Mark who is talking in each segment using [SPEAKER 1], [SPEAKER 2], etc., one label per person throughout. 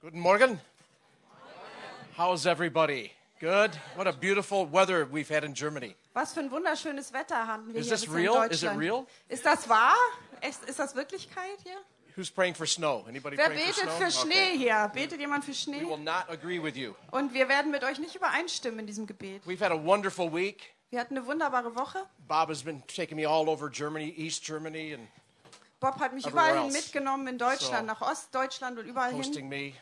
[SPEAKER 1] Guten Morgen. How's everybody? Good. What a beautiful weather we've had in Germany.
[SPEAKER 2] Was für ein wunderschönes Wetter hatten wir
[SPEAKER 1] Is
[SPEAKER 2] hier
[SPEAKER 1] this
[SPEAKER 2] bisher
[SPEAKER 1] real?
[SPEAKER 2] in
[SPEAKER 1] Is it
[SPEAKER 2] Deutschland.
[SPEAKER 1] real?
[SPEAKER 2] Ist das wahr? Ist, ist das Wirklichkeit hier?
[SPEAKER 1] Who's praying for snow? Anybody
[SPEAKER 2] Wer
[SPEAKER 1] praying
[SPEAKER 2] betet
[SPEAKER 1] for
[SPEAKER 2] für
[SPEAKER 1] snow?
[SPEAKER 2] Schnee hier? Betet jemand für
[SPEAKER 1] We will
[SPEAKER 2] Schnee?
[SPEAKER 1] not agree with you.
[SPEAKER 2] Und wir werden mit euch nicht übereinstimmen in diesem Gebet.
[SPEAKER 1] We've had a wonderful week.
[SPEAKER 2] Wir hatten eine wunderbare Woche.
[SPEAKER 1] Bob has been taking me all over Germany, East Germany, and
[SPEAKER 2] Bob hat mich
[SPEAKER 1] Everywhere
[SPEAKER 2] überall hin
[SPEAKER 1] else.
[SPEAKER 2] mitgenommen, in
[SPEAKER 1] So.
[SPEAKER 2] Deutschland, nach Ostdeutschland und überall hin.
[SPEAKER 1] hosting me.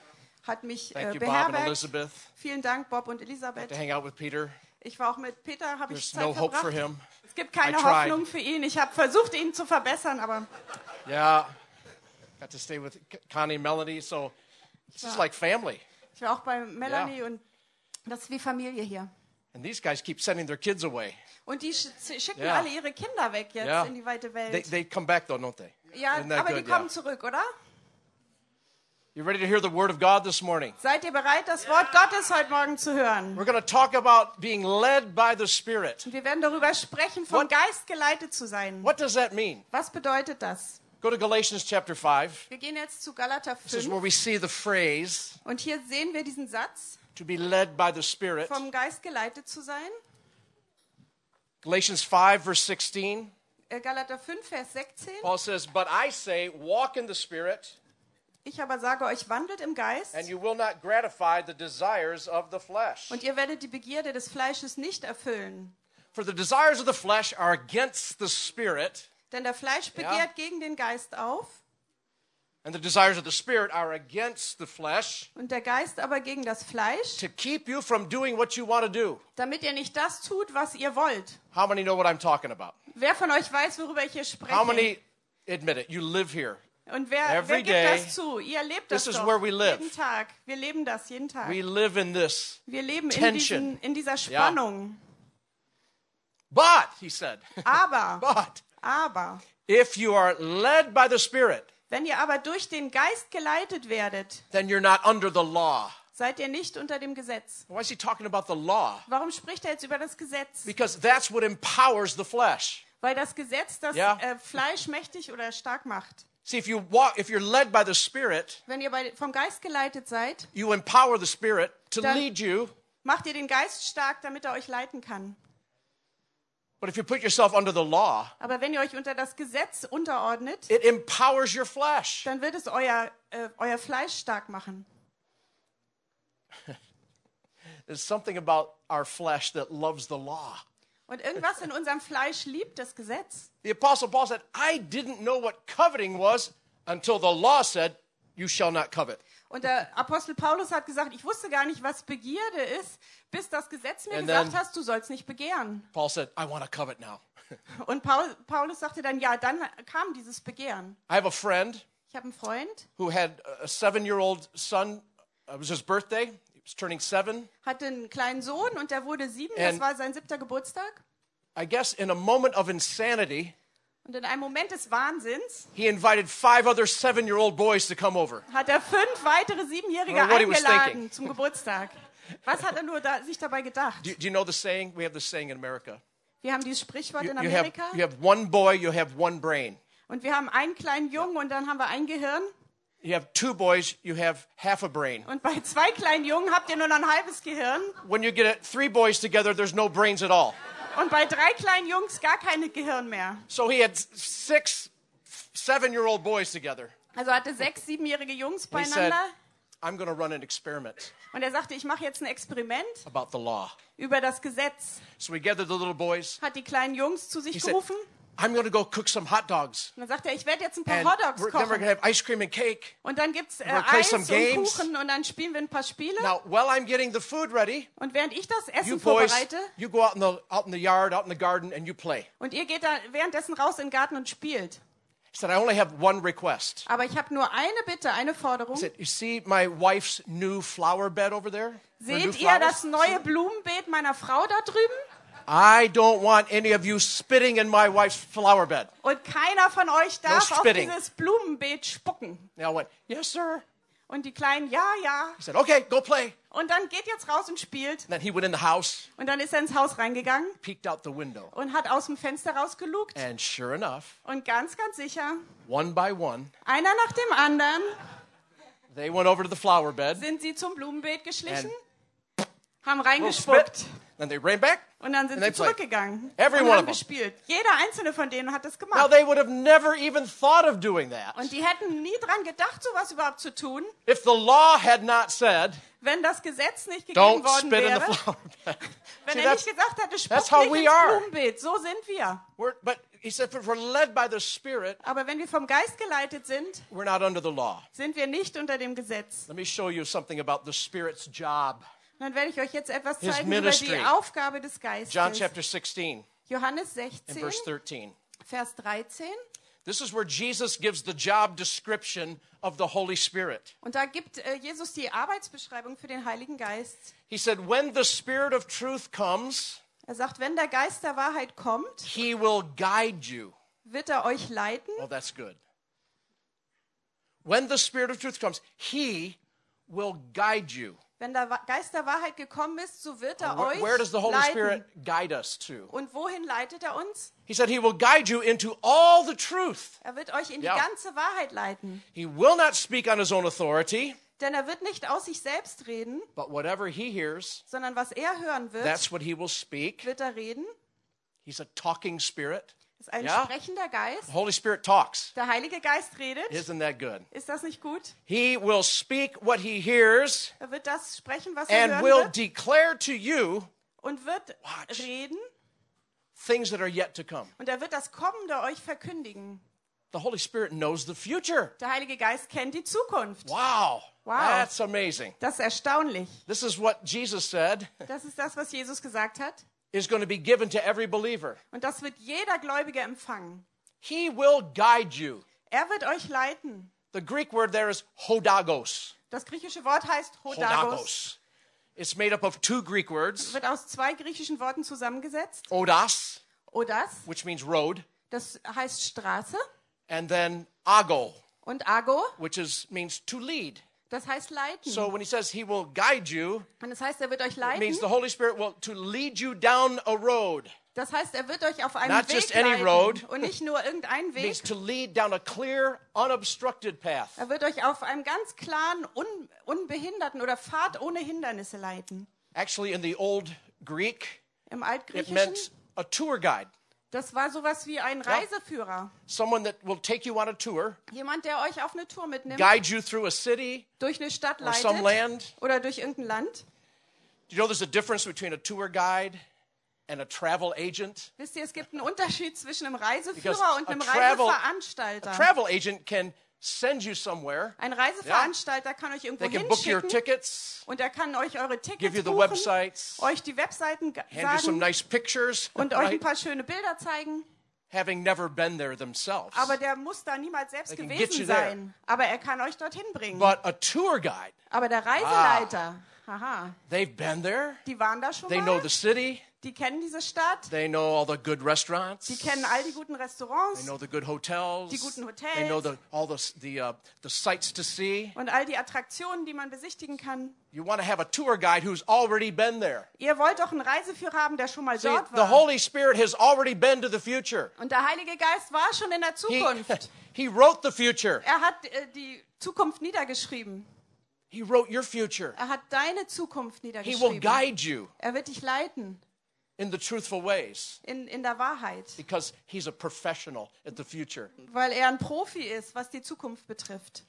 [SPEAKER 2] Hat mich
[SPEAKER 1] Thank
[SPEAKER 2] äh,
[SPEAKER 1] you, Bob and
[SPEAKER 2] beherbergt.
[SPEAKER 1] Elizabeth,
[SPEAKER 2] Vielen Dank, Bob und
[SPEAKER 1] to
[SPEAKER 2] Elisabeth.
[SPEAKER 1] hang out with Peter.
[SPEAKER 2] Ich war auch mit Peter, habe ich
[SPEAKER 1] There's
[SPEAKER 2] Zeit
[SPEAKER 1] no hope for
[SPEAKER 2] verbracht.
[SPEAKER 1] him.
[SPEAKER 2] Es gibt
[SPEAKER 1] I
[SPEAKER 2] keine
[SPEAKER 1] tried.
[SPEAKER 2] Hoffnung für ihn. Ich habe versucht, ihn zu verbessern, aber
[SPEAKER 1] Yeah. Got to stay with Connie and Melanie, so it's
[SPEAKER 2] Ah.
[SPEAKER 1] just like family.
[SPEAKER 2] ich war auch bei Melanie und das ist wie Familie hier.
[SPEAKER 1] And these guys keep sending their kids away.
[SPEAKER 2] Und die sch schicken
[SPEAKER 1] Yeah.
[SPEAKER 2] alle ihre Kinder weg jetzt
[SPEAKER 1] Yeah.
[SPEAKER 2] in die weite
[SPEAKER 1] They,
[SPEAKER 2] Welt.
[SPEAKER 1] they come back though, don't they?
[SPEAKER 2] ja,
[SPEAKER 1] Isn't that
[SPEAKER 2] aber
[SPEAKER 1] good?
[SPEAKER 2] die
[SPEAKER 1] Yeah.
[SPEAKER 2] kommen zurück, oder?
[SPEAKER 1] You ready to hear the word of God this morning?
[SPEAKER 2] Seid ihr bereit, das Wort Gottes heute Morgen zu hören?
[SPEAKER 1] We're going to talk about being led by the Spirit.
[SPEAKER 2] Wir werden darüber sprechen, vom
[SPEAKER 1] What-
[SPEAKER 2] Geist geleitet zu sein.
[SPEAKER 1] What does that mean?
[SPEAKER 2] Was bedeutet das?
[SPEAKER 1] Go to Galatians chapter 5.
[SPEAKER 2] Wir gehen jetzt zu Galater
[SPEAKER 1] This is where
[SPEAKER 2] 5
[SPEAKER 1] we see the phrase
[SPEAKER 2] und hier sehen wir diesen Satz,
[SPEAKER 1] to be led by the Spirit.
[SPEAKER 2] vom Geist geleitet zu sein.
[SPEAKER 1] Galatians 5, verse 16.
[SPEAKER 2] Äh, Galater 5, Vers 16.
[SPEAKER 1] Paul says, But I say, walk in the Spirit,
[SPEAKER 2] Ich aber sage euch, wandelt im Geist
[SPEAKER 1] and you will not gratify the desires of the flesh.
[SPEAKER 2] und ihr werdet die Begierde des Fleisches nicht erfüllen.
[SPEAKER 1] For the desires of the flesh are against the Spirit,
[SPEAKER 2] Denn der Fleisch
[SPEAKER 1] Ja.
[SPEAKER 2] begehrt gegen den Geist auf
[SPEAKER 1] and the desires of the Spirit are against the flesh
[SPEAKER 2] und der Geist aber gegen das Fleisch,
[SPEAKER 1] to keep you from doing what you want to do.
[SPEAKER 2] damit ihr nicht das tut, was ihr wollt.
[SPEAKER 1] How many know what I'm talking about?
[SPEAKER 2] Wer von euch weiß, worüber ich hier
[SPEAKER 1] How
[SPEAKER 2] spreche?
[SPEAKER 1] many admit it? You live here.
[SPEAKER 2] und wer, wer
[SPEAKER 1] every
[SPEAKER 2] gibt
[SPEAKER 1] day,
[SPEAKER 2] das zu? Ihr lebt
[SPEAKER 1] this
[SPEAKER 2] das
[SPEAKER 1] is
[SPEAKER 2] doch
[SPEAKER 1] where we live.
[SPEAKER 2] jeden Tag. Wir leben das jeden Tag.
[SPEAKER 1] We live in this.
[SPEAKER 2] wir leben in,
[SPEAKER 1] tension.
[SPEAKER 2] diesen, in dieser Spannung.
[SPEAKER 1] But, he said,
[SPEAKER 2] Aber,
[SPEAKER 1] but
[SPEAKER 2] aber,
[SPEAKER 1] if you are led by the Spirit,
[SPEAKER 2] wenn ihr aber durch den Geist geleitet werdet,
[SPEAKER 1] then you're not under the law.
[SPEAKER 2] seid ihr nicht unter dem Gesetz.
[SPEAKER 1] Why is he talking about the law?
[SPEAKER 2] Warum spricht er jetzt über das Gesetz?
[SPEAKER 1] Because that's what empowers the flesh.
[SPEAKER 2] Weil das Gesetz das
[SPEAKER 1] Ja.
[SPEAKER 2] äh, Fleisch mächtig oder stark macht.
[SPEAKER 1] See, if you walk, if you're led by the Spirit,
[SPEAKER 2] Wenn ihr bei, vom Geist geleitet seid,
[SPEAKER 1] you empower the Spirit to
[SPEAKER 2] Dann-
[SPEAKER 1] lead you.
[SPEAKER 2] macht ihr den Geist stark, damit er euch leiten kann.
[SPEAKER 1] But if you put yourself under the law,
[SPEAKER 2] Aber wenn ihr euch unter das Gesetz unterordnet,
[SPEAKER 1] it empowers your flesh.
[SPEAKER 2] dann wird es euer, äh, euer Fleisch stark machen.
[SPEAKER 1] There's something about our flesh that loves the law.
[SPEAKER 2] Und irgendwas in unserem Fleisch liebt das Gesetz.
[SPEAKER 1] The Apostle Paul said, I didn't know what coveting was until the law said, You shall not covet.
[SPEAKER 2] Und der Apostel Paulus hat gesagt, ich wusste gar nicht, was Begierde ist, bis das Gesetz mir
[SPEAKER 1] And
[SPEAKER 2] gesagt
[SPEAKER 1] then-
[SPEAKER 2] hast, du sollst nicht begehren.
[SPEAKER 1] Paul said, I want to covet now.
[SPEAKER 2] Und Paul, Paulus sagte dann, ja, dann kam dieses Begehren.
[SPEAKER 1] I have a friend
[SPEAKER 2] Ich habe einen Freund,
[SPEAKER 1] who had a seven year old son. It was his birthday. He was turning seven.
[SPEAKER 2] hatte einen kleinen Sohn und der wurde sieben,
[SPEAKER 1] And-
[SPEAKER 2] das war sein siebter Geburtstag.
[SPEAKER 1] I guess in a moment of insanity,
[SPEAKER 2] Und in einem Moment des Wahnsinns
[SPEAKER 1] he invited five other seven year old boys to come over.
[SPEAKER 2] hat er fünf weitere Siebenjährige
[SPEAKER 1] I don't know what he was
[SPEAKER 2] eingeladen
[SPEAKER 1] thinking.
[SPEAKER 2] zum Geburtstag. Was hat er nur da, sich dabei gedacht?
[SPEAKER 1] Do, do you know the saying? We have this saying in America.
[SPEAKER 2] Wir haben dieses Sprichwort
[SPEAKER 1] You,
[SPEAKER 2] in
[SPEAKER 1] you have,
[SPEAKER 2] Amerika
[SPEAKER 1] you have one boy, you have one brain.
[SPEAKER 2] und wir haben einen kleinen Jungen und dann haben wir ein Gehirn.
[SPEAKER 1] You have two boys, you have half a brain.
[SPEAKER 2] Und bei zwei kleinen Jungen habt ihr nur noch ein halbes Gehirn
[SPEAKER 1] When you get three boys together, there's no brains at all.
[SPEAKER 2] und bei drei kleinen Jungs gar keine Gehirn mehr.
[SPEAKER 1] So he had s- six seven year old boys together.
[SPEAKER 2] Also hatte sechs, siebenjährige Jungs
[SPEAKER 1] He said,
[SPEAKER 2] beieinander
[SPEAKER 1] I'm going to run an experiment
[SPEAKER 2] und er sagte, ich mache jetzt ein Experiment
[SPEAKER 1] about the law.
[SPEAKER 2] über das Gesetz.
[SPEAKER 1] So he gathered the little boys.
[SPEAKER 2] Hat die kleinen Jungs zu
[SPEAKER 1] He
[SPEAKER 2] sich
[SPEAKER 1] said,
[SPEAKER 2] gerufen
[SPEAKER 1] I'm going to go cook some hot dogs.
[SPEAKER 2] und dann sagte er, ich werde jetzt ein paar
[SPEAKER 1] And
[SPEAKER 2] Hotdogs
[SPEAKER 1] we're, then we're going to
[SPEAKER 2] kochen.
[SPEAKER 1] have ice cream and cake.
[SPEAKER 2] Und dann gibt's äh,
[SPEAKER 1] we'll play
[SPEAKER 2] Eis
[SPEAKER 1] some
[SPEAKER 2] und
[SPEAKER 1] games.
[SPEAKER 2] Kuchen und dann spielen wir ein paar Spiele.
[SPEAKER 1] Now, while I'm getting the food ready,
[SPEAKER 2] Und während ich das Essen
[SPEAKER 1] you boys,
[SPEAKER 2] vorbereite
[SPEAKER 1] you go out in the out in the yard, out in the garden, and you play.
[SPEAKER 2] und ihr geht da währenddessen raus in den Garten und spielt.
[SPEAKER 1] He said, I only have one request.
[SPEAKER 2] Aber ich habe nur eine Bitte, eine Forderung.
[SPEAKER 1] He said, You see my wife's new flower bed over there? Her new
[SPEAKER 2] Seht ihr das
[SPEAKER 1] flowers?"
[SPEAKER 2] neue Blumenbeet meiner Frau da drüben?
[SPEAKER 1] I don't want any of you spitting in my wife's flower bed.
[SPEAKER 2] Und keiner von euch darf auf
[SPEAKER 1] spitting.
[SPEAKER 2] dieses Blumenbeet spucken.
[SPEAKER 1] And I went, Yes, sir.
[SPEAKER 2] Und die Kleinen, ja, ja.
[SPEAKER 1] He said, Okay, go play. And
[SPEAKER 2] Und dann geht jetzt raus und spielt.
[SPEAKER 1] then he went in the house,
[SPEAKER 2] Und dann ist er ins Haus reingegangen
[SPEAKER 1] peeked out the window.
[SPEAKER 2] und hat aus dem Fenster rausgelugt.
[SPEAKER 1] And sure enough,
[SPEAKER 2] Und ganz, ganz sicher,
[SPEAKER 1] one by one,
[SPEAKER 2] einer nach dem anderen
[SPEAKER 1] They went over to the flower bed,
[SPEAKER 2] sind sie zum Blumenbeet geschlichen, haben
[SPEAKER 1] little spit,
[SPEAKER 2] reingespuckt
[SPEAKER 1] then they ran back.
[SPEAKER 2] und dann
[SPEAKER 1] and
[SPEAKER 2] sind
[SPEAKER 1] they
[SPEAKER 2] sie
[SPEAKER 1] played.
[SPEAKER 2] zurückgegangen
[SPEAKER 1] Every
[SPEAKER 2] und
[SPEAKER 1] one
[SPEAKER 2] haben
[SPEAKER 1] of them.
[SPEAKER 2] gespielt. Jeder einzelne von denen hat das
[SPEAKER 1] Now
[SPEAKER 2] gemacht.
[SPEAKER 1] they would have never even thought of doing that
[SPEAKER 2] Und die hätten nie dran gedacht, sowas überhaupt zu tun,
[SPEAKER 1] if the law had not said,
[SPEAKER 2] wenn das Gesetz nicht gegeben
[SPEAKER 1] "Don't
[SPEAKER 2] worden
[SPEAKER 1] spit in the
[SPEAKER 2] wäre.
[SPEAKER 1] flower bed." See,
[SPEAKER 2] Wenn er nicht
[SPEAKER 1] that's,
[SPEAKER 2] gesagt hätte, spuck
[SPEAKER 1] that's how
[SPEAKER 2] nicht
[SPEAKER 1] we
[SPEAKER 2] ins
[SPEAKER 1] are.
[SPEAKER 2] Blumenbeet, so sind wir.
[SPEAKER 1] we're, but he said, "If we're led by the Spirit,
[SPEAKER 2] Aber wenn wir vom Geist geleitet sind,
[SPEAKER 1] we're not under the law."
[SPEAKER 2] sind wir nicht unter dem Gesetz.
[SPEAKER 1] Let me show you something about the Spirit's job.
[SPEAKER 2] Und dann werde ich euch jetzt etwas
[SPEAKER 1] His
[SPEAKER 2] zeigen über die
[SPEAKER 1] ministry.
[SPEAKER 2] Aufgabe des Geistes.
[SPEAKER 1] John chapter 16
[SPEAKER 2] Johannes
[SPEAKER 1] and
[SPEAKER 2] 16,
[SPEAKER 1] verse 13.
[SPEAKER 2] Vers 13.
[SPEAKER 1] This is where Jesus gives the job description of the Holy Spirit.
[SPEAKER 2] Und da gibt äh, Jesus die Arbeitsbeschreibung für den Heiligen Geist.
[SPEAKER 1] He said, When the Spirit of truth comes,
[SPEAKER 2] Er sagt, wenn der Geist der Wahrheit kommt,
[SPEAKER 1] he will guide you.
[SPEAKER 2] wird er euch leiten.
[SPEAKER 1] Oh, that's good. When the Spirit of truth comes, he will guide you.
[SPEAKER 2] Wenn der Wa- Geist der Wahrheit gekommen ist, so wird er
[SPEAKER 1] Uh, Where,
[SPEAKER 2] euch
[SPEAKER 1] where does the Holy
[SPEAKER 2] leiten.
[SPEAKER 1] Spirit guide us to?
[SPEAKER 2] Und wohin leitet er uns?
[SPEAKER 1] He said, He will guide you into all the truth.
[SPEAKER 2] Er wird euch in die
[SPEAKER 1] Ja.
[SPEAKER 2] ganze Wahrheit leiten.
[SPEAKER 1] He will not speak on his own authority,
[SPEAKER 2] Denn er wird nicht aus sich selbst reden,
[SPEAKER 1] but whatever he hears,
[SPEAKER 2] sondern was er hören wird,
[SPEAKER 1] that's what he will speak.
[SPEAKER 2] wird er reden.
[SPEAKER 1] He's a talking spirit.
[SPEAKER 2] Das ist ein
[SPEAKER 1] Ja.
[SPEAKER 2] sprechender Geist.
[SPEAKER 1] The Holy Spirit talks.
[SPEAKER 2] Der Heilige Geist redet.
[SPEAKER 1] Isn't that good?
[SPEAKER 2] Ist das nicht gut?
[SPEAKER 1] He will speak what he hears
[SPEAKER 2] Er wird das sprechen, was er
[SPEAKER 1] and
[SPEAKER 2] hören
[SPEAKER 1] will
[SPEAKER 2] wird.
[SPEAKER 1] declare to you
[SPEAKER 2] und wird
[SPEAKER 1] Watch.
[SPEAKER 2] reden
[SPEAKER 1] things that are yet to come.
[SPEAKER 2] und er wird das Kommende euch verkündigen.
[SPEAKER 1] The Holy Spirit knows the future.
[SPEAKER 2] Der Heilige Geist kennt die Zukunft.
[SPEAKER 1] Wow.
[SPEAKER 2] Wow.
[SPEAKER 1] That's amazing.
[SPEAKER 2] Das ist erstaunlich.
[SPEAKER 1] This is what Jesus said
[SPEAKER 2] Das ist das, was Jesus gesagt hat.
[SPEAKER 1] is going to be given to every believer.
[SPEAKER 2] Und das wird jeder Gläubige empfangen.
[SPEAKER 1] He will guide you.
[SPEAKER 2] Er wird euch leiten.
[SPEAKER 1] The Greek word there is hodagos.
[SPEAKER 2] Das griechische Wort heißt Hodagos.
[SPEAKER 1] Hodagos. It's made up of two Greek words,
[SPEAKER 2] Wird aus zwei griechischen Worten zusammengesetzt.
[SPEAKER 1] odas,
[SPEAKER 2] Odas,
[SPEAKER 1] which means road,
[SPEAKER 2] das heißt Straße.
[SPEAKER 1] and then ago,
[SPEAKER 2] Und Ago,
[SPEAKER 1] which is means to lead.
[SPEAKER 2] das heißt leiten.
[SPEAKER 1] So when he says he will guide you,
[SPEAKER 2] Und das heißt, er wird euch
[SPEAKER 1] It
[SPEAKER 2] leiten.
[SPEAKER 1] means the Holy Spirit will to lead you down a road.
[SPEAKER 2] Das heißt, er wird euch auf einem
[SPEAKER 1] Not
[SPEAKER 2] Weg
[SPEAKER 1] just any
[SPEAKER 2] leiten.
[SPEAKER 1] road.
[SPEAKER 2] Und nicht nur irgendeinen
[SPEAKER 1] It
[SPEAKER 2] Weg,
[SPEAKER 1] means to lead down a clear, unobstructed path.
[SPEAKER 2] Er wird euch auf einem ganz klaren, un unbehinderten oder Pfad ohne Hindernisse leiten.
[SPEAKER 1] Actually, in the old Greek,
[SPEAKER 2] Im
[SPEAKER 1] it
[SPEAKER 2] Altgriechischen,
[SPEAKER 1] meant a tour guide,
[SPEAKER 2] das war sowas wie ein Reiseführer.
[SPEAKER 1] someone that will take you on a tour,
[SPEAKER 2] Jemand, der euch auf eine Tour mitnimmt,
[SPEAKER 1] guide you through a city
[SPEAKER 2] durch eine Stadt
[SPEAKER 1] or some
[SPEAKER 2] leitet
[SPEAKER 1] land.
[SPEAKER 2] oder durch irgendein Land.
[SPEAKER 1] Do you know there's a difference between a tour guide and a travel agent?
[SPEAKER 2] Wisst ihr, es gibt einen Unterschied zwischen einem
[SPEAKER 1] Because
[SPEAKER 2] Reiseführer und
[SPEAKER 1] a
[SPEAKER 2] einem
[SPEAKER 1] travel-
[SPEAKER 2] Reiseveranstalter.
[SPEAKER 1] Travel agent can send you somewhere.
[SPEAKER 2] Ein Reiseveranstalter kann euch irgendwo
[SPEAKER 1] They can book your
[SPEAKER 2] hinschicken
[SPEAKER 1] tickets,
[SPEAKER 2] und er kann euch eure
[SPEAKER 1] give you
[SPEAKER 2] Tickets
[SPEAKER 1] the
[SPEAKER 2] buchen,
[SPEAKER 1] websites,
[SPEAKER 2] euch die Webseiten ge-
[SPEAKER 1] hand you some
[SPEAKER 2] sagen
[SPEAKER 1] nice pictures,
[SPEAKER 2] und euch ein
[SPEAKER 1] right?
[SPEAKER 2] paar schöne Bilder zeigen.
[SPEAKER 1] having never been there themselves.
[SPEAKER 2] Aber der muss da niemals selbst
[SPEAKER 1] They can get you
[SPEAKER 2] gewesen
[SPEAKER 1] there.
[SPEAKER 2] sein. Aber er kann euch dorthin bringen.
[SPEAKER 1] But a tour guide,
[SPEAKER 2] Aber der Reiseleiter, haha,
[SPEAKER 1] they've been there.
[SPEAKER 2] die waren da schon
[SPEAKER 1] They know
[SPEAKER 2] mal.
[SPEAKER 1] the city.
[SPEAKER 2] Die kennen diese Stadt.
[SPEAKER 1] They know all the good restaurants.
[SPEAKER 2] Die kennen all die guten
[SPEAKER 1] They
[SPEAKER 2] Restaurants
[SPEAKER 1] know the good hotels.
[SPEAKER 2] Die guten Hotels.
[SPEAKER 1] They know the, all the, the, uh, the sights to see.
[SPEAKER 2] und all die Attraktionen, die man besichtigen kann.
[SPEAKER 1] You want to have a tour guide who's already been there.
[SPEAKER 2] Ihr wollt doch einen Reiseführer haben, der schon mal
[SPEAKER 1] See,
[SPEAKER 2] dort
[SPEAKER 1] the
[SPEAKER 2] war.
[SPEAKER 1] Holy Spirit has already been to the future.
[SPEAKER 2] und der Heilige Geist war schon in der
[SPEAKER 1] He,
[SPEAKER 2] Zukunft.
[SPEAKER 1] he wrote the future.
[SPEAKER 2] er hat äh, die Zukunft niedergeschrieben.
[SPEAKER 1] He wrote your future.
[SPEAKER 2] Er hat deine Zukunft
[SPEAKER 1] He will
[SPEAKER 2] niedergeschrieben.
[SPEAKER 1] guide you
[SPEAKER 2] er wird dich leiten
[SPEAKER 1] in the truthful ways
[SPEAKER 2] in, in der Wahrheit,
[SPEAKER 1] because he's a professional at the future.
[SPEAKER 2] weil er ein Profi ist, was die Zukunft betrifft.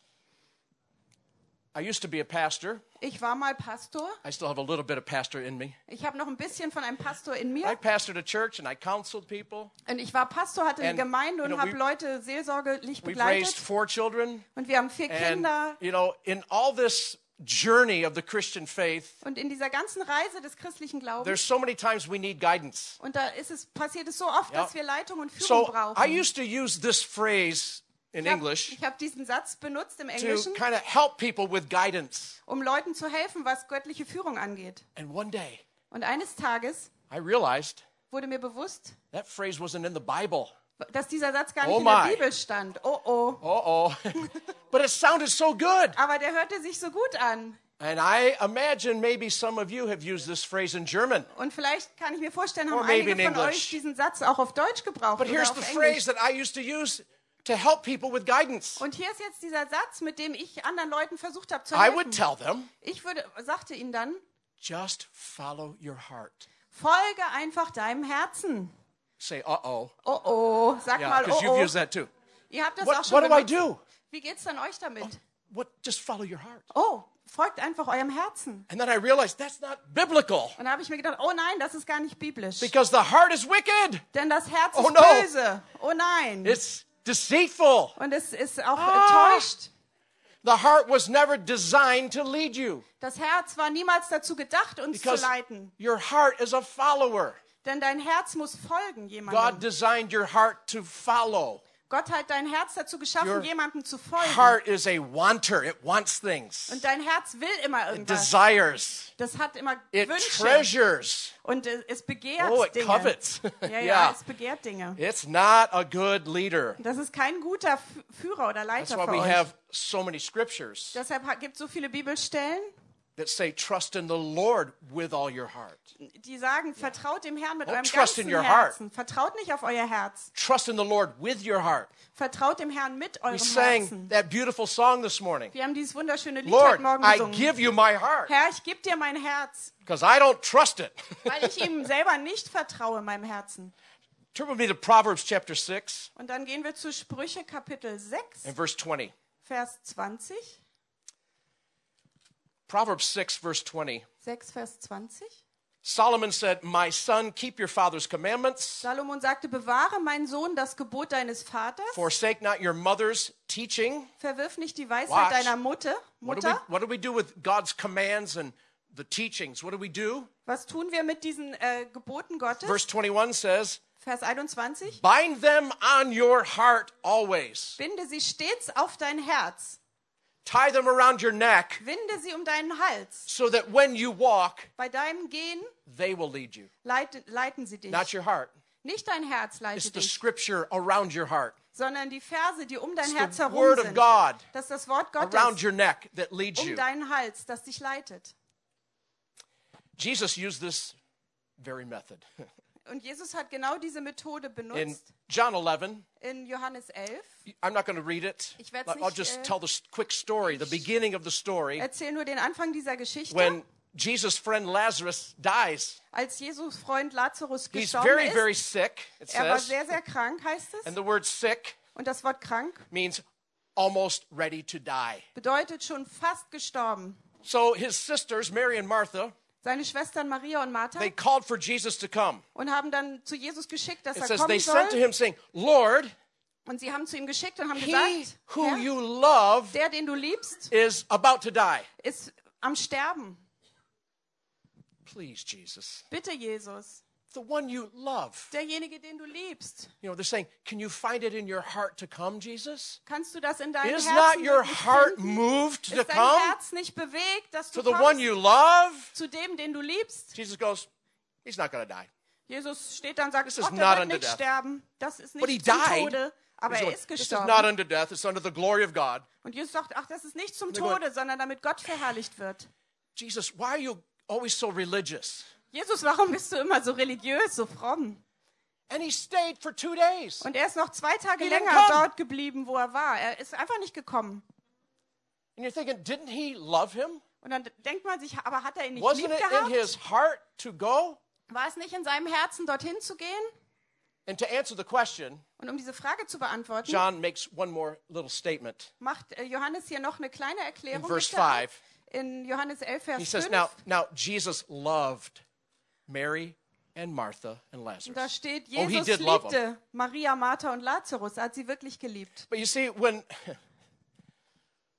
[SPEAKER 1] I used to be a pastor.
[SPEAKER 2] Ich war mal Pastor.
[SPEAKER 1] I still have a little bit of pastor in me.
[SPEAKER 2] Ich habe noch ein bisschen von einem Pastor in mir.
[SPEAKER 1] I pastored a church and I counseled people.
[SPEAKER 2] Und ich war Pastor, hatte eine
[SPEAKER 1] And,
[SPEAKER 2] Gemeinde
[SPEAKER 1] you
[SPEAKER 2] und
[SPEAKER 1] know,
[SPEAKER 2] habe
[SPEAKER 1] we-
[SPEAKER 2] Leute seelsorgerlich
[SPEAKER 1] We've raised
[SPEAKER 2] begleitet.
[SPEAKER 1] four children.
[SPEAKER 2] Und wir haben vier
[SPEAKER 1] And,
[SPEAKER 2] Kinder.
[SPEAKER 1] you know, in all this journey of the Christian faith,
[SPEAKER 2] Und in dieser ganzen Reise des christlichen Glaubens,
[SPEAKER 1] there's so many times we need guidance.
[SPEAKER 2] und da ist es, passiert es so oft,
[SPEAKER 1] Ja.
[SPEAKER 2] dass wir Leitung und Führung
[SPEAKER 1] So
[SPEAKER 2] brauchen.
[SPEAKER 1] I used to use this phrase in
[SPEAKER 2] ich habe
[SPEAKER 1] English
[SPEAKER 2] hab diesen Satz benutzt im
[SPEAKER 1] to
[SPEAKER 2] Englischen,
[SPEAKER 1] kind of help people with guidance.
[SPEAKER 2] um Leuten zu helfen, was göttliche Führung angeht.
[SPEAKER 1] And one day
[SPEAKER 2] Und eines Tages
[SPEAKER 1] I realized
[SPEAKER 2] wurde mir bewusst,
[SPEAKER 1] that phrase wasn't in the Bible.
[SPEAKER 2] dass dieser Satz gar nicht
[SPEAKER 1] Oh
[SPEAKER 2] in der
[SPEAKER 1] my.
[SPEAKER 2] Bibel stand. Oh oh.
[SPEAKER 1] Uh oh. but it sounded so good.
[SPEAKER 2] Aber der hörte sich so gut an.
[SPEAKER 1] And I imagine maybe some of you have used this phrase in German.
[SPEAKER 2] Und vielleicht kann ich mir vorstellen, haben
[SPEAKER 1] Or maybe
[SPEAKER 2] einige
[SPEAKER 1] in
[SPEAKER 2] von
[SPEAKER 1] English.
[SPEAKER 2] euch diesen Satz auch auf Deutsch gebraucht
[SPEAKER 1] But
[SPEAKER 2] oder
[SPEAKER 1] here's
[SPEAKER 2] auf
[SPEAKER 1] the
[SPEAKER 2] Englisch.
[SPEAKER 1] phrase that I used to use to help people with guidance.
[SPEAKER 2] Und hier ist jetzt dieser Satz, mit dem ich anderen Leuten versucht habe zu
[SPEAKER 1] I would
[SPEAKER 2] helfen.
[SPEAKER 1] tell them,
[SPEAKER 2] Ich würde, sagte ihnen dann,
[SPEAKER 1] just follow your heart.
[SPEAKER 2] folge einfach deinem Herzen.
[SPEAKER 1] Say, uh oh.
[SPEAKER 2] Oh oh, sag
[SPEAKER 1] Yeah,
[SPEAKER 2] mal oh
[SPEAKER 1] because you've
[SPEAKER 2] oh.
[SPEAKER 1] used that too.
[SPEAKER 2] Ihr habt das auch
[SPEAKER 1] What,
[SPEAKER 2] schon
[SPEAKER 1] what do I do?
[SPEAKER 2] benutzt. Wie geht's denn euch damit?
[SPEAKER 1] What? Just follow your heart.
[SPEAKER 2] Oh, folgt einfach eurem Herzen.
[SPEAKER 1] And then I realized that's not biblical
[SPEAKER 2] Und da habe ich mir gedacht, oh nein, das ist gar nicht biblisch.
[SPEAKER 1] because the heart is wicked.
[SPEAKER 2] Denn das Herz
[SPEAKER 1] Oh
[SPEAKER 2] ist
[SPEAKER 1] no.
[SPEAKER 2] böse. Oh nein.
[SPEAKER 1] It's deceitful.
[SPEAKER 2] Und es ist auch
[SPEAKER 1] Ah.
[SPEAKER 2] enttäuscht.
[SPEAKER 1] The heart was never designed to lead you
[SPEAKER 2] Das Herz war niemals dazu gedacht, uns
[SPEAKER 1] because
[SPEAKER 2] zu leiten.
[SPEAKER 1] your heart is a follower.
[SPEAKER 2] Denn dein Herz muss folgen jemandem.
[SPEAKER 1] God designed your heart to follow.
[SPEAKER 2] Gott hat dein Herz dazu
[SPEAKER 1] Your
[SPEAKER 2] geschaffen, jemandem zu folgen.
[SPEAKER 1] Heart is a wanter. It wants things.
[SPEAKER 2] Und dein Herz will immer
[SPEAKER 1] It
[SPEAKER 2] irgendwas.
[SPEAKER 1] desires.
[SPEAKER 2] Das hat immer
[SPEAKER 1] It
[SPEAKER 2] Wünsche.
[SPEAKER 1] treasures.
[SPEAKER 2] Und es es begehrt
[SPEAKER 1] Oh, it
[SPEAKER 2] Dinge.
[SPEAKER 1] covets.
[SPEAKER 2] Ja, ja,
[SPEAKER 1] Yeah.
[SPEAKER 2] es begehrt Dinge.
[SPEAKER 1] It's not a good leader.
[SPEAKER 2] Das ist kein guter F- Führer oder
[SPEAKER 1] That's
[SPEAKER 2] Leiter
[SPEAKER 1] why
[SPEAKER 2] für
[SPEAKER 1] we
[SPEAKER 2] euch.
[SPEAKER 1] have so many scriptures
[SPEAKER 2] Deshalb gibt es so viele Bibelstellen,
[SPEAKER 1] that say, trust in the Lord with all your heart.
[SPEAKER 2] die sagen, vertraut dem Herrn mit
[SPEAKER 1] Don't
[SPEAKER 2] eurem
[SPEAKER 1] trust
[SPEAKER 2] ganzen
[SPEAKER 1] in your heart.
[SPEAKER 2] Herzen. Vertraut nicht auf euer Herz.
[SPEAKER 1] Trust in the Lord with your heart.
[SPEAKER 2] Vertraut dem Herrn mit eurem
[SPEAKER 1] We sang
[SPEAKER 2] Herzen.
[SPEAKER 1] that beautiful song this morning.
[SPEAKER 2] Wir haben dieses wunderschöne Lied
[SPEAKER 1] Lord,
[SPEAKER 2] heute Morgen
[SPEAKER 1] I
[SPEAKER 2] gesungen.
[SPEAKER 1] give you my heart
[SPEAKER 2] Herr, ich gebe dir mein Herz,
[SPEAKER 1] because I don't trust it.
[SPEAKER 2] weil ich ihm selber nicht vertraue, meinem Herzen.
[SPEAKER 1] Turn with me to Proverbs chapter 6
[SPEAKER 2] Und dann gehen wir zu Sprüche Kapitel 6,
[SPEAKER 1] and verse 20.
[SPEAKER 2] Vers 20.
[SPEAKER 1] Proverbs 6, verse 20.
[SPEAKER 2] 6, Vers 20.
[SPEAKER 1] Solomon said, My son, keep your father's commandments,
[SPEAKER 2] Salomon sagte, bewahre, mein Sohn, das Gebot deines Vaters.
[SPEAKER 1] forsake not your mother's teaching.
[SPEAKER 2] Verwirf nicht die Weisheit
[SPEAKER 1] Watch.
[SPEAKER 2] deiner Mutter.
[SPEAKER 1] What do, we,
[SPEAKER 2] Mutter.
[SPEAKER 1] what do we do with God's commands and the teachings? What do we do?
[SPEAKER 2] Was tun wir mit diesen äh, Geboten Gottes?
[SPEAKER 1] Verse 21 says,
[SPEAKER 2] Vers 21.
[SPEAKER 1] Bind them on your heart always,
[SPEAKER 2] Binde sie stets auf dein Herz.
[SPEAKER 1] tie them around your neck,
[SPEAKER 2] Winde sie um deinen Hals.
[SPEAKER 1] so that when you walk,
[SPEAKER 2] Bei deinem Gehen
[SPEAKER 1] they will lead you.
[SPEAKER 2] leite, leiten sie dich.
[SPEAKER 1] Not your heart.
[SPEAKER 2] Nicht dein Herz
[SPEAKER 1] It's
[SPEAKER 2] leitet
[SPEAKER 1] the
[SPEAKER 2] dich,
[SPEAKER 1] scripture around your heart.
[SPEAKER 2] sondern die Verse, die um dein
[SPEAKER 1] It's
[SPEAKER 2] Herz
[SPEAKER 1] the
[SPEAKER 2] herum
[SPEAKER 1] word of
[SPEAKER 2] sind.
[SPEAKER 1] God
[SPEAKER 2] Das ist das Wort
[SPEAKER 1] around
[SPEAKER 2] Gottes
[SPEAKER 1] your neck that leads
[SPEAKER 2] um
[SPEAKER 1] you.
[SPEAKER 2] deinen Hals, das dich leitet.
[SPEAKER 1] Jesus used this very method.
[SPEAKER 2] Und Jesus hat genau diese Methode
[SPEAKER 1] In
[SPEAKER 2] benutzt
[SPEAKER 1] John 11,
[SPEAKER 2] in Johannes 11.
[SPEAKER 1] I'm not going to read it.
[SPEAKER 2] Ich werd's
[SPEAKER 1] I'll
[SPEAKER 2] nicht,
[SPEAKER 1] just
[SPEAKER 2] äh,
[SPEAKER 1] tell the s- quick story, the beginning of the story.
[SPEAKER 2] Erzähl nur den Anfang dieser Geschichte.
[SPEAKER 1] When Jesus' friend Lazarus dies,
[SPEAKER 2] Als Jesus Freund Lazarus
[SPEAKER 1] he's
[SPEAKER 2] gestorben
[SPEAKER 1] very,
[SPEAKER 2] ist,
[SPEAKER 1] very sick, it
[SPEAKER 2] er war
[SPEAKER 1] says.
[SPEAKER 2] sehr, sehr krank, heißt es.
[SPEAKER 1] And the word sick
[SPEAKER 2] Und das Wort krank
[SPEAKER 1] means almost ready to die.
[SPEAKER 2] bedeutet schon fast gestorben.
[SPEAKER 1] So his sisters, Mary and Martha,
[SPEAKER 2] Seine Schwestern Maria und Martha
[SPEAKER 1] they called for Jesus to come.
[SPEAKER 2] und haben dann zu Jesus geschickt, dass
[SPEAKER 1] It
[SPEAKER 2] er
[SPEAKER 1] says they
[SPEAKER 2] kommen
[SPEAKER 1] sent to
[SPEAKER 2] soll.
[SPEAKER 1] him saying, Lord,
[SPEAKER 2] Und sie haben zu ihm geschickt und haben
[SPEAKER 1] he
[SPEAKER 2] gesagt,
[SPEAKER 1] who
[SPEAKER 2] Herr,
[SPEAKER 1] you love
[SPEAKER 2] der, den du liebst,
[SPEAKER 1] is about to die.
[SPEAKER 2] ist am Sterben.
[SPEAKER 1] Please, Jesus.
[SPEAKER 2] Bitte, Jesus,
[SPEAKER 1] The one you love.
[SPEAKER 2] derjenige, den du liebst,
[SPEAKER 1] You know, they're saying, Can you find it in your heart to come, Jesus?
[SPEAKER 2] kannst du das in deinem
[SPEAKER 1] Is
[SPEAKER 2] Herzen
[SPEAKER 1] not your
[SPEAKER 2] wirklich
[SPEAKER 1] heart
[SPEAKER 2] finden?
[SPEAKER 1] moved to
[SPEAKER 2] Ist dein
[SPEAKER 1] come
[SPEAKER 2] Herz nicht bewegt, dass
[SPEAKER 1] to
[SPEAKER 2] du
[SPEAKER 1] the
[SPEAKER 2] kommst
[SPEAKER 1] one you love?
[SPEAKER 2] zu dem, den du liebst?
[SPEAKER 1] Jesus goes, He's not going to die.
[SPEAKER 2] Jesus steht dann und sagt,
[SPEAKER 1] This is
[SPEAKER 2] Gott,
[SPEAKER 1] not
[SPEAKER 2] der wird
[SPEAKER 1] unto
[SPEAKER 2] nicht
[SPEAKER 1] death.
[SPEAKER 2] sterben. Das ist
[SPEAKER 1] But he
[SPEAKER 2] nicht zu
[SPEAKER 1] died.
[SPEAKER 2] Tode, aber
[SPEAKER 1] He's
[SPEAKER 2] er
[SPEAKER 1] going,
[SPEAKER 2] ist
[SPEAKER 1] this is not
[SPEAKER 2] gestorben.
[SPEAKER 1] unto death, it's under the glory of God.
[SPEAKER 2] Und Jesus sagt, ach, das ist nicht zum
[SPEAKER 1] they're going-
[SPEAKER 2] Tode, sondern damit Gott verherrlicht wird.
[SPEAKER 1] Jesus, why are you always so religious?
[SPEAKER 2] Jesus, warum bist du immer so religiös, so fromm?
[SPEAKER 1] And he stayed for two days.
[SPEAKER 2] Und er ist noch zwei Tage
[SPEAKER 1] He didn't
[SPEAKER 2] länger
[SPEAKER 1] come.
[SPEAKER 2] dort geblieben, wo er war. Er ist einfach nicht gekommen.
[SPEAKER 1] And you're thinking, didn't he love him?
[SPEAKER 2] Und dann denkt man sich, aber hat er ihn nicht lieb
[SPEAKER 1] Wasn't it in
[SPEAKER 2] gehabt?
[SPEAKER 1] his heart to go?
[SPEAKER 2] War es nicht in seinem Herzen, dorthin zu gehen?
[SPEAKER 1] And to answer the question,
[SPEAKER 2] Und um diese Frage zu beantworten,
[SPEAKER 1] John makes one more little statement.
[SPEAKER 2] macht äh, Johannes hier noch eine kleine Erklärung.
[SPEAKER 1] In verse
[SPEAKER 2] bitte ab.
[SPEAKER 1] five.
[SPEAKER 2] In Johannes 11,
[SPEAKER 1] He
[SPEAKER 2] Vers
[SPEAKER 1] says,
[SPEAKER 2] 5.
[SPEAKER 1] Now, now Jesus loved Mary and Martha and
[SPEAKER 2] Da
[SPEAKER 1] Lazarus.
[SPEAKER 2] steht,
[SPEAKER 1] Oh, he
[SPEAKER 2] Jesus
[SPEAKER 1] did love 'em.
[SPEAKER 2] liebte Maria, Martha und Lazarus. Er hat sie wirklich geliebt.
[SPEAKER 1] But you see, when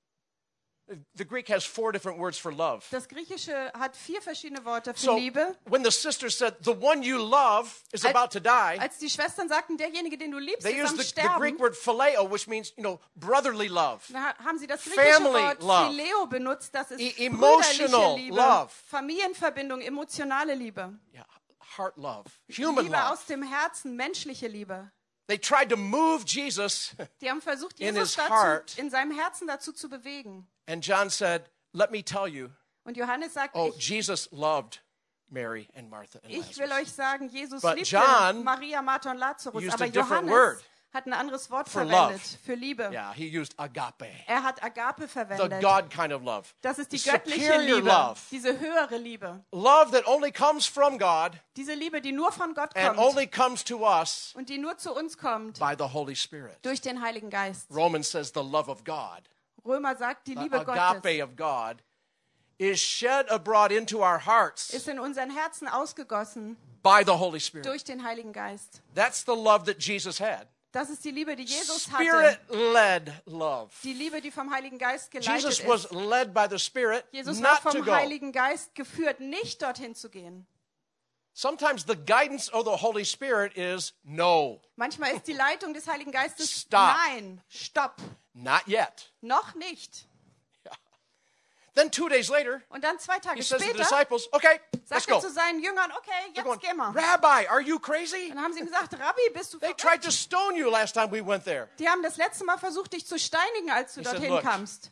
[SPEAKER 1] the Greek has four different words for love.
[SPEAKER 2] Das Griechische hat vier verschiedene Worte für
[SPEAKER 1] So
[SPEAKER 2] Liebe.
[SPEAKER 1] when the sister said, The one you love is
[SPEAKER 2] Als-
[SPEAKER 1] about to die,
[SPEAKER 2] Als die Schwestern sagten, derjenige, den du liebst,
[SPEAKER 1] they
[SPEAKER 2] ist
[SPEAKER 1] used
[SPEAKER 2] am
[SPEAKER 1] the, the
[SPEAKER 2] Sterben,
[SPEAKER 1] Greek word phileo, which means, you know, brotherly love.
[SPEAKER 2] dann ha- haben sie das griechische
[SPEAKER 1] Family
[SPEAKER 2] Wort
[SPEAKER 1] love.
[SPEAKER 2] Phileo benutzt. Das ist
[SPEAKER 1] E-
[SPEAKER 2] brüderliche
[SPEAKER 1] emotional
[SPEAKER 2] Liebe,
[SPEAKER 1] love.
[SPEAKER 2] Familienverbindung, emotionale Liebe.
[SPEAKER 1] Yeah, heart love, human
[SPEAKER 2] Liebe
[SPEAKER 1] love.
[SPEAKER 2] aus dem Herzen, menschliche Liebe.
[SPEAKER 1] They tried to move Jesus,
[SPEAKER 2] Die haben versucht,
[SPEAKER 1] In his
[SPEAKER 2] Jesus
[SPEAKER 1] heart.
[SPEAKER 2] dazu, in seinem Herzen dazu zu bewegen.
[SPEAKER 1] and John said, Let me tell you,
[SPEAKER 2] Und Johannes sagt,
[SPEAKER 1] oh,
[SPEAKER 2] ich,
[SPEAKER 1] Jesus loved Mary and Martha and
[SPEAKER 2] ich will
[SPEAKER 1] Lazarus.
[SPEAKER 2] euch sagen, Jesus
[SPEAKER 1] But
[SPEAKER 2] liebte
[SPEAKER 1] John
[SPEAKER 2] Maria, Martha und Lazarus.
[SPEAKER 1] used
[SPEAKER 2] Aber
[SPEAKER 1] a different
[SPEAKER 2] Johannes
[SPEAKER 1] word.
[SPEAKER 2] hat ein anderes Wort
[SPEAKER 1] For
[SPEAKER 2] verwendet
[SPEAKER 1] love.
[SPEAKER 2] für Liebe.
[SPEAKER 1] Yeah, he used agape,
[SPEAKER 2] Er hat Agape
[SPEAKER 1] the
[SPEAKER 2] verwendet.
[SPEAKER 1] God kind of love.
[SPEAKER 2] das ist die
[SPEAKER 1] the
[SPEAKER 2] göttliche
[SPEAKER 1] superior
[SPEAKER 2] Liebe,
[SPEAKER 1] love.
[SPEAKER 2] diese höhere Liebe.
[SPEAKER 1] Love that only comes from God
[SPEAKER 2] Diese Liebe, die nur von Gott
[SPEAKER 1] and
[SPEAKER 2] kommt
[SPEAKER 1] only comes to us
[SPEAKER 2] und die nur zu uns kommt
[SPEAKER 1] by the Holy Spirit.
[SPEAKER 2] durch den Heiligen Geist.
[SPEAKER 1] Romans says the love of God,
[SPEAKER 2] Römer sagt, die
[SPEAKER 1] the
[SPEAKER 2] Liebe Gottes
[SPEAKER 1] agape of God, is shed abroad into our hearts
[SPEAKER 2] ist in unseren Herzen ausgegossen
[SPEAKER 1] by the Holy Spirit.
[SPEAKER 2] durch den Heiligen Geist.
[SPEAKER 1] That's the love that Jesus had.
[SPEAKER 2] Das ist die Liebe, die Jesus
[SPEAKER 1] Spirit
[SPEAKER 2] hatte.
[SPEAKER 1] led love.
[SPEAKER 2] Die Liebe, die vom Heiligen Geist geleitet
[SPEAKER 1] Jesus
[SPEAKER 2] ist.
[SPEAKER 1] was led by the Spirit
[SPEAKER 2] Jesus war
[SPEAKER 1] not to
[SPEAKER 2] vom
[SPEAKER 1] go.
[SPEAKER 2] Heiligen Geist geführt, nicht dorthin zu gehen.
[SPEAKER 1] Sometimes the guidance of the Holy Spirit is no,
[SPEAKER 2] Manchmal ist die Leitung des Heiligen Geistes
[SPEAKER 1] Stop.
[SPEAKER 2] nein, stopp,
[SPEAKER 1] not yet.
[SPEAKER 2] noch nicht.
[SPEAKER 1] Then two days later,
[SPEAKER 2] Und dann zwei
[SPEAKER 1] he
[SPEAKER 2] Tage
[SPEAKER 1] says to the
[SPEAKER 2] später
[SPEAKER 1] disciples, okay, let's
[SPEAKER 2] sagt
[SPEAKER 1] go.
[SPEAKER 2] er zu seinen Jüngern, okay,
[SPEAKER 1] They're
[SPEAKER 2] jetzt
[SPEAKER 1] going,
[SPEAKER 2] gehen wir.
[SPEAKER 1] Rabbi, are you crazy?
[SPEAKER 2] Dann haben sie ihm gesagt, Rabbi, bist du
[SPEAKER 1] They
[SPEAKER 2] verrückt?
[SPEAKER 1] tried to stone you last time we went there.
[SPEAKER 2] Die haben das letzte Mal versucht, dich zu steinigen, als du
[SPEAKER 1] He said,
[SPEAKER 2] dorthin
[SPEAKER 1] "Look."
[SPEAKER 2] kamst.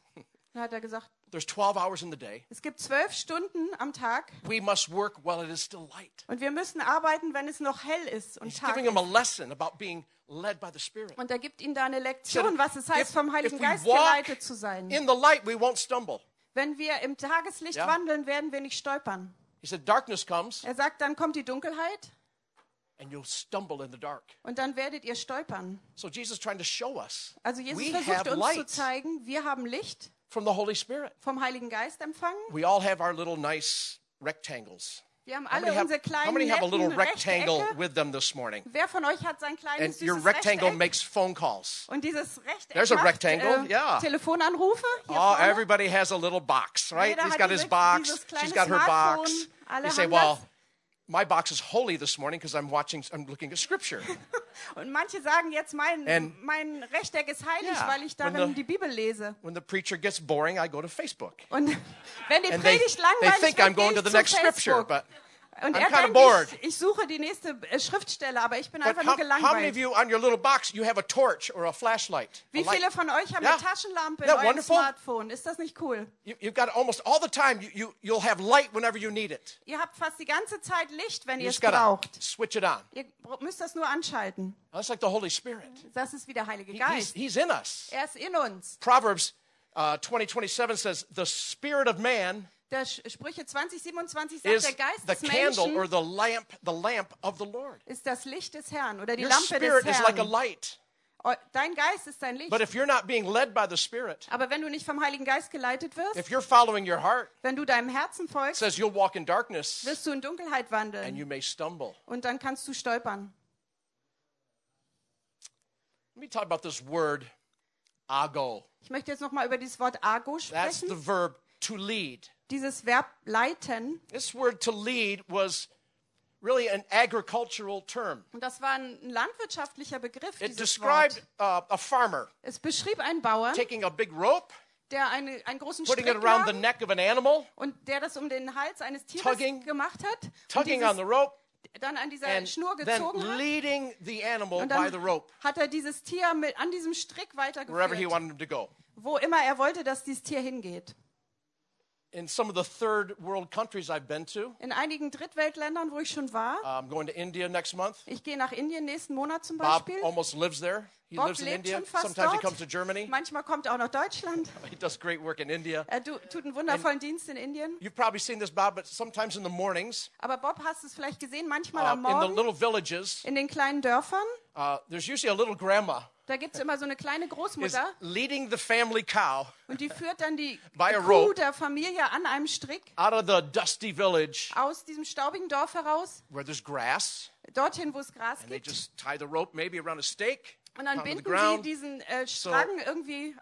[SPEAKER 2] Dann hat er gesagt,
[SPEAKER 1] There's 12 hours in the day.
[SPEAKER 2] es gibt zwölf Stunden am Tag
[SPEAKER 1] We must work while it is still light.
[SPEAKER 2] und wir müssen arbeiten, wenn es noch hell ist und
[SPEAKER 1] He's
[SPEAKER 2] Tag
[SPEAKER 1] giving
[SPEAKER 2] ist.
[SPEAKER 1] them a lesson about being led by the Spirit.
[SPEAKER 2] Und er gibt ihnen da eine
[SPEAKER 1] Said,
[SPEAKER 2] Lektion, was es heißt,
[SPEAKER 1] if-
[SPEAKER 2] vom
[SPEAKER 1] if
[SPEAKER 2] Heiligen
[SPEAKER 1] we
[SPEAKER 2] Geist
[SPEAKER 1] walk
[SPEAKER 2] geleitet zu sein.
[SPEAKER 1] In the light, we won't stumble.
[SPEAKER 2] Wenn wir im Tageslicht
[SPEAKER 1] Ja.
[SPEAKER 2] wandeln, werden wir nicht stolpern.
[SPEAKER 1] He said, darkness comes
[SPEAKER 2] Er sagt, dann kommt die Dunkelheit
[SPEAKER 1] and you'll stumble in the dark.
[SPEAKER 2] und dann werdet ihr stolpern.
[SPEAKER 1] So Jesus is trying to show us
[SPEAKER 2] Also Jesus
[SPEAKER 1] we have
[SPEAKER 2] versucht uns zu
[SPEAKER 1] light
[SPEAKER 2] zeigen, wir haben Licht
[SPEAKER 1] from the Holy Spirit.
[SPEAKER 2] vom Heiligen Geist empfangen.
[SPEAKER 1] We all have our little nice rectangles.
[SPEAKER 2] Wir haben
[SPEAKER 1] How
[SPEAKER 2] alle
[SPEAKER 1] many have,
[SPEAKER 2] unsere
[SPEAKER 1] how
[SPEAKER 2] kleinen
[SPEAKER 1] many have a little
[SPEAKER 2] netten
[SPEAKER 1] rectangle
[SPEAKER 2] Rechtecke.
[SPEAKER 1] with them this morning?
[SPEAKER 2] Wer von euch hat sein kleines
[SPEAKER 1] And your
[SPEAKER 2] süßes
[SPEAKER 1] rectangle
[SPEAKER 2] Rechteck?
[SPEAKER 1] makes phone calls.
[SPEAKER 2] Und dieses Rechteck
[SPEAKER 1] There's a
[SPEAKER 2] macht,
[SPEAKER 1] rectangle,
[SPEAKER 2] äh,
[SPEAKER 1] yeah.
[SPEAKER 2] Telefonanrufe. Hier
[SPEAKER 1] Oh,
[SPEAKER 2] vorne.
[SPEAKER 1] everybody has a little box, right?
[SPEAKER 2] Jeder
[SPEAKER 1] He's
[SPEAKER 2] hat
[SPEAKER 1] got his
[SPEAKER 2] diese-
[SPEAKER 1] box.
[SPEAKER 2] dieses kleine
[SPEAKER 1] She's got her box.
[SPEAKER 2] Smartphone. Alle
[SPEAKER 1] You say,
[SPEAKER 2] haben
[SPEAKER 1] "Well,
[SPEAKER 2] das."
[SPEAKER 1] my box is holy this morning because I'm watching. I'm looking at Scripture."
[SPEAKER 2] Und manche sagen jetzt, mein,
[SPEAKER 1] And-
[SPEAKER 2] mein Rechteck ist heilig,
[SPEAKER 1] Yeah.
[SPEAKER 2] weil ich
[SPEAKER 1] When
[SPEAKER 2] darin
[SPEAKER 1] the-
[SPEAKER 2] die Bibel lese.
[SPEAKER 1] When the preacher gets boring, I go to Facebook.
[SPEAKER 2] Und wenn die
[SPEAKER 1] And they,
[SPEAKER 2] Predigt
[SPEAKER 1] they
[SPEAKER 2] langweilig
[SPEAKER 1] think
[SPEAKER 2] wird,
[SPEAKER 1] I'm going
[SPEAKER 2] gehe
[SPEAKER 1] to
[SPEAKER 2] ich
[SPEAKER 1] the
[SPEAKER 2] zu
[SPEAKER 1] next scripture,
[SPEAKER 2] Facebook.
[SPEAKER 1] but,
[SPEAKER 2] Und
[SPEAKER 1] I'm
[SPEAKER 2] er
[SPEAKER 1] kinda
[SPEAKER 2] denkt,
[SPEAKER 1] bored.
[SPEAKER 2] ich, ich suche die nächste äh, Schriftstelle, aber ich bin
[SPEAKER 1] but how,
[SPEAKER 2] einfach nur
[SPEAKER 1] how many of
[SPEAKER 2] gelangweilt.
[SPEAKER 1] you on your little box you have a torch or a flashlight? A
[SPEAKER 2] Wie
[SPEAKER 1] light?
[SPEAKER 2] viele von euch haben
[SPEAKER 1] Yeah.
[SPEAKER 2] eine Taschenlampe in
[SPEAKER 1] Isn't that
[SPEAKER 2] eurem
[SPEAKER 1] wonderful?
[SPEAKER 2] Smartphone? Ist das nicht cool?
[SPEAKER 1] You, you've got almost all the time. You, you you'll have light whenever you need it.
[SPEAKER 2] Ihr habt fast die ganze Zeit Licht, wenn
[SPEAKER 1] You
[SPEAKER 2] ihr es
[SPEAKER 1] just gotta
[SPEAKER 2] braucht.
[SPEAKER 1] switch it on.
[SPEAKER 2] Ihr br- müsst das nur anschalten.
[SPEAKER 1] That's like the Holy Spirit.
[SPEAKER 2] Das ist wie der Heilige
[SPEAKER 1] He- he's,
[SPEAKER 2] Geist.
[SPEAKER 1] he's in us.
[SPEAKER 2] Er ist in uns.
[SPEAKER 1] Proverbs uh, 20, 27 says, "The spirit of man."
[SPEAKER 2] Der Sch- Sprüche 20, 27 sagt,
[SPEAKER 1] is
[SPEAKER 2] der Geist
[SPEAKER 1] the
[SPEAKER 2] des
[SPEAKER 1] candle or
[SPEAKER 2] Menschen
[SPEAKER 1] the lamp, the lamp of the Lord.
[SPEAKER 2] ist das Licht des Herrn oder die
[SPEAKER 1] Your
[SPEAKER 2] Lampe
[SPEAKER 1] spirit
[SPEAKER 2] des
[SPEAKER 1] is like a
[SPEAKER 2] Herrn.
[SPEAKER 1] light.
[SPEAKER 2] Eu- Dein Geist ist dein Licht.
[SPEAKER 1] But if you're not being led by the Spirit,
[SPEAKER 2] Aber wenn du nicht vom Heiligen Geist geleitet wirst,
[SPEAKER 1] if you're following your heart,
[SPEAKER 2] wenn du deinem Herzen
[SPEAKER 1] it
[SPEAKER 2] folgst,
[SPEAKER 1] says you'll walk in darkness
[SPEAKER 2] wirst du in Dunkelheit
[SPEAKER 1] and
[SPEAKER 2] wandeln
[SPEAKER 1] you may stumble.
[SPEAKER 2] und dann kannst du stolpern.
[SPEAKER 1] Let me talk about this word, ago.
[SPEAKER 2] Ich möchte jetzt nochmal über dieses Wort Argo
[SPEAKER 1] That's the
[SPEAKER 2] sprechen.
[SPEAKER 1] verb to lead.
[SPEAKER 2] Dieses Verb leiten.
[SPEAKER 1] This word to lead was really an agricultural term.
[SPEAKER 2] Und das war ein ein landwirtschaftlicher Begriff,
[SPEAKER 1] It
[SPEAKER 2] dieses
[SPEAKER 1] described
[SPEAKER 2] Wort.
[SPEAKER 1] uh, a farmer
[SPEAKER 2] Es beschrieb einen Bauern,
[SPEAKER 1] taking a big rope,
[SPEAKER 2] der eine, einen großen
[SPEAKER 1] putting
[SPEAKER 2] Strick
[SPEAKER 1] it around the
[SPEAKER 2] nahm
[SPEAKER 1] neck of an animal,
[SPEAKER 2] und der das um den Hals eines Tieres
[SPEAKER 1] Tugging-
[SPEAKER 2] gemacht hat und
[SPEAKER 1] tugging on
[SPEAKER 2] dieses,
[SPEAKER 1] the rope,
[SPEAKER 2] dann an dieser
[SPEAKER 1] and
[SPEAKER 2] Schnur
[SPEAKER 1] then
[SPEAKER 2] gezogen hat.
[SPEAKER 1] leading the animal
[SPEAKER 2] Und
[SPEAKER 1] by
[SPEAKER 2] dann
[SPEAKER 1] the rope
[SPEAKER 2] hat er dieses Tier mit, an diesem Strick
[SPEAKER 1] wherever he
[SPEAKER 2] weitergeführt,
[SPEAKER 1] wanted him to go.
[SPEAKER 2] wo immer er wollte, dass dieses Tier hingeht.
[SPEAKER 1] In some of the third world countries I've been to, uh,
[SPEAKER 2] In einigen Drittweltländern, wo ich schon war,
[SPEAKER 1] I'm going to India next month.
[SPEAKER 2] ich gehe nach Indien nächsten Monat zum
[SPEAKER 1] Bob
[SPEAKER 2] Beispiel.
[SPEAKER 1] almost lives there. He
[SPEAKER 2] Bob
[SPEAKER 1] lives in
[SPEAKER 2] lebt
[SPEAKER 1] India.
[SPEAKER 2] schon fast
[SPEAKER 1] Sometimes he
[SPEAKER 2] dort.
[SPEAKER 1] comes to Germany.
[SPEAKER 2] Manchmal kommt er auch nach Deutschland.
[SPEAKER 1] He does great work in India.
[SPEAKER 2] Er du, tut einen wundervollen Dienst in Indien.
[SPEAKER 1] You've probably seen this, Bob, but sometimes in the mornings,
[SPEAKER 2] Aber Bob, hast du es vielleicht gesehen? Manchmal
[SPEAKER 1] uh,
[SPEAKER 2] am
[SPEAKER 1] in the
[SPEAKER 2] Morgen
[SPEAKER 1] little villages,
[SPEAKER 2] in den kleinen Dörfern,
[SPEAKER 1] uh, there's usually a little grandma
[SPEAKER 2] da gibt es immer so eine kleine
[SPEAKER 1] is
[SPEAKER 2] Großmutter
[SPEAKER 1] leading the family cow
[SPEAKER 2] und die führt dann die
[SPEAKER 1] By a
[SPEAKER 2] Kuh
[SPEAKER 1] rope.
[SPEAKER 2] der Familie an einem Strick
[SPEAKER 1] out of the dusty village
[SPEAKER 2] aus diesem staubigen Dorf heraus,
[SPEAKER 1] where there's grass,
[SPEAKER 2] dorthin, wo es Gras
[SPEAKER 1] and they
[SPEAKER 2] gibt.
[SPEAKER 1] just tie the rope maybe around a stake.
[SPEAKER 2] Und
[SPEAKER 1] pound
[SPEAKER 2] dann
[SPEAKER 1] on the
[SPEAKER 2] binden sie
[SPEAKER 1] ground.
[SPEAKER 2] diesen äh, Strang irgendwie äh,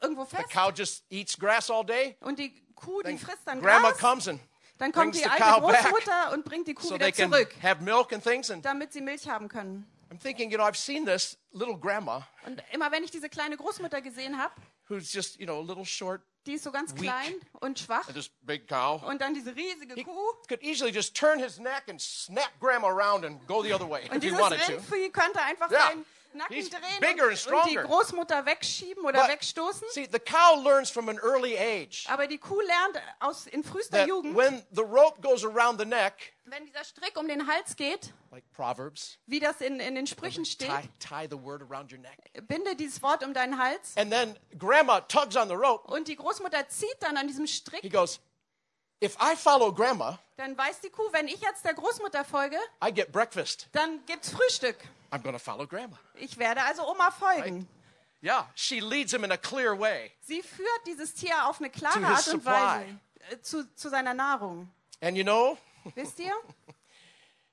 [SPEAKER 2] irgendwo
[SPEAKER 1] The
[SPEAKER 2] fest
[SPEAKER 1] cow just eats grass all day.
[SPEAKER 2] und die Kuh, die frisst dann
[SPEAKER 1] Grandma
[SPEAKER 2] Gras.
[SPEAKER 1] comes and
[SPEAKER 2] Dann kommt
[SPEAKER 1] brings
[SPEAKER 2] die
[SPEAKER 1] the
[SPEAKER 2] alte
[SPEAKER 1] cow back
[SPEAKER 2] Großmutter und bringt die Kuh
[SPEAKER 1] so they
[SPEAKER 2] wieder
[SPEAKER 1] can
[SPEAKER 2] zurück,
[SPEAKER 1] have milk and things. And
[SPEAKER 2] damit sie Milch haben können.
[SPEAKER 1] I'm thinking, you know, I've seen this little grandma
[SPEAKER 2] Und immer wenn ich diese kleine Großmutter gesehen habe,
[SPEAKER 1] who's just, you know, a little short,
[SPEAKER 2] die ist so ganz
[SPEAKER 1] Weak.
[SPEAKER 2] klein und schwach
[SPEAKER 1] this big cow.
[SPEAKER 2] und dann diese riesige
[SPEAKER 1] He
[SPEAKER 2] Kuh.
[SPEAKER 1] could easily just turn his neck and snap grandma around and go the other way
[SPEAKER 2] Und
[SPEAKER 1] if he
[SPEAKER 2] dieses
[SPEAKER 1] wanted to.
[SPEAKER 2] Rindvieh könnte einfach
[SPEAKER 1] Ja.
[SPEAKER 2] sein Nacken
[SPEAKER 1] He's
[SPEAKER 2] drehen
[SPEAKER 1] bigger and
[SPEAKER 2] und, und die
[SPEAKER 1] stronger.
[SPEAKER 2] Großmutter wegschieben oder
[SPEAKER 1] But-
[SPEAKER 2] wegstoßen.
[SPEAKER 1] See, the cow learns from an early age
[SPEAKER 2] Aber die Kuh lernt aus, in frühester
[SPEAKER 1] that
[SPEAKER 2] Jugend,
[SPEAKER 1] when the rope goes around the neck,
[SPEAKER 2] wenn dieser Strick um den Hals geht,
[SPEAKER 1] like Proverbs,
[SPEAKER 2] wie das in, in den Sprüchen
[SPEAKER 1] tie,
[SPEAKER 2] steht,
[SPEAKER 1] tie the word around your neck.
[SPEAKER 2] binde dieses Wort um deinen Hals.
[SPEAKER 1] And then grandma tugs on the rope.
[SPEAKER 2] Und die Großmutter zieht dann an diesem
[SPEAKER 1] He
[SPEAKER 2] Strick.
[SPEAKER 1] goes, If I follow grandma,
[SPEAKER 2] Dann weiß die Kuh, wenn ich jetzt der Großmutter folge,
[SPEAKER 1] I get breakfast.
[SPEAKER 2] dann gibt's Frühstück.
[SPEAKER 1] I'm going to follow grandma.
[SPEAKER 2] Ich werde also Oma folgen.
[SPEAKER 1] Yeah, she leads him in a clear way.
[SPEAKER 2] Sie führt dieses Tier auf eine klare
[SPEAKER 1] To his
[SPEAKER 2] Art und Weise äh, zu, zu seiner Nahrung.
[SPEAKER 1] And you know,
[SPEAKER 2] Wisst ihr?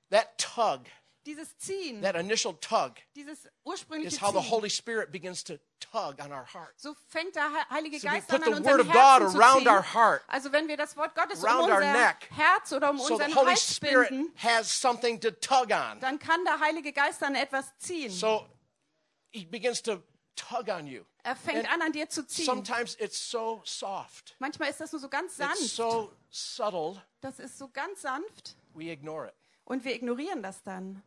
[SPEAKER 1] that tug,
[SPEAKER 2] Dieses Ziehen,
[SPEAKER 1] that initial tug,
[SPEAKER 2] dieses
[SPEAKER 1] is
[SPEAKER 2] ursprüngliche
[SPEAKER 1] how the
[SPEAKER 2] Ziehen.
[SPEAKER 1] Holy Spirit begins to tug on our heart.
[SPEAKER 2] So fängt der He- Heilige
[SPEAKER 1] So we
[SPEAKER 2] Geist
[SPEAKER 1] put
[SPEAKER 2] an, an
[SPEAKER 1] the word
[SPEAKER 2] unserem
[SPEAKER 1] of
[SPEAKER 2] Herzen
[SPEAKER 1] God
[SPEAKER 2] zu
[SPEAKER 1] around
[SPEAKER 2] ziehen.
[SPEAKER 1] our heart.
[SPEAKER 2] Also wenn wir das Wort Gottes um
[SPEAKER 1] Around our
[SPEAKER 2] unser
[SPEAKER 1] neck.
[SPEAKER 2] Herz oder um
[SPEAKER 1] So the
[SPEAKER 2] unseren
[SPEAKER 1] Holy
[SPEAKER 2] Hals
[SPEAKER 1] Spirit
[SPEAKER 2] binden,
[SPEAKER 1] has something to tug on.
[SPEAKER 2] dann kann der Heilige Geist an etwas ziehen.
[SPEAKER 1] So he begins to tug on you.
[SPEAKER 2] er fängt
[SPEAKER 1] and
[SPEAKER 2] an, an dir zu ziehen.
[SPEAKER 1] Sometimes it's so soft,
[SPEAKER 2] Manchmal ist das nur so ganz
[SPEAKER 1] it's
[SPEAKER 2] sanft.
[SPEAKER 1] so subtle,
[SPEAKER 2] Das ist so ganz sanft
[SPEAKER 1] we ignore it.
[SPEAKER 2] und wir ignorieren das dann.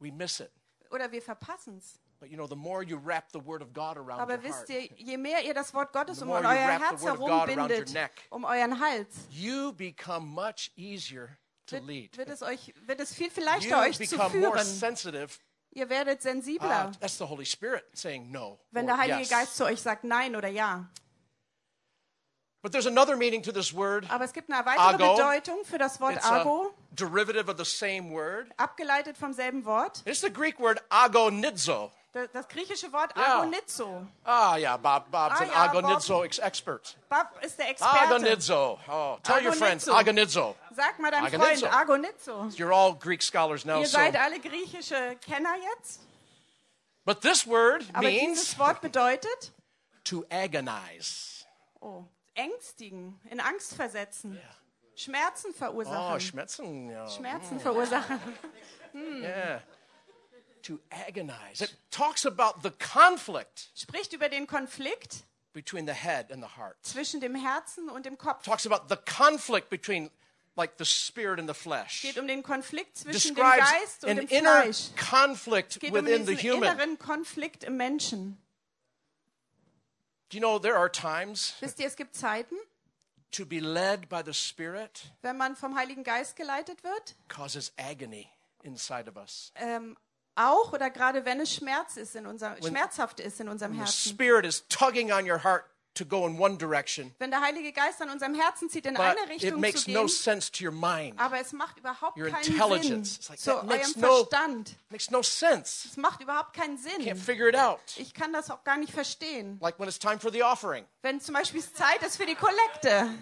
[SPEAKER 1] We miss it.
[SPEAKER 2] Oder wir verpassen es.
[SPEAKER 1] But you know, the more you wrap the word of God around
[SPEAKER 2] Aber
[SPEAKER 1] your heart,
[SPEAKER 2] wisst ihr, je mehr ihr das Wort Gottes
[SPEAKER 1] The
[SPEAKER 2] um
[SPEAKER 1] more
[SPEAKER 2] euer
[SPEAKER 1] you wrap the
[SPEAKER 2] Herz
[SPEAKER 1] word of God around your
[SPEAKER 2] herumbindet,
[SPEAKER 1] neck.
[SPEAKER 2] um euren Hals,
[SPEAKER 1] you become much easier to lead.
[SPEAKER 2] wird, wird, es euch, wird es viel, viel
[SPEAKER 1] You
[SPEAKER 2] leichter, euch zu
[SPEAKER 1] become more
[SPEAKER 2] führen.
[SPEAKER 1] sensitive.
[SPEAKER 2] Ihr werdet
[SPEAKER 1] Ah,
[SPEAKER 2] sensibler,
[SPEAKER 1] that's the Holy Spirit saying no.
[SPEAKER 2] wenn
[SPEAKER 1] or
[SPEAKER 2] der Heilige
[SPEAKER 1] yes.
[SPEAKER 2] Geist zu euch sagt Nein oder Ja.
[SPEAKER 1] But there's another meaning to this word.
[SPEAKER 2] Aber es gibt eine weitere
[SPEAKER 1] Ago.
[SPEAKER 2] Bedeutung für das Wort
[SPEAKER 1] It's a
[SPEAKER 2] Argo,
[SPEAKER 1] derivative of the same word.
[SPEAKER 2] abgeleitet vom selben Wort.
[SPEAKER 1] It's the Greek word agonizo.
[SPEAKER 2] Das, das griechische Wort
[SPEAKER 1] Ja.
[SPEAKER 2] Agonizo.
[SPEAKER 1] Ah, yeah, Bob, Bob's an
[SPEAKER 2] Ah, yeah, Bob.
[SPEAKER 1] agonizo ex- expert.
[SPEAKER 2] Bab ist der Experte.
[SPEAKER 1] Agonizo. Oh, tell your friends,
[SPEAKER 2] Agonizo.
[SPEAKER 1] agonizo.
[SPEAKER 2] Sag mal deinem
[SPEAKER 1] Agonizo.
[SPEAKER 2] Freund Agonizo.
[SPEAKER 1] You're all Greek scholars now,
[SPEAKER 2] Ihr
[SPEAKER 1] Oh, so.
[SPEAKER 2] seid alle griechische Kenner jetzt.
[SPEAKER 1] But this word
[SPEAKER 2] Aber
[SPEAKER 1] means
[SPEAKER 2] dieses Wort bedeutet
[SPEAKER 1] to agonize.
[SPEAKER 2] oh, ängstigen, in Angst versetzen, Schmerzen verursachen.
[SPEAKER 1] Oh, schmetzen. yeah.
[SPEAKER 2] Schmerzen verursachen.
[SPEAKER 1] Yeah. To agonize. It talks about the conflict
[SPEAKER 2] Spricht über den Konflikt
[SPEAKER 1] between the head and the heart.
[SPEAKER 2] zwischen dem Herzen und dem Kopf.
[SPEAKER 1] Talks about the conflict between like the spirit and the flesh.
[SPEAKER 2] Geht um den Konflikt zwischen dem
[SPEAKER 1] Describes
[SPEAKER 2] Geist und
[SPEAKER 1] an
[SPEAKER 2] dem
[SPEAKER 1] inner
[SPEAKER 2] Fleisch.
[SPEAKER 1] conflict
[SPEAKER 2] Geht um
[SPEAKER 1] within
[SPEAKER 2] diesen
[SPEAKER 1] the human.
[SPEAKER 2] inneren Konflikt im Menschen.
[SPEAKER 1] Do you know there are times
[SPEAKER 2] Wisst ihr, es gibt Zeiten,
[SPEAKER 1] to be led by the spirit
[SPEAKER 2] wenn man vom Heiligen Geist geleitet wird,
[SPEAKER 1] causes agony inside of us.
[SPEAKER 2] ähm, auch oder gerade wenn es Schmerz ist in unser, schmerzhaft ist in unserem
[SPEAKER 1] The
[SPEAKER 2] Herzen.
[SPEAKER 1] spirit is tugging on your heart to go in one direction,
[SPEAKER 2] Wenn der Heilige Geist an unserem Herzen zieht, in
[SPEAKER 1] but
[SPEAKER 2] eine
[SPEAKER 1] it
[SPEAKER 2] Richtung zu
[SPEAKER 1] makes no
[SPEAKER 2] gehen,
[SPEAKER 1] sense to your mind.
[SPEAKER 2] aber es macht überhaupt
[SPEAKER 1] Your
[SPEAKER 2] keinen Sinn
[SPEAKER 1] intelligence. It's like,
[SPEAKER 2] zu
[SPEAKER 1] that makes
[SPEAKER 2] eurem
[SPEAKER 1] no-
[SPEAKER 2] Verstand.
[SPEAKER 1] makes no sense.
[SPEAKER 2] Es macht überhaupt keinen
[SPEAKER 1] Can't
[SPEAKER 2] Sinn.
[SPEAKER 1] figure it out.
[SPEAKER 2] Ich kann das auch gar nicht verstehen.
[SPEAKER 1] Like when it's time for the offering,
[SPEAKER 2] Wenn zum Beispiel es Zeit ist für die Kollekte,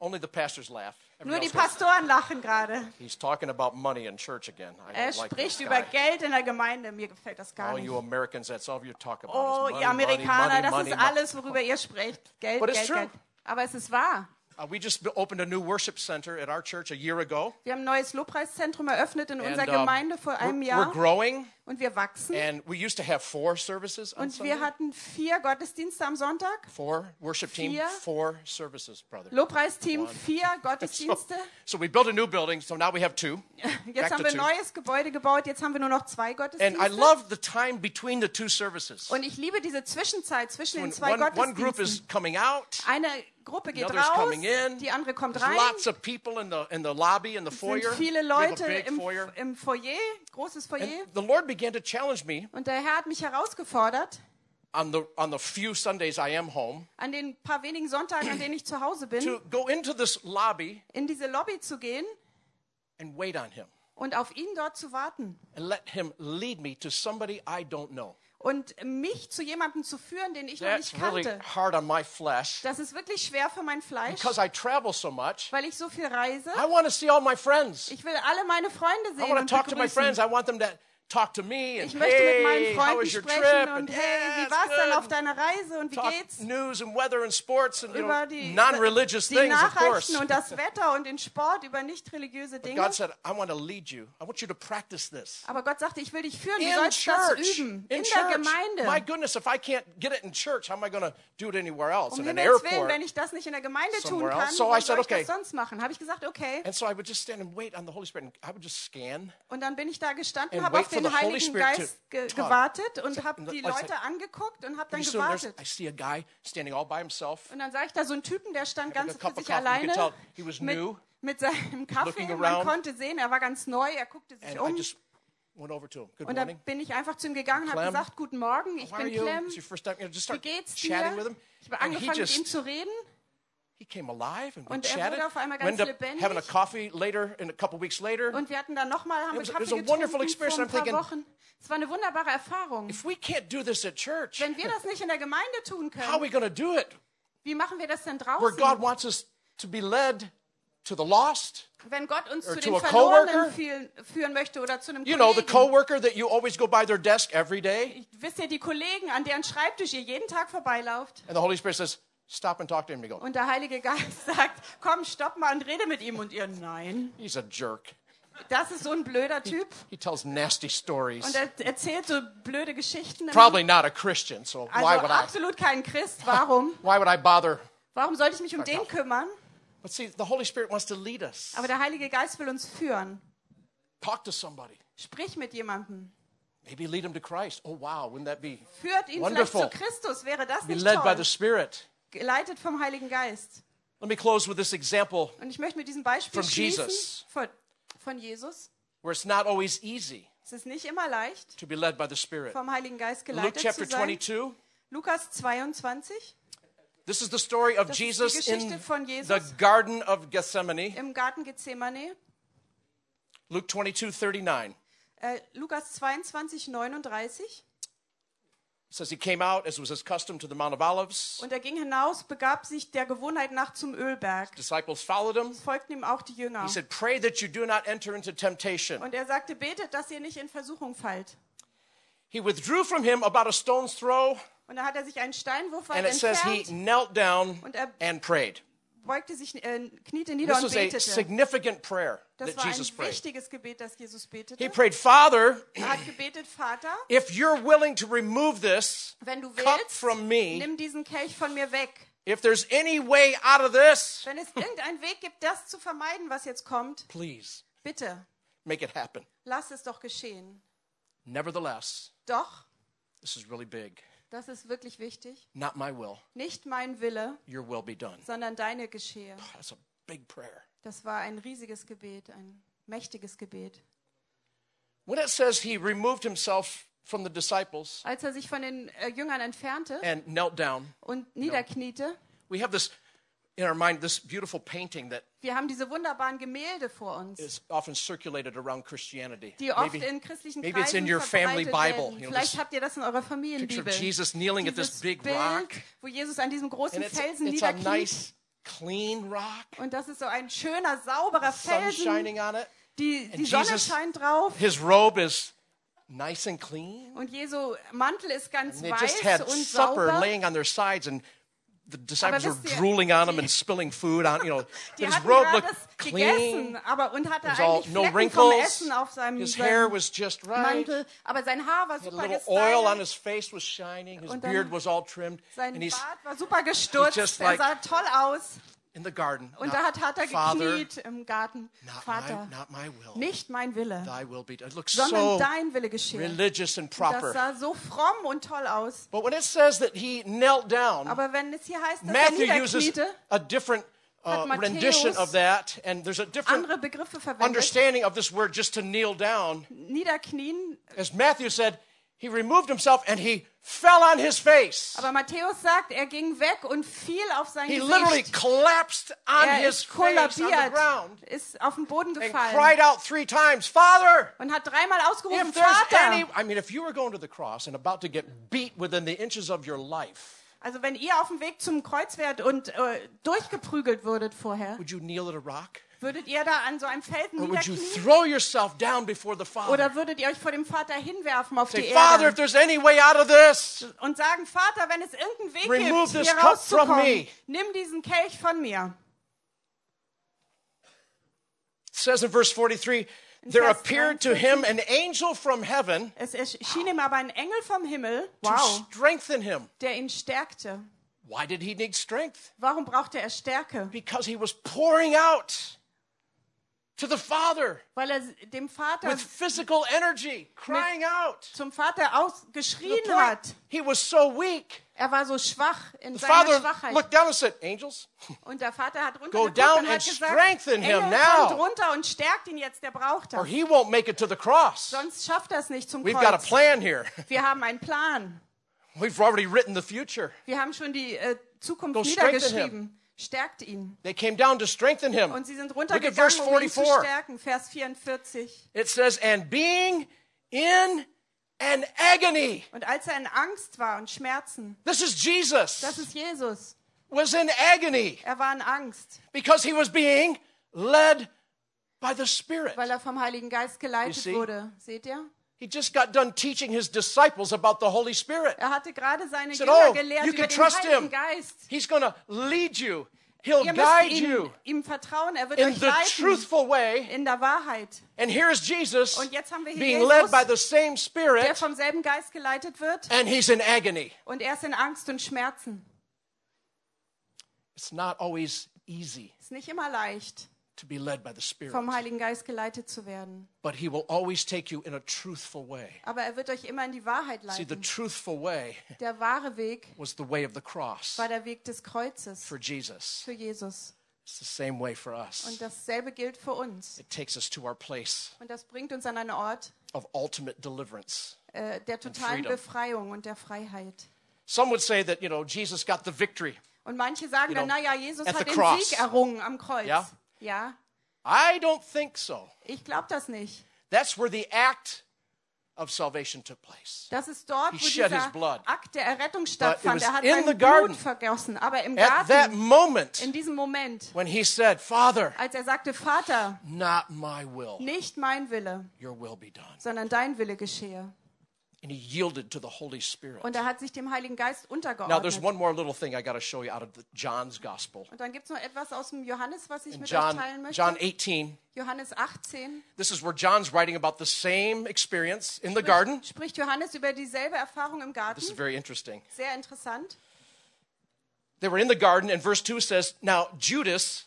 [SPEAKER 1] only the pastors laugh.
[SPEAKER 2] nur
[SPEAKER 1] Everyone
[SPEAKER 2] die
[SPEAKER 1] else goes,
[SPEAKER 2] Pastoren lachen gerade.
[SPEAKER 1] He's talking about money in church again. I
[SPEAKER 2] Er
[SPEAKER 1] don't like
[SPEAKER 2] spricht
[SPEAKER 1] this
[SPEAKER 2] über
[SPEAKER 1] guy.
[SPEAKER 2] Geld in der Gemeinde. Mir gefällt das gar
[SPEAKER 1] Oh,
[SPEAKER 2] nicht.
[SPEAKER 1] you Americans, that's all you talk about. is
[SPEAKER 2] Oh,
[SPEAKER 1] money,
[SPEAKER 2] ihr Amerikaner,
[SPEAKER 1] money,
[SPEAKER 2] das
[SPEAKER 1] money,
[SPEAKER 2] ist
[SPEAKER 1] money.
[SPEAKER 2] alles, worüber ihr sprecht. Geld,
[SPEAKER 1] But it's
[SPEAKER 2] Geld, Geld.
[SPEAKER 1] true.
[SPEAKER 2] Aber es ist wahr.
[SPEAKER 1] Uh, we just b- opened a new worship center at our church a year ago.
[SPEAKER 2] Wir haben ein neues Lobpreiszentrum eröffnet in unserer
[SPEAKER 1] And, um,
[SPEAKER 2] Gemeinde vor einem
[SPEAKER 1] we're,
[SPEAKER 2] Jahr
[SPEAKER 1] We're growing,
[SPEAKER 2] und wir wachsen.
[SPEAKER 1] and we used to have four services on
[SPEAKER 2] Und
[SPEAKER 1] Sunday.
[SPEAKER 2] wir hatten vier Gottesdienste am Sonntag.
[SPEAKER 1] four worship team,
[SPEAKER 2] vier-
[SPEAKER 1] four services, brother.
[SPEAKER 2] Lobpreisteam, vier
[SPEAKER 1] So,
[SPEAKER 2] Gottesdienste.
[SPEAKER 1] so we built a new building, so now we have two.
[SPEAKER 2] Jetzt haben wir ein
[SPEAKER 1] to two.
[SPEAKER 2] neues Gebäude gebaut. Jetzt haben wir nur noch zwei
[SPEAKER 1] And I
[SPEAKER 2] Gottesdienste.
[SPEAKER 1] love the time between the two services.
[SPEAKER 2] Und ich liebe diese Zwischenzeit zwischen
[SPEAKER 1] When
[SPEAKER 2] den zwei
[SPEAKER 1] one, one group is
[SPEAKER 2] Gottesdiensten.
[SPEAKER 1] coming out,
[SPEAKER 2] Eine Gruppe
[SPEAKER 1] the
[SPEAKER 2] geht
[SPEAKER 1] other's
[SPEAKER 2] raus,
[SPEAKER 1] coming in.
[SPEAKER 2] die andere kommt
[SPEAKER 1] There's
[SPEAKER 2] rein.
[SPEAKER 1] lots of people in the in the lobby in the foyer.
[SPEAKER 2] sind viele
[SPEAKER 1] We have
[SPEAKER 2] Leute
[SPEAKER 1] a big
[SPEAKER 2] im,
[SPEAKER 1] foyer.
[SPEAKER 2] im Foyer, großes
[SPEAKER 1] And
[SPEAKER 2] Foyer.
[SPEAKER 1] the Lord began to challenge me
[SPEAKER 2] Und der Herr hat mich herausgefordert,
[SPEAKER 1] on the on the few Sundays I am home
[SPEAKER 2] an den paar wenigen Sonntagen, an denen ich zu Hause bin,
[SPEAKER 1] to go into this lobby
[SPEAKER 2] in diese Lobby zu gehen
[SPEAKER 1] and wait on Him
[SPEAKER 2] und auf ihn dort zu warten.
[SPEAKER 1] and let Him lead me to somebody I don't know.
[SPEAKER 2] Und mich zu jemandem zu führen, den ich noch
[SPEAKER 1] That's
[SPEAKER 2] nicht
[SPEAKER 1] really
[SPEAKER 2] kannte.
[SPEAKER 1] hard on my flesh
[SPEAKER 2] Das ist wirklich schwer für mein Fleisch,
[SPEAKER 1] because I travel so much.
[SPEAKER 2] weil ich so viel reise.
[SPEAKER 1] I want to see all my friends.
[SPEAKER 2] Ich will alle meine Freunde
[SPEAKER 1] I
[SPEAKER 2] sehen
[SPEAKER 1] want
[SPEAKER 2] und
[SPEAKER 1] to talk to my friends.
[SPEAKER 2] begrüßen.
[SPEAKER 1] I want them to talk to me and
[SPEAKER 2] Ich möchte mit
[SPEAKER 1] hey,
[SPEAKER 2] meinen
[SPEAKER 1] how
[SPEAKER 2] Freunden
[SPEAKER 1] was your trip?
[SPEAKER 2] sprechen
[SPEAKER 1] And
[SPEAKER 2] und
[SPEAKER 1] yeah,
[SPEAKER 2] hey, wie
[SPEAKER 1] it's
[SPEAKER 2] war es denn
[SPEAKER 1] good.
[SPEAKER 2] auf deiner Reise und wie
[SPEAKER 1] Talk
[SPEAKER 2] geht's?
[SPEAKER 1] news and weather and sports and you know,
[SPEAKER 2] Über die,
[SPEAKER 1] non-religious
[SPEAKER 2] die
[SPEAKER 1] things, of course.
[SPEAKER 2] Nachrichten und das Wetter und den Sport, über nicht religiöse Dinge.
[SPEAKER 1] God said, I want to lead you. I want you to practice this.
[SPEAKER 2] Aber Gott sagte, ich will dich führen, du
[SPEAKER 1] in
[SPEAKER 2] sollst das
[SPEAKER 1] church.
[SPEAKER 2] üben.
[SPEAKER 1] in
[SPEAKER 2] In
[SPEAKER 1] church.
[SPEAKER 2] der Gemeinde.
[SPEAKER 1] My goodness, if I can't get it in church, how am I going to do it anywhere else?
[SPEAKER 2] um
[SPEAKER 1] in an
[SPEAKER 2] Himmels Willen,
[SPEAKER 1] airport.
[SPEAKER 2] wenn ich das nicht in der Gemeinde tun
[SPEAKER 1] somewhere
[SPEAKER 2] kann,
[SPEAKER 1] else. So
[SPEAKER 2] wo
[SPEAKER 1] I
[SPEAKER 2] soll
[SPEAKER 1] said,
[SPEAKER 2] ich
[SPEAKER 1] okay.
[SPEAKER 2] das sonst machen? Habe ich gesagt, okay.
[SPEAKER 1] And so I would just stand and wait on the Holy Spirit. And I would just scan
[SPEAKER 2] Und dann bin ich da gestanden,
[SPEAKER 1] and
[SPEAKER 2] habe
[SPEAKER 1] wait
[SPEAKER 2] auf
[SPEAKER 1] for for the
[SPEAKER 2] den
[SPEAKER 1] Holy
[SPEAKER 2] Heiligen
[SPEAKER 1] Spirit
[SPEAKER 2] Geist
[SPEAKER 1] to
[SPEAKER 2] ge
[SPEAKER 1] talk.
[SPEAKER 2] gewartet und habe
[SPEAKER 1] and
[SPEAKER 2] die
[SPEAKER 1] I said-
[SPEAKER 2] Leute angeguckt und habe dann
[SPEAKER 1] Pretty soon there's-
[SPEAKER 2] gewartet.
[SPEAKER 1] I see a guy standing all by himself,
[SPEAKER 2] Und dann sah ich da so einen Typen, der stand
[SPEAKER 1] Having
[SPEAKER 2] ganz
[SPEAKER 1] a cup
[SPEAKER 2] für
[SPEAKER 1] of
[SPEAKER 2] sich
[SPEAKER 1] coffee. You
[SPEAKER 2] alleine
[SPEAKER 1] could tell he was new,
[SPEAKER 2] mit, mit seinem Kaffee.
[SPEAKER 1] looking
[SPEAKER 2] Man
[SPEAKER 1] around.
[SPEAKER 2] konnte sehen, er war ganz neu, er guckte sich
[SPEAKER 1] and I
[SPEAKER 2] um.
[SPEAKER 1] just went over to him. Good
[SPEAKER 2] Und dann
[SPEAKER 1] morning.
[SPEAKER 2] bin ich einfach zu ihm gegangen und habe
[SPEAKER 1] Clem.
[SPEAKER 2] gesagt, guten Morgen, ich
[SPEAKER 1] How are
[SPEAKER 2] bin
[SPEAKER 1] you?
[SPEAKER 2] Clem,
[SPEAKER 1] It's your first time. You know, just
[SPEAKER 2] wie
[SPEAKER 1] start
[SPEAKER 2] geht's
[SPEAKER 1] chatting with
[SPEAKER 2] dir?
[SPEAKER 1] him.
[SPEAKER 2] Ich habe
[SPEAKER 1] And he
[SPEAKER 2] angefangen, mit ihm
[SPEAKER 1] just
[SPEAKER 2] zu reden.
[SPEAKER 1] he came alive and we
[SPEAKER 2] Und er wurde
[SPEAKER 1] chatted.
[SPEAKER 2] auf einmal
[SPEAKER 1] We ended
[SPEAKER 2] ganz
[SPEAKER 1] up having a
[SPEAKER 2] lebendig.
[SPEAKER 1] coffee later, and a couple weeks later.
[SPEAKER 2] Und wir hatten dann nochmal,
[SPEAKER 1] It
[SPEAKER 2] haben wir
[SPEAKER 1] was- it
[SPEAKER 2] Kaffee
[SPEAKER 1] was a wonderful
[SPEAKER 2] getrunken
[SPEAKER 1] experience.
[SPEAKER 2] vor ein
[SPEAKER 1] I'm
[SPEAKER 2] paar
[SPEAKER 1] thinking,
[SPEAKER 2] Wochen. Es war eine wunderbare Erfahrung.
[SPEAKER 1] If we can't do this at church,
[SPEAKER 2] Wenn wir das nicht in der Gemeinde tun
[SPEAKER 1] how are
[SPEAKER 2] können,
[SPEAKER 1] we going to do it?
[SPEAKER 2] wie machen wir das denn
[SPEAKER 1] Where God
[SPEAKER 2] draußen?
[SPEAKER 1] wants us to be led to the lost.
[SPEAKER 2] Wenn Gott uns
[SPEAKER 1] or
[SPEAKER 2] zu
[SPEAKER 1] to
[SPEAKER 2] den
[SPEAKER 1] a coworker?
[SPEAKER 2] Verlorenen fiel- führen möchte oder zu einem
[SPEAKER 1] You know, the
[SPEAKER 2] Kollegen.
[SPEAKER 1] coworker that you always go by their desk every day,
[SPEAKER 2] Wisst ihr, die Kollegen, an deren Schreibtisch ihr jeden Tag vorbeilauft.
[SPEAKER 1] and the Holy Spirit says, "Stop and talk to him." You go,
[SPEAKER 2] Und der Heilige Geist sagt, komm, stopp mal und rede mit ihm. Und ihr, nein,
[SPEAKER 1] "He's a jerk.
[SPEAKER 2] das ist so ein blöder Typ.
[SPEAKER 1] He tells nasty
[SPEAKER 2] Und
[SPEAKER 1] stories.
[SPEAKER 2] er erzählt so blöde Geschichten. immer.
[SPEAKER 1] Probably not a Christian, so why
[SPEAKER 2] also
[SPEAKER 1] would I?
[SPEAKER 2] absolut kein Christ. Warum?
[SPEAKER 1] Why would I bother?"
[SPEAKER 2] Warum sollte ich mich um den
[SPEAKER 1] off.
[SPEAKER 2] kümmern?
[SPEAKER 1] But see, the Holy Spirit wants to lead us.
[SPEAKER 2] Aber der Heilige Geist will uns führen.
[SPEAKER 1] Talk to somebody.
[SPEAKER 2] Sprich mit jemandem.
[SPEAKER 1] Maybe lead him to Christ. Oh wow, wouldn't that be?
[SPEAKER 2] Führt ihn
[SPEAKER 1] Wonderful.
[SPEAKER 2] vielleicht zu Christus. Wäre das
[SPEAKER 1] Be
[SPEAKER 2] nicht
[SPEAKER 1] led by the
[SPEAKER 2] toll?
[SPEAKER 1] Spirit.
[SPEAKER 2] Geleitet vom Heiligen Geist.
[SPEAKER 1] Let me close with this example
[SPEAKER 2] Und ich möchte mit diesem Beispiel
[SPEAKER 1] From
[SPEAKER 2] schließen
[SPEAKER 1] Jesus.
[SPEAKER 2] Von, von Jesus.
[SPEAKER 1] where it's not always easy
[SPEAKER 2] Es ist nicht immer leicht,
[SPEAKER 1] to be led by the Spirit.
[SPEAKER 2] vom Heiligen Geist
[SPEAKER 1] Luke
[SPEAKER 2] geleitet
[SPEAKER 1] chapter
[SPEAKER 2] zu sein.
[SPEAKER 1] 22.
[SPEAKER 2] Lukas 22
[SPEAKER 1] This is the story of
[SPEAKER 2] Das ist die
[SPEAKER 1] Jesus in
[SPEAKER 2] Geschichte von Jesus.
[SPEAKER 1] the Garden of Gethsemane.
[SPEAKER 2] im Garten Gethsemane.
[SPEAKER 1] Luke 22, 39. It
[SPEAKER 2] Äh, Lukas 22, 39.
[SPEAKER 1] says he came out, as was his custom, to the Mount of Olives.
[SPEAKER 2] Und er ging hinaus, begab sich der Gewohnheit nach zum Ölberg.
[SPEAKER 1] Disciples followed him.
[SPEAKER 2] Es folgten ihm auch die Jünger.
[SPEAKER 1] He said, Pray that you do not enter into temptation.
[SPEAKER 2] Und er sagte, betet, dass ihr nicht in Versuchung fallt.
[SPEAKER 1] He withdrew from him about a stone's throw,
[SPEAKER 2] Und da hat er sich einen Steinwurf weit
[SPEAKER 1] and it says he
[SPEAKER 2] entfernt,
[SPEAKER 1] knelt down
[SPEAKER 2] Und er-
[SPEAKER 1] and prayed.
[SPEAKER 2] beugte sich, äh, kniete nieder
[SPEAKER 1] This
[SPEAKER 2] und
[SPEAKER 1] was a
[SPEAKER 2] betete.
[SPEAKER 1] significant prayer
[SPEAKER 2] Das
[SPEAKER 1] that
[SPEAKER 2] war ein
[SPEAKER 1] Jesus prayed.
[SPEAKER 2] wichtiges Gebet, das Jesus
[SPEAKER 1] He
[SPEAKER 2] betete.
[SPEAKER 1] prayed, Father,
[SPEAKER 2] Er hat gebetet, Vater,
[SPEAKER 1] if you're willing to remove this
[SPEAKER 2] wenn du
[SPEAKER 1] cup
[SPEAKER 2] willst,
[SPEAKER 1] from me,
[SPEAKER 2] nimm diesen Kelch von mir weg.
[SPEAKER 1] if there's any way out of this,
[SPEAKER 2] Wenn es irgendeinen Weg gibt, das zu vermeiden, was jetzt kommt,
[SPEAKER 1] please
[SPEAKER 2] bitte,
[SPEAKER 1] make it happen.
[SPEAKER 2] lass es doch geschehen.
[SPEAKER 1] Nevertheless,
[SPEAKER 2] Doch,
[SPEAKER 1] this is really big.
[SPEAKER 2] das ist wirklich wichtig.
[SPEAKER 1] Not my will,
[SPEAKER 2] Nicht mein Wille,
[SPEAKER 1] your will be done.
[SPEAKER 2] sondern deine geschehe.
[SPEAKER 1] That's a big prayer.
[SPEAKER 2] Das war ein riesiges Gebet, ein mächtiges Gebet.
[SPEAKER 1] When it says he removed himself from the disciples
[SPEAKER 2] Als er sich von den äh, Jüngern entfernte
[SPEAKER 1] and knelt down,
[SPEAKER 2] und niederkniete,
[SPEAKER 1] we have this in our mind this beautiful painting that
[SPEAKER 2] wir haben diese wunderbaren Gemälde vor uns,
[SPEAKER 1] is often circulated around Christianity.
[SPEAKER 2] die oft in christlichen
[SPEAKER 1] maybe it's
[SPEAKER 2] Kreisen
[SPEAKER 1] in your family
[SPEAKER 2] verbreitet werden.
[SPEAKER 1] Bible, you know,
[SPEAKER 2] Vielleicht
[SPEAKER 1] this
[SPEAKER 2] habt ihr das in eurer
[SPEAKER 1] picture
[SPEAKER 2] Familienbibel.
[SPEAKER 1] of Jesus kneeling at
[SPEAKER 2] Dieses
[SPEAKER 1] this big
[SPEAKER 2] Bild,
[SPEAKER 1] rock,
[SPEAKER 2] wo Jesus an diesem großen
[SPEAKER 1] and it's,
[SPEAKER 2] Felsen
[SPEAKER 1] it's a
[SPEAKER 2] niederkniet.
[SPEAKER 1] nice, clean rock,
[SPEAKER 2] Und das ist so ein schöner, sauberer
[SPEAKER 1] sun
[SPEAKER 2] Felsen.
[SPEAKER 1] shining on it.
[SPEAKER 2] Die, die
[SPEAKER 1] and
[SPEAKER 2] Sonne
[SPEAKER 1] Jesus-
[SPEAKER 2] scheint drauf.
[SPEAKER 1] His robe is nice and clean.
[SPEAKER 2] Und Jesu Mantel ist ganz
[SPEAKER 1] And they just had
[SPEAKER 2] weiß und
[SPEAKER 1] supper
[SPEAKER 2] sauber.
[SPEAKER 1] laying on their sides and the disciples were
[SPEAKER 2] wisst ihr,
[SPEAKER 1] drooling on him
[SPEAKER 2] die-
[SPEAKER 1] and spilling food on, you know. But
[SPEAKER 2] Die
[SPEAKER 1] his
[SPEAKER 2] hatten
[SPEAKER 1] robe
[SPEAKER 2] gerade
[SPEAKER 1] looked
[SPEAKER 2] das
[SPEAKER 1] clean.
[SPEAKER 2] gegessen, aber und hatte
[SPEAKER 1] was all
[SPEAKER 2] eigentlich
[SPEAKER 1] no
[SPEAKER 2] Flecken vom
[SPEAKER 1] wrinkles.
[SPEAKER 2] Essen auf seinem
[SPEAKER 1] His
[SPEAKER 2] seinem
[SPEAKER 1] hair was just right.
[SPEAKER 2] Mantel. Aber sein Haar war
[SPEAKER 1] Had a
[SPEAKER 2] super
[SPEAKER 1] little oil on
[SPEAKER 2] gestylt,
[SPEAKER 1] his face was shining. His
[SPEAKER 2] Und dann-
[SPEAKER 1] beard was all trimmed,
[SPEAKER 2] sein
[SPEAKER 1] and he's
[SPEAKER 2] Bart war super gestutzt,
[SPEAKER 1] just
[SPEAKER 2] er
[SPEAKER 1] like-
[SPEAKER 2] sah toll aus.
[SPEAKER 1] in the garden.
[SPEAKER 2] Und
[SPEAKER 1] Not-
[SPEAKER 2] da hat, hat er
[SPEAKER 1] Father,
[SPEAKER 2] gekniet im Garten.
[SPEAKER 1] not my,
[SPEAKER 2] Vater,
[SPEAKER 1] not my will.
[SPEAKER 2] nicht mein Wille,
[SPEAKER 1] Thy will be done. It looks
[SPEAKER 2] sondern
[SPEAKER 1] so
[SPEAKER 2] dein Wille geschehe.
[SPEAKER 1] religious and
[SPEAKER 2] Das
[SPEAKER 1] proper.
[SPEAKER 2] sah so fromm und toll aus.
[SPEAKER 1] But when it says that he knelt down,
[SPEAKER 2] Aber wenn es hier heißt, dass
[SPEAKER 1] Matthew
[SPEAKER 2] er
[SPEAKER 1] uses
[SPEAKER 2] niederkniete,
[SPEAKER 1] a different uh,
[SPEAKER 2] hat Matthäus
[SPEAKER 1] rendition of that, and there's a different
[SPEAKER 2] andere Begriffe verwendet.
[SPEAKER 1] understanding of this word just to kneel down.
[SPEAKER 2] Niederknien.
[SPEAKER 1] As Matthew said, he removed himself and he fell on his face.
[SPEAKER 2] Aber Matthäus sagt, er ging weg und fiel auf sein
[SPEAKER 1] He literally
[SPEAKER 2] Gesicht.
[SPEAKER 1] collapsed on
[SPEAKER 2] Er
[SPEAKER 1] his
[SPEAKER 2] ist
[SPEAKER 1] face on the
[SPEAKER 2] kollabiert,
[SPEAKER 1] ground
[SPEAKER 2] ist auf den Boden
[SPEAKER 1] and
[SPEAKER 2] gefallen
[SPEAKER 1] cried out three times, Father!
[SPEAKER 2] und hat dreimal ausgerufen,
[SPEAKER 1] If there's any,
[SPEAKER 2] Vater.
[SPEAKER 1] I mean, if you were going to the cross and about to get beat within the inches of your life,
[SPEAKER 2] Also wenn ihr auf dem Weg zum Kreuz wärt und äh, durchgeprügelt würdet vorher,
[SPEAKER 1] would you kneel at a rock?
[SPEAKER 2] würdet ihr da an so einem Felsen
[SPEAKER 1] Or would you
[SPEAKER 2] niederknien?
[SPEAKER 1] throw yourself down before the Father?
[SPEAKER 2] Oder würdet ihr euch vor dem Vater hinwerfen auf die
[SPEAKER 1] Say, Father, if
[SPEAKER 2] Erde
[SPEAKER 1] there's any way out of this,
[SPEAKER 2] und sagen, Vater, wenn es irgendeinen
[SPEAKER 1] Remove
[SPEAKER 2] Weg gibt,
[SPEAKER 1] this
[SPEAKER 2] hier
[SPEAKER 1] cup from
[SPEAKER 2] rauszukommen,
[SPEAKER 1] me.
[SPEAKER 2] nimm diesen Kelch von mir.
[SPEAKER 1] It says in verse 43 there
[SPEAKER 2] Vers
[SPEAKER 1] appeared to
[SPEAKER 2] 43.
[SPEAKER 1] him an angel from heaven
[SPEAKER 2] Es erschien ihm aber ein Engel vom Himmel,
[SPEAKER 1] to
[SPEAKER 2] wow,
[SPEAKER 1] strengthen him.
[SPEAKER 2] der ihn stärkte.
[SPEAKER 1] Why did he need strength?
[SPEAKER 2] Warum brauchte er Stärke?
[SPEAKER 1] Because he was pouring out to the Father
[SPEAKER 2] weil er dem Vater
[SPEAKER 1] with physical energy, crying out.
[SPEAKER 2] zum Vater
[SPEAKER 1] To the
[SPEAKER 2] ausgeschrien
[SPEAKER 1] point
[SPEAKER 2] hat.
[SPEAKER 1] he was so weak.
[SPEAKER 2] Er war so schwach in
[SPEAKER 1] The
[SPEAKER 2] seiner
[SPEAKER 1] Father
[SPEAKER 2] Schwachheit.
[SPEAKER 1] looked down and said, Angels,
[SPEAKER 2] und der Vater hat runtergeguckt
[SPEAKER 1] down
[SPEAKER 2] und
[SPEAKER 1] and
[SPEAKER 2] hat gesagt,
[SPEAKER 1] strengthen him
[SPEAKER 2] Engel,
[SPEAKER 1] now."
[SPEAKER 2] kommt runter und stärkt ihn jetzt, der braucht
[SPEAKER 1] or
[SPEAKER 2] das.
[SPEAKER 1] he won't make it to the cross.
[SPEAKER 2] Sonst schafft er es nicht zum
[SPEAKER 1] We've got a
[SPEAKER 2] Kreuz.
[SPEAKER 1] plan here.
[SPEAKER 2] Wir haben einen Plan.
[SPEAKER 1] We've already written the future.
[SPEAKER 2] Wir haben schon die äh, Zukunft
[SPEAKER 1] Go strengthen
[SPEAKER 2] niedergeschrieben. Stärkt ihn.
[SPEAKER 1] They came down to strengthen him.
[SPEAKER 2] Und sie sind
[SPEAKER 1] Look at verse
[SPEAKER 2] runtergegangen, um ihn zu
[SPEAKER 1] 44.
[SPEAKER 2] stärken. Vers 44.
[SPEAKER 1] It says, and being in an agony.
[SPEAKER 2] Und als er in Angst war und Schmerzen,
[SPEAKER 1] This is
[SPEAKER 2] das
[SPEAKER 1] Jesus.
[SPEAKER 2] ist Jesus.
[SPEAKER 1] Was in agony
[SPEAKER 2] Er war in Angst,
[SPEAKER 1] because he was being led by the Spirit.
[SPEAKER 2] weil er vom Heiligen Geist
[SPEAKER 1] You
[SPEAKER 2] geleitet
[SPEAKER 1] see?
[SPEAKER 2] wurde. Seht ihr?
[SPEAKER 1] He just got done teaching his disciples about the Holy Spirit.
[SPEAKER 2] Er hatte gerade seine
[SPEAKER 1] Said,
[SPEAKER 2] Jünger
[SPEAKER 1] "Oh,
[SPEAKER 2] gelehrt
[SPEAKER 1] you
[SPEAKER 2] über
[SPEAKER 1] can
[SPEAKER 2] den
[SPEAKER 1] trust
[SPEAKER 2] Heiligen
[SPEAKER 1] him."
[SPEAKER 2] Geist.
[SPEAKER 1] He's going to lead you. He'll
[SPEAKER 2] Ihr
[SPEAKER 1] guide
[SPEAKER 2] müsst ihm,
[SPEAKER 1] you
[SPEAKER 2] ihm vertrauen, er wird
[SPEAKER 1] in
[SPEAKER 2] euch
[SPEAKER 1] the
[SPEAKER 2] leiten
[SPEAKER 1] truthful way.
[SPEAKER 2] in der Wahrheit,
[SPEAKER 1] And here is Jesus
[SPEAKER 2] Und jetzt haben wir hier
[SPEAKER 1] being
[SPEAKER 2] Jesus,
[SPEAKER 1] led by the same
[SPEAKER 2] der
[SPEAKER 1] Spirit,
[SPEAKER 2] vom selben Geist geleitet wird
[SPEAKER 1] and he's in agony.
[SPEAKER 2] und er ist in Angst und Schmerzen.
[SPEAKER 1] It's not always easy
[SPEAKER 2] Ist nicht immer leicht,
[SPEAKER 1] to be led by the Spirit,
[SPEAKER 2] vom Heiligen Geist geleitet zu werden,
[SPEAKER 1] but he will always take you in a truthful way.
[SPEAKER 2] aber er wird euch immer in die Wahrheit
[SPEAKER 1] See, the
[SPEAKER 2] leiten.
[SPEAKER 1] truthful way
[SPEAKER 2] Der wahre Weg
[SPEAKER 1] was the way of the cross
[SPEAKER 2] war der Weg des Kreuzes
[SPEAKER 1] for Jesus.
[SPEAKER 2] für Jesus
[SPEAKER 1] It's the same way for us.
[SPEAKER 2] und dasselbe gilt für uns
[SPEAKER 1] It takes us to our place
[SPEAKER 2] und das bringt uns an einen Ort
[SPEAKER 1] of ultimate deliverance.
[SPEAKER 2] äh, der totalen
[SPEAKER 1] freedom.
[SPEAKER 2] Befreiung und der Freiheit.
[SPEAKER 1] Some would say that, you know, Jesus got the victory.
[SPEAKER 2] Und manche sagen
[SPEAKER 1] You
[SPEAKER 2] dann,
[SPEAKER 1] know,
[SPEAKER 2] naja, Jesus
[SPEAKER 1] at the
[SPEAKER 2] hat den
[SPEAKER 1] cross.
[SPEAKER 2] Sieg errungen am Kreuz.
[SPEAKER 1] Ja?
[SPEAKER 2] ja
[SPEAKER 1] I don't think so.
[SPEAKER 2] ich glaube das nicht.
[SPEAKER 1] That's where the act of salvation took place.
[SPEAKER 2] Das ist dort,
[SPEAKER 1] He
[SPEAKER 2] wo
[SPEAKER 1] shed his
[SPEAKER 2] dieser
[SPEAKER 1] blood.
[SPEAKER 2] Akt der Errettung
[SPEAKER 1] was
[SPEAKER 2] stattfand. Er hat
[SPEAKER 1] in
[SPEAKER 2] sein
[SPEAKER 1] the garden.
[SPEAKER 2] Blut vergossen. Aber im
[SPEAKER 1] At that
[SPEAKER 2] Garten,
[SPEAKER 1] moment,
[SPEAKER 2] in diesem Moment,
[SPEAKER 1] when he said, Father,
[SPEAKER 2] als er sagte, Vater,
[SPEAKER 1] not my will,
[SPEAKER 2] nicht mein Wille,
[SPEAKER 1] your will be done.
[SPEAKER 2] sondern dein Wille geschehe.
[SPEAKER 1] And he yielded to the Holy Spirit.
[SPEAKER 2] Und er hat sich dem Heiligen Geist
[SPEAKER 1] Now, there's
[SPEAKER 2] untergeordnet.
[SPEAKER 1] one more little thing I got to show you out of the John's Gospel.
[SPEAKER 2] Und dann gibt es noch etwas aus dem Johannes, was ich
[SPEAKER 1] In
[SPEAKER 2] mit euch
[SPEAKER 1] John,
[SPEAKER 2] teilen möchte.
[SPEAKER 1] John 18,
[SPEAKER 2] Johannes 18
[SPEAKER 1] This is where John's writing about the same experience in the garden.
[SPEAKER 2] spricht Johannes über dieselbe Erfahrung im Garten.
[SPEAKER 1] This is very interesting.
[SPEAKER 2] Sehr interessant.
[SPEAKER 1] They were in the garden, and verse 2 says, Now Judas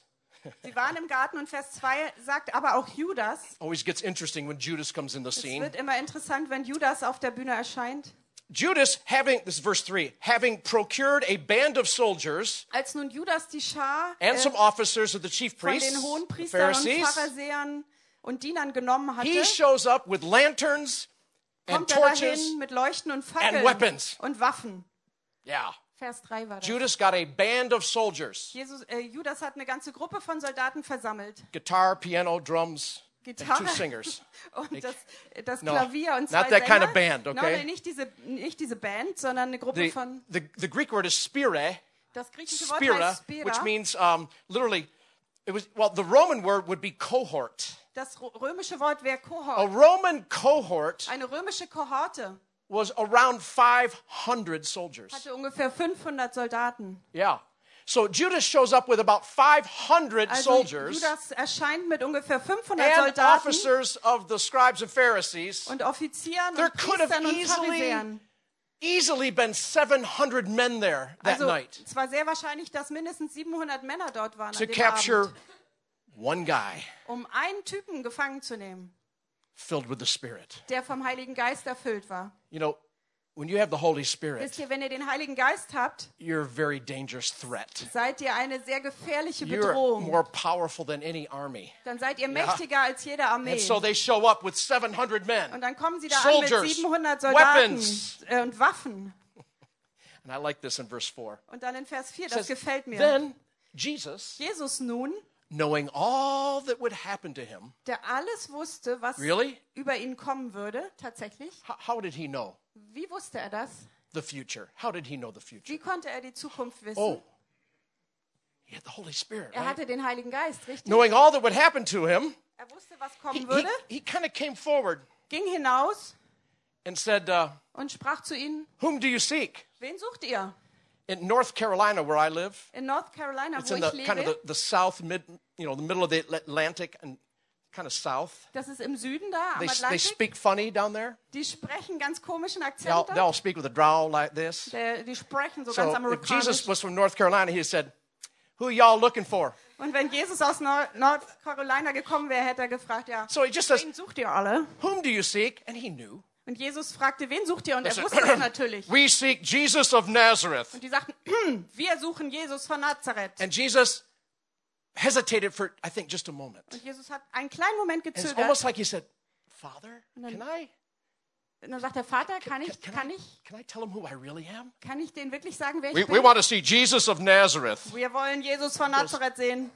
[SPEAKER 2] Sie waren im Garten und Vers 2 sagt aber auch Judas.
[SPEAKER 1] always gets interesting when Judas comes in the
[SPEAKER 2] Es
[SPEAKER 1] scene.
[SPEAKER 2] wird immer interessant, wenn Judas auf der Bühne erscheint.
[SPEAKER 1] Judas, having, this is verse 3, having procured a band of soldiers
[SPEAKER 2] Als nun Judas die Schar
[SPEAKER 1] and
[SPEAKER 2] äh,
[SPEAKER 1] some officers of the chief
[SPEAKER 2] von
[SPEAKER 1] priests,
[SPEAKER 2] den
[SPEAKER 1] the
[SPEAKER 2] Hohenpriestern und
[SPEAKER 1] Pharisees,
[SPEAKER 2] Pharisäern und Dienern genommen hatte,
[SPEAKER 1] he shows up with lanterns and
[SPEAKER 2] kommt er
[SPEAKER 1] torches.
[SPEAKER 2] dahin mit Leuchten und Fackeln
[SPEAKER 1] and weapons.
[SPEAKER 2] und Waffen.
[SPEAKER 1] Yeah.
[SPEAKER 2] Vers 3 war das.
[SPEAKER 1] Judas got a band of soldiers
[SPEAKER 2] Jesus, äh, Judas hat eine ganze Gruppe von Soldaten versammelt.
[SPEAKER 1] guitar, piano, drums, and
[SPEAKER 2] Gitarre
[SPEAKER 1] two singers.
[SPEAKER 2] und das, das
[SPEAKER 1] No,
[SPEAKER 2] Klavier und zwei
[SPEAKER 1] not that
[SPEAKER 2] Sänger.
[SPEAKER 1] kind of band,
[SPEAKER 2] No,
[SPEAKER 1] okay?
[SPEAKER 2] nein, nicht diese, nicht diese Band, sondern eine Gruppe
[SPEAKER 1] The,
[SPEAKER 2] von,
[SPEAKER 1] the, the Greek word is spire.
[SPEAKER 2] das griechische Wort
[SPEAKER 1] Spira,
[SPEAKER 2] heißt Spira.
[SPEAKER 1] which means um, literally, it was well. The Roman word would be cohort.
[SPEAKER 2] das ro- römische Wort wäre
[SPEAKER 1] A
[SPEAKER 2] Kohort.
[SPEAKER 1] Roman cohort
[SPEAKER 2] Eine römische Kohorte
[SPEAKER 1] was around 500 soldiers.
[SPEAKER 2] hatte ungefähr 500 Soldaten.
[SPEAKER 1] Yeah. So Judas shows up with about 500
[SPEAKER 2] Also
[SPEAKER 1] soldiers
[SPEAKER 2] Judas erscheint mit ungefähr 500
[SPEAKER 1] and
[SPEAKER 2] Soldaten
[SPEAKER 1] officers of the scribes and Pharisees.
[SPEAKER 2] und Offizieren
[SPEAKER 1] There
[SPEAKER 2] und
[SPEAKER 1] could have
[SPEAKER 2] Priestern und
[SPEAKER 1] easily
[SPEAKER 2] Pharisäern.
[SPEAKER 1] Easily been 700 men there that
[SPEAKER 2] Also
[SPEAKER 1] night
[SPEAKER 2] es war sehr wahrscheinlich, dass mindestens 700 Männer dort waren
[SPEAKER 1] to
[SPEAKER 2] an dem
[SPEAKER 1] capture
[SPEAKER 2] Abend,
[SPEAKER 1] one guy
[SPEAKER 2] um einen Typen gefangen zu nehmen,
[SPEAKER 1] filled with the Spirit.
[SPEAKER 2] der vom Heiligen Geist erfüllt war.
[SPEAKER 1] You know, when you have the Holy Spirit,
[SPEAKER 2] Wisst ihr, wenn ihr den Heiligen Geist habt,
[SPEAKER 1] you're a very dangerous threat.
[SPEAKER 2] seid ihr eine sehr gefährliche
[SPEAKER 1] You're
[SPEAKER 2] Bedrohung.
[SPEAKER 1] more powerful than any army.
[SPEAKER 2] Dann seid ihr mächtiger als jede Armee.
[SPEAKER 1] And so they show up with 700 men.
[SPEAKER 2] Und dann kommen sie da an
[SPEAKER 1] Soldiers,
[SPEAKER 2] mit 700 Soldaten
[SPEAKER 1] weapons.
[SPEAKER 2] äh, und Waffen.
[SPEAKER 1] And I like this in verse 4.
[SPEAKER 2] Und dann in Vers 4,
[SPEAKER 1] It
[SPEAKER 2] das
[SPEAKER 1] says,
[SPEAKER 2] gefällt mir.
[SPEAKER 1] Then Jesus,
[SPEAKER 2] Jesus nun,
[SPEAKER 1] knowing all that would happen to him,
[SPEAKER 2] der alles wusste, was
[SPEAKER 1] Really?
[SPEAKER 2] über ihn kommen würde, tatsächlich.
[SPEAKER 1] how, how did he know
[SPEAKER 2] Wie wusste er das?
[SPEAKER 1] the future? How did he know the future?
[SPEAKER 2] Wie konnte er die Zukunft wissen?
[SPEAKER 1] Oh, he had the Holy Spirit.
[SPEAKER 2] Er
[SPEAKER 1] Right?
[SPEAKER 2] hatte den Heiligen Geist, richtig?
[SPEAKER 1] Knowing all that would happen to him,
[SPEAKER 2] Er wusste, was
[SPEAKER 1] he,
[SPEAKER 2] kommen würde,
[SPEAKER 1] kind of came forward
[SPEAKER 2] ging hinaus
[SPEAKER 1] and said, uh,
[SPEAKER 2] und sprach zu ihnen,
[SPEAKER 1] Whom do you seek?
[SPEAKER 2] wen sucht ihr?
[SPEAKER 1] In North Carolina, where I live,
[SPEAKER 2] In North Carolina,
[SPEAKER 1] it's
[SPEAKER 2] wo
[SPEAKER 1] in the
[SPEAKER 2] ich
[SPEAKER 1] kind
[SPEAKER 2] lebe,
[SPEAKER 1] of the, the south mid, you know, the middle of the Atlantic and kind of south.
[SPEAKER 2] das ist im Süden da, am
[SPEAKER 1] They, they
[SPEAKER 2] Atlantik.
[SPEAKER 1] speak funny down there.
[SPEAKER 2] Die sprechen ganz komischen
[SPEAKER 1] They all,
[SPEAKER 2] Akzent.
[SPEAKER 1] they all speak with a drawl like this.
[SPEAKER 2] Die, die sprechen so ganz
[SPEAKER 1] So if
[SPEAKER 2] amerikanisch.
[SPEAKER 1] Jesus was from North Carolina, he said, Who y'all looking for?
[SPEAKER 2] Und wenn Jesus aus Nor North Carolina gekommen wäre, hätte er gefragt, ja,
[SPEAKER 1] So he just says,
[SPEAKER 2] wen sucht ihr alle?
[SPEAKER 1] Whom do you seek? And he knew.
[SPEAKER 2] Und Jesus fragte, wen sucht ihr? Und
[SPEAKER 1] They
[SPEAKER 2] er
[SPEAKER 1] said,
[SPEAKER 2] wusste es natürlich.
[SPEAKER 1] We seek Jesus of Nazareth.
[SPEAKER 2] Und die sagten, wir suchen Jesus von Nazareth.
[SPEAKER 1] And Jesus hesitated for, I think, just a moment.
[SPEAKER 2] Und Jesus hat einen kleinen Moment
[SPEAKER 1] And it's
[SPEAKER 2] gezögert.
[SPEAKER 1] almost like he said, Father,
[SPEAKER 2] then-
[SPEAKER 1] can I,
[SPEAKER 2] Und dann sagt der Vater, kann ich,
[SPEAKER 1] can,
[SPEAKER 2] kann
[SPEAKER 1] I,
[SPEAKER 2] ich,
[SPEAKER 1] can I tell him who I really am?
[SPEAKER 2] kann ich denen wirklich sagen, wer ich
[SPEAKER 1] We,
[SPEAKER 2] bin?
[SPEAKER 1] we want to see Jesus of Nazareth.
[SPEAKER 2] Wir wollen Jesus von Nazareth sehen.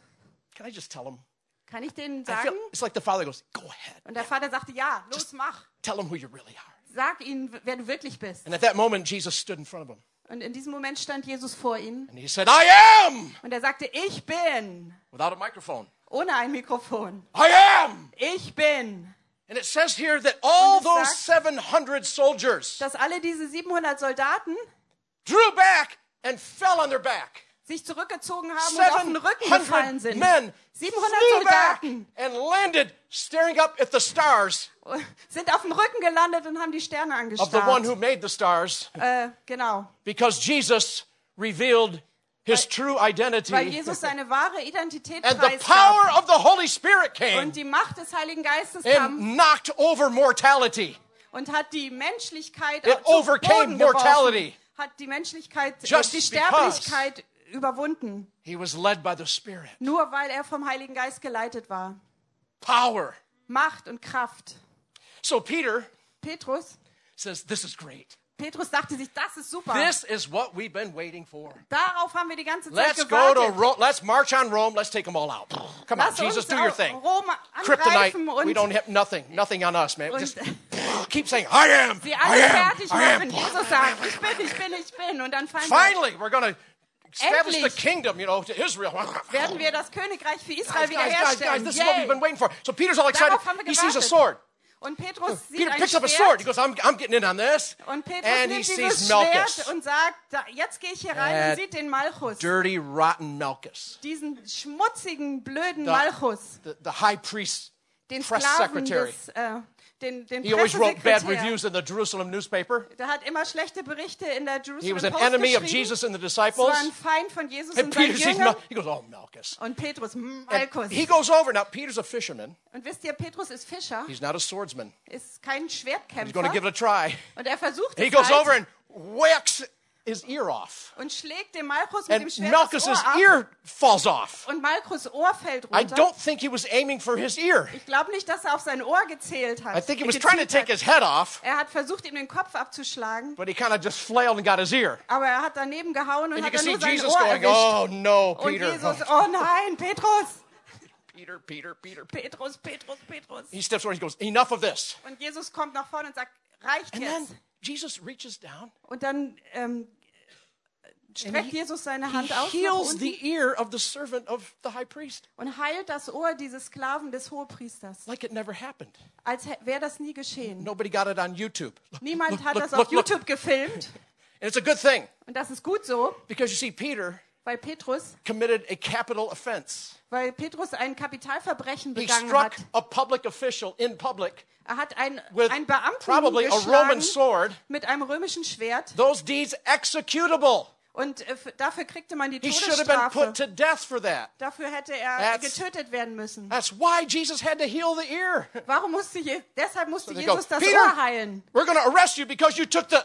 [SPEAKER 1] Can I just tell him?
[SPEAKER 2] Kann ich denen
[SPEAKER 1] I
[SPEAKER 2] sagen?
[SPEAKER 1] feel, it's like the Father goes, Go ahead.
[SPEAKER 2] Und der Vater sagte, ja, los, mach.
[SPEAKER 1] Tell him who you really are.
[SPEAKER 2] Sag ihnen, w- wer du wirklich bist.
[SPEAKER 1] And at that moment, Jesus stood in front of him
[SPEAKER 2] Und in diesem Moment stand Jesus vor ihnen.
[SPEAKER 1] and he said, I am,
[SPEAKER 2] Und er sagte, ich bin,
[SPEAKER 1] without a microphone.
[SPEAKER 2] ohne ein Mikrofon,
[SPEAKER 1] I am.
[SPEAKER 2] ich bin.
[SPEAKER 1] And it says here that all
[SPEAKER 2] Und
[SPEAKER 1] those
[SPEAKER 2] es sagt-
[SPEAKER 1] 700 soldiers
[SPEAKER 2] Dass alle diese 700 Soldaten
[SPEAKER 1] drew back and fell on their back.
[SPEAKER 2] sich zurückgezogen haben und auf den Rücken gefallen
[SPEAKER 1] 700
[SPEAKER 2] sind.
[SPEAKER 1] men
[SPEAKER 2] 700
[SPEAKER 1] flew back
[SPEAKER 2] Soldaten
[SPEAKER 1] and landed staring up at the stars
[SPEAKER 2] sind auf dem Rücken gelandet und haben die Sterne
[SPEAKER 1] of the one
[SPEAKER 2] angestarrt.
[SPEAKER 1] who made the stars
[SPEAKER 2] Äh, genau,
[SPEAKER 1] because Jesus revealed his true identity
[SPEAKER 2] weil
[SPEAKER 1] and
[SPEAKER 2] Jesus seine wahre Identität
[SPEAKER 1] the
[SPEAKER 2] preisgab.
[SPEAKER 1] power of the Holy Spirit came
[SPEAKER 2] Und die Macht des Heiligen Geistes kam
[SPEAKER 1] and knocked over mortality.
[SPEAKER 2] und hat die Menschlichkeit
[SPEAKER 1] It
[SPEAKER 2] auf den
[SPEAKER 1] overcame
[SPEAKER 2] Boden geworfen,
[SPEAKER 1] mortality.
[SPEAKER 2] hat die Menschlichkeit, äh,
[SPEAKER 1] Just
[SPEAKER 2] die
[SPEAKER 1] because.
[SPEAKER 2] Sterblichkeit überwunden,
[SPEAKER 1] He was led by the Spirit.
[SPEAKER 2] nur weil er vom Heiligen Geist geleitet war.
[SPEAKER 1] Power.
[SPEAKER 2] Macht und Kraft.
[SPEAKER 1] So Peter
[SPEAKER 2] Petrus,
[SPEAKER 1] says, This is great.
[SPEAKER 2] Petrus dachte sich, das ist super.
[SPEAKER 1] This is what we've been waiting for.
[SPEAKER 2] Darauf haben wir die ganze Zeit
[SPEAKER 1] Let's go
[SPEAKER 2] gewartet.
[SPEAKER 1] to Rome. Let's march on Rome. Let's take them all out. Come on,
[SPEAKER 2] Lass
[SPEAKER 1] Jesus,
[SPEAKER 2] uns
[SPEAKER 1] do your
[SPEAKER 2] au-
[SPEAKER 1] thing.
[SPEAKER 2] Rom angreifen
[SPEAKER 1] kryptonite. We
[SPEAKER 2] und
[SPEAKER 1] don't have nothing, nothing on us, man.
[SPEAKER 2] Und-
[SPEAKER 1] Just keep saying, I am,
[SPEAKER 2] sie
[SPEAKER 1] I
[SPEAKER 2] alle
[SPEAKER 1] am,
[SPEAKER 2] fertig
[SPEAKER 1] I
[SPEAKER 2] machen.
[SPEAKER 1] am.
[SPEAKER 2] Jesus sagt, ich bin, ich bin, ich bin. Und dann fallen wir,
[SPEAKER 1] Finally, we're going to establish the
[SPEAKER 2] Endlich.
[SPEAKER 1] kingdom, you know, to Israel. Guys,
[SPEAKER 2] werden wir das Königreich für
[SPEAKER 1] guys, guys,
[SPEAKER 2] Israel
[SPEAKER 1] guys,
[SPEAKER 2] wiederherstellen.
[SPEAKER 1] this is what we've
[SPEAKER 2] Yay.
[SPEAKER 1] been waiting for. So Peter's all excited.
[SPEAKER 2] haben wir
[SPEAKER 1] He sees a
[SPEAKER 2] gewartet.
[SPEAKER 1] sword.
[SPEAKER 2] Und Petrus sieht
[SPEAKER 1] Hm, Peter
[SPEAKER 2] ein
[SPEAKER 1] picks up a sword.
[SPEAKER 2] Schwert.
[SPEAKER 1] He goes, I'm, I'm getting in on this.
[SPEAKER 2] Und Petrus
[SPEAKER 1] And he
[SPEAKER 2] nimmt
[SPEAKER 1] sees
[SPEAKER 2] dieses Schwert
[SPEAKER 1] Malchus.
[SPEAKER 2] und sagt, da, jetzt gehe ich hier rein
[SPEAKER 1] That
[SPEAKER 2] und sieht den Malchus.
[SPEAKER 1] Dirty, rotten Malchus.
[SPEAKER 2] Diesen schmutzigen, blöden Malchus.
[SPEAKER 1] The, the high priest,
[SPEAKER 2] Den
[SPEAKER 1] press
[SPEAKER 2] Sklaven
[SPEAKER 1] secretary.
[SPEAKER 2] des, äh, den, den
[SPEAKER 1] He always wrote bad
[SPEAKER 2] Pressesekretär.
[SPEAKER 1] reviews in the Jerusalem newspaper.
[SPEAKER 2] Der hat immer schlechte Berichte in der
[SPEAKER 1] He
[SPEAKER 2] Jerusalem
[SPEAKER 1] was an
[SPEAKER 2] Post
[SPEAKER 1] enemy of
[SPEAKER 2] geschrieben.
[SPEAKER 1] Jesus and the
[SPEAKER 2] Es war
[SPEAKER 1] disciples.
[SPEAKER 2] ein Feind von Jesus
[SPEAKER 1] And
[SPEAKER 2] und seinen
[SPEAKER 1] Peter sees
[SPEAKER 2] Jüngern.
[SPEAKER 1] Malchus. He goes, oh, Malchus.
[SPEAKER 2] Und Petrus,
[SPEAKER 1] And
[SPEAKER 2] Malchus.
[SPEAKER 1] he goes over. Now, Peter's a fisherman.
[SPEAKER 2] Und wisst ihr, Petrus ist Fischer,
[SPEAKER 1] He's not a swordsman.
[SPEAKER 2] ist kein
[SPEAKER 1] He's going to give it
[SPEAKER 2] Schwertkämpfer.
[SPEAKER 1] a try.
[SPEAKER 2] Und er versucht
[SPEAKER 1] He
[SPEAKER 2] es
[SPEAKER 1] goes over and
[SPEAKER 2] halt
[SPEAKER 1] whacks his ear off.
[SPEAKER 2] und schlägt dem Malchus mit
[SPEAKER 1] And
[SPEAKER 2] dem Schwert das
[SPEAKER 1] Malchus's
[SPEAKER 2] Ohr ab.
[SPEAKER 1] ear falls off.
[SPEAKER 2] Und Malchus Ohr fällt
[SPEAKER 1] I
[SPEAKER 2] runter.
[SPEAKER 1] don't think he was aiming for his ear.
[SPEAKER 2] Ich glaube nicht, dass er auf sein Ohr gezählt hat.
[SPEAKER 1] I think he was trying to
[SPEAKER 2] gezielt hat.
[SPEAKER 1] take his head off,
[SPEAKER 2] Er hat versucht, ihm den Kopf abzuschlagen,
[SPEAKER 1] but he kind of just flailed and got his ear.
[SPEAKER 2] aber er hat daneben gehauen und
[SPEAKER 1] And you
[SPEAKER 2] hat
[SPEAKER 1] can
[SPEAKER 2] dann
[SPEAKER 1] see
[SPEAKER 2] nur sein
[SPEAKER 1] Jesus
[SPEAKER 2] Ohr
[SPEAKER 1] going,
[SPEAKER 2] erwischt.
[SPEAKER 1] oh no,
[SPEAKER 2] und
[SPEAKER 1] Peter.
[SPEAKER 2] Jesus,
[SPEAKER 1] Oh,
[SPEAKER 2] oh nein, Petrus,
[SPEAKER 1] Peter, Peter, Peter. Peter."
[SPEAKER 2] Petrus, Petrus, Petrus.
[SPEAKER 1] He steps forward and he goes, enough of this.
[SPEAKER 2] Und Jesus kommt nach vorne und sagt, reicht
[SPEAKER 1] And then
[SPEAKER 2] jetzt.
[SPEAKER 1] Jesus reaches down.
[SPEAKER 2] Und dann
[SPEAKER 1] he-
[SPEAKER 2] ähm, streckt Jesus seine
[SPEAKER 1] He
[SPEAKER 2] Hand aus nach
[SPEAKER 1] heals
[SPEAKER 2] unten
[SPEAKER 1] the ear of the servant of the high priest
[SPEAKER 2] und heilt das Ohr dieses Sklaven des Hohepriesters,
[SPEAKER 1] like it never happened.
[SPEAKER 2] als wäre das nie geschehen.
[SPEAKER 1] Nobody got it on YouTube.
[SPEAKER 2] Niemand hat
[SPEAKER 1] look,
[SPEAKER 2] das
[SPEAKER 1] look,
[SPEAKER 2] auf
[SPEAKER 1] look.
[SPEAKER 2] YouTube gefilmt.
[SPEAKER 1] And it's a good thing
[SPEAKER 2] Und das ist gut so,
[SPEAKER 1] because you see, Peter
[SPEAKER 2] weil Petrus,
[SPEAKER 1] committed a capital offense.
[SPEAKER 2] weil Petrus ein Kapitalverbrechen
[SPEAKER 1] He
[SPEAKER 2] begangen
[SPEAKER 1] struck
[SPEAKER 2] hat.
[SPEAKER 1] a public official in public
[SPEAKER 2] Er hat einen,
[SPEAKER 1] with
[SPEAKER 2] einen Beamten
[SPEAKER 1] probably a Roman
[SPEAKER 2] geschlagen
[SPEAKER 1] sword.
[SPEAKER 2] mit einem römischen Schwert
[SPEAKER 1] Those deeds executable.
[SPEAKER 2] und äh, f- dafür kriegte man die
[SPEAKER 1] He should have been
[SPEAKER 2] Todesstrafe.
[SPEAKER 1] put to death for that.
[SPEAKER 2] Dafür hätte er
[SPEAKER 1] That's-
[SPEAKER 2] getötet werden müssen.
[SPEAKER 1] That's why Jesus had to heal the ear.
[SPEAKER 2] Warum musste Je deshalb musste
[SPEAKER 1] They go,
[SPEAKER 2] Jesus das
[SPEAKER 1] Peter,
[SPEAKER 2] Ohr heilen?
[SPEAKER 1] we're going to arrest you because you took the.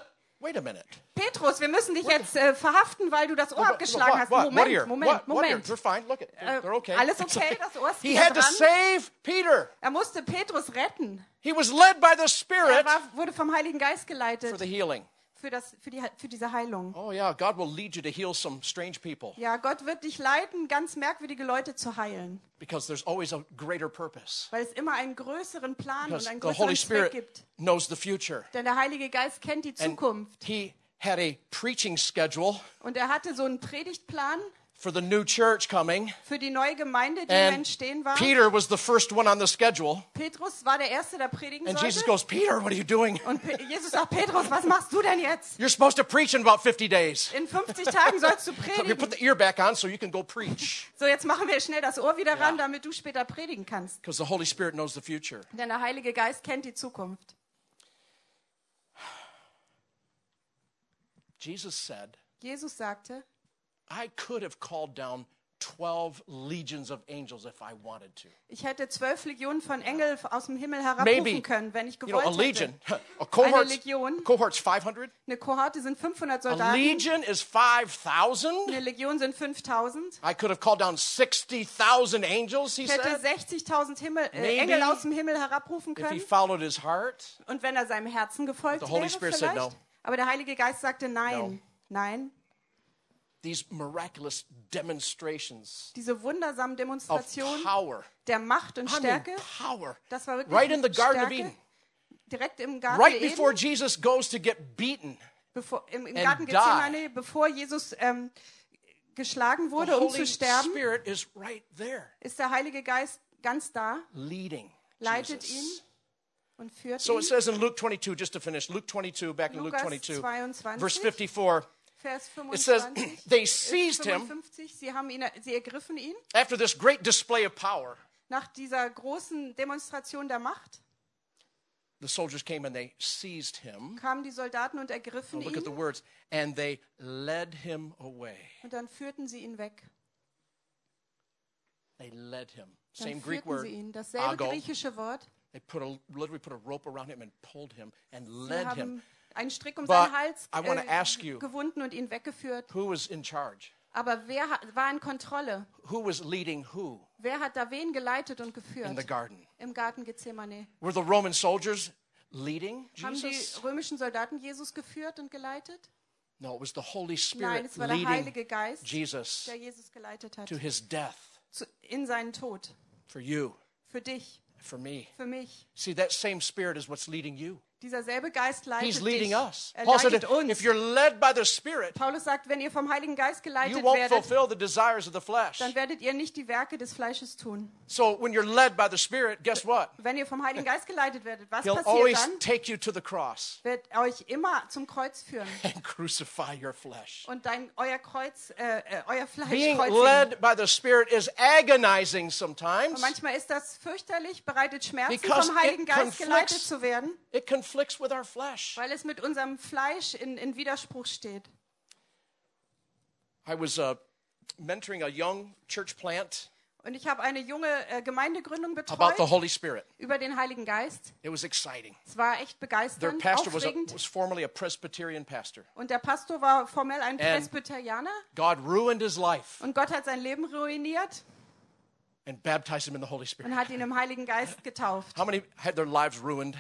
[SPEAKER 1] Wait a minute.
[SPEAKER 2] Petrus, wir müssen dich jetzt äh, verhaften, weil du das Ohr abgeschlagen
[SPEAKER 1] What,
[SPEAKER 2] hast.
[SPEAKER 1] what, what ear?
[SPEAKER 2] Moment, Moment,
[SPEAKER 1] What- what ear?
[SPEAKER 2] Moment.
[SPEAKER 1] They're fine. Look, it. They're,
[SPEAKER 2] Äh,
[SPEAKER 1] they're okay.
[SPEAKER 2] alles okay, das Ohr ist
[SPEAKER 1] He
[SPEAKER 2] wieder
[SPEAKER 1] had to
[SPEAKER 2] dran.
[SPEAKER 1] save Peter.
[SPEAKER 2] Er musste Petrus retten.
[SPEAKER 1] He was led by the
[SPEAKER 2] Er
[SPEAKER 1] Spirit
[SPEAKER 2] war, wurde vom Heiligen Geist
[SPEAKER 1] for
[SPEAKER 2] geleitet
[SPEAKER 1] the healing.
[SPEAKER 2] für, das, für, die, für diese Heilung.
[SPEAKER 1] Oh, yeah, God will lead you to heal some strange people.
[SPEAKER 2] Ja, Gott wird dich leiten, ganz merkwürdige Leute zu heilen,
[SPEAKER 1] because there's always a greater purpose.
[SPEAKER 2] weil es immer einen größeren Plan
[SPEAKER 1] Because
[SPEAKER 2] und einen
[SPEAKER 1] the Holy
[SPEAKER 2] größeren Zweck
[SPEAKER 1] Spirit
[SPEAKER 2] gibt.
[SPEAKER 1] knows the future.
[SPEAKER 2] Denn der Heilige Geist kennt die
[SPEAKER 1] And
[SPEAKER 2] Zukunft.
[SPEAKER 1] he had a preaching schedule
[SPEAKER 2] Und er hatte so einen Predigtplan
[SPEAKER 1] for the new church coming.
[SPEAKER 2] für die neue Gemeinde, die im
[SPEAKER 1] And
[SPEAKER 2] Entstehen war.
[SPEAKER 1] Peter was the first one on the schedule.
[SPEAKER 2] Petrus war der Erste, der predigen
[SPEAKER 1] And
[SPEAKER 2] sollte.
[SPEAKER 1] Jesus goes, Peter, what are you doing?
[SPEAKER 2] und Pe Jesus sagt, Petrus, was machst du denn jetzt?
[SPEAKER 1] You're supposed to preach in about 50 days.
[SPEAKER 2] In 50 Tagen sollst du
[SPEAKER 1] So you put
[SPEAKER 2] predigen.
[SPEAKER 1] the ear back on so you can go preach.
[SPEAKER 2] So, jetzt machen wir schnell das Ohr wieder ran,
[SPEAKER 1] Ja.
[SPEAKER 2] damit du später predigen kannst.
[SPEAKER 1] Because the Holy Spirit knows the future.
[SPEAKER 2] Denn der Heilige Geist kennt die Zukunft.
[SPEAKER 1] Jesus said,
[SPEAKER 2] Jesus sagte,
[SPEAKER 1] I could have called down 12 legions of angels if I wanted to.
[SPEAKER 2] Ich hätte zwölf Legionen von Engeln aus dem Himmel
[SPEAKER 1] Maybe
[SPEAKER 2] herabrufen können, wenn ich
[SPEAKER 1] you know,
[SPEAKER 2] gewollt
[SPEAKER 1] a legion,
[SPEAKER 2] hätte.
[SPEAKER 1] a cohort,
[SPEAKER 2] Legion.
[SPEAKER 1] cohort's 500.
[SPEAKER 2] Eine Kohorte sind 500
[SPEAKER 1] A
[SPEAKER 2] Soldaten,
[SPEAKER 1] legion is 5,000.
[SPEAKER 2] eine Legion sind 5000.
[SPEAKER 1] I could have called down 60,000 angels, he
[SPEAKER 2] Ich hätte
[SPEAKER 1] said,
[SPEAKER 2] 60.000 Himmel, äh,
[SPEAKER 1] Maybe.
[SPEAKER 2] Engel aus dem Himmel herabrufen
[SPEAKER 1] if he
[SPEAKER 2] können.
[SPEAKER 1] followed his heart.
[SPEAKER 2] Und wenn er seinem Herzen gefolgt
[SPEAKER 1] But the Holy
[SPEAKER 2] wäre
[SPEAKER 1] Spirit
[SPEAKER 2] vielleicht.
[SPEAKER 1] said no.
[SPEAKER 2] Aber der Heilige Geist sagte nein.
[SPEAKER 1] No.
[SPEAKER 2] Nein.
[SPEAKER 1] These miraculous demonstrations
[SPEAKER 2] Diese wundersamen
[SPEAKER 1] of
[SPEAKER 2] Demonstrationen
[SPEAKER 1] power.
[SPEAKER 2] der Macht und
[SPEAKER 1] I mean,
[SPEAKER 2] Stärke,
[SPEAKER 1] power.
[SPEAKER 2] das war wirklich
[SPEAKER 1] Right in the Garden of
[SPEAKER 2] Stärke.
[SPEAKER 1] Eden.
[SPEAKER 2] direkt im Garten
[SPEAKER 1] Right
[SPEAKER 2] Eden,
[SPEAKER 1] before Jesus goes to get beaten,
[SPEAKER 2] bevor, im, im
[SPEAKER 1] and
[SPEAKER 2] Garten
[SPEAKER 1] die.
[SPEAKER 2] Gethsemane, bevor Jesus ähm, geschlagen
[SPEAKER 1] the
[SPEAKER 2] wurde, um
[SPEAKER 1] Holy
[SPEAKER 2] zu sterben,
[SPEAKER 1] Spirit is right there,
[SPEAKER 2] ist der Heilige Geist ganz da
[SPEAKER 1] leading
[SPEAKER 2] Leitet
[SPEAKER 1] Jesus.
[SPEAKER 2] ihn. und führt
[SPEAKER 1] So it
[SPEAKER 2] ihn.
[SPEAKER 1] says in Luke 22, just to finish, Luke 22, back in Luke
[SPEAKER 2] Lukas
[SPEAKER 1] 22,
[SPEAKER 2] 22,
[SPEAKER 1] verse 54,
[SPEAKER 2] Vers
[SPEAKER 1] it says,
[SPEAKER 2] 25.
[SPEAKER 1] they seized him
[SPEAKER 2] 55, sie, haben ihn, sie ergriffen ihn
[SPEAKER 1] after this great display of power.
[SPEAKER 2] nach dieser großen Demonstration der Macht.
[SPEAKER 1] The soldiers came and they seized him. Oh,
[SPEAKER 2] kamen die Soldaten und ergriffen
[SPEAKER 1] Look at the
[SPEAKER 2] ihn
[SPEAKER 1] words. And they led him away.
[SPEAKER 2] und dann führten sie ihn weg.
[SPEAKER 1] They led him.
[SPEAKER 2] Dann
[SPEAKER 1] Same Greek
[SPEAKER 2] führten
[SPEAKER 1] word.
[SPEAKER 2] sie ihn. Dasselbe
[SPEAKER 1] ago.
[SPEAKER 2] griechische Wort.
[SPEAKER 1] They put a, literally put a rope around him and pulled him and
[SPEAKER 2] Sie
[SPEAKER 1] led him.
[SPEAKER 2] haben einen Strick um
[SPEAKER 1] But
[SPEAKER 2] seinen Hals
[SPEAKER 1] I wanna ask you-
[SPEAKER 2] äh, gewunden und ihn weggeführt.
[SPEAKER 1] Who was in charge?
[SPEAKER 2] Aber wer ha- war in Kontrolle?
[SPEAKER 1] Who was leading who
[SPEAKER 2] Wer hat da wen geleitet und
[SPEAKER 1] in the
[SPEAKER 2] geführt?
[SPEAKER 1] garden?
[SPEAKER 2] Im Garten Gethsemane.
[SPEAKER 1] Were the Roman soldiers leading
[SPEAKER 2] Haben die
[SPEAKER 1] Jesus?
[SPEAKER 2] römischen Soldaten Jesus geführt und geleitet?
[SPEAKER 1] No, it was the Holy
[SPEAKER 2] Nein,
[SPEAKER 1] Spirit
[SPEAKER 2] es war der
[SPEAKER 1] leading
[SPEAKER 2] Heilige Geist,
[SPEAKER 1] Jesus
[SPEAKER 2] der Jesus geleitet hat.
[SPEAKER 1] to his death
[SPEAKER 2] Zu, in seinen Tod.
[SPEAKER 1] for you,
[SPEAKER 2] Für dich,
[SPEAKER 1] for me.
[SPEAKER 2] für mich.
[SPEAKER 1] See, that same Spirit is what's leading you.
[SPEAKER 2] Dieser selbe Geist leitet
[SPEAKER 1] He's leading
[SPEAKER 2] dich.
[SPEAKER 1] us.
[SPEAKER 2] Er
[SPEAKER 1] Paul said,
[SPEAKER 2] leitet uns.
[SPEAKER 1] if you're led by the Spirit,
[SPEAKER 2] Paulus sagt, wenn ihr vom Heiligen Geist
[SPEAKER 1] you
[SPEAKER 2] geleitet
[SPEAKER 1] won't
[SPEAKER 2] werdet,
[SPEAKER 1] fulfill the desires of the flesh.
[SPEAKER 2] dann werdet ihr nicht die Werke des Fleisches tun.
[SPEAKER 1] So when you're led by the Spirit, guess what?
[SPEAKER 2] Wenn ihr vom Heiligen Geist geleitet werdet, was
[SPEAKER 1] He'll
[SPEAKER 2] passiert
[SPEAKER 1] always
[SPEAKER 2] dann?
[SPEAKER 1] take you to the cross
[SPEAKER 2] Wird euch immer zum Kreuz führen
[SPEAKER 1] and crucify your flesh.
[SPEAKER 2] und dein, euer Kreuz, äh, äh, euer Fleisch
[SPEAKER 1] Being
[SPEAKER 2] kreuzigen.
[SPEAKER 1] led by the Spirit is agonizing
[SPEAKER 2] Und
[SPEAKER 1] sometimes.
[SPEAKER 2] manchmal ist das fürchterlich, bereitet Schmerzen,
[SPEAKER 1] Because
[SPEAKER 2] vom Heiligen
[SPEAKER 1] it
[SPEAKER 2] Geist geleitet
[SPEAKER 1] conflicts-
[SPEAKER 2] zu werden,
[SPEAKER 1] It conflicts with our flesh.
[SPEAKER 2] weil es mit unserem Fleisch in, in Widerspruch steht.
[SPEAKER 1] I was uh, mentoring a young church plant
[SPEAKER 2] Und ich habe eine junge äh, Gemeindegründung
[SPEAKER 1] about the
[SPEAKER 2] betreut
[SPEAKER 1] Holy Spirit.
[SPEAKER 2] über den Heiligen Geist.
[SPEAKER 1] It was exciting.
[SPEAKER 2] Es war echt
[SPEAKER 1] Their
[SPEAKER 2] begeisternd,
[SPEAKER 1] pastor was, a,
[SPEAKER 2] aufregend.
[SPEAKER 1] was formerly a Presbyterian pastor.
[SPEAKER 2] Und der Pastor war formell
[SPEAKER 1] And-
[SPEAKER 2] ein Presbyterianer.
[SPEAKER 1] God ruined his life
[SPEAKER 2] Und Gott hat sein Leben ruiniert
[SPEAKER 1] and baptized him in the Holy Spirit.
[SPEAKER 2] und hat ihn im Heiligen Geist getauft.
[SPEAKER 1] How many had their lives ruined?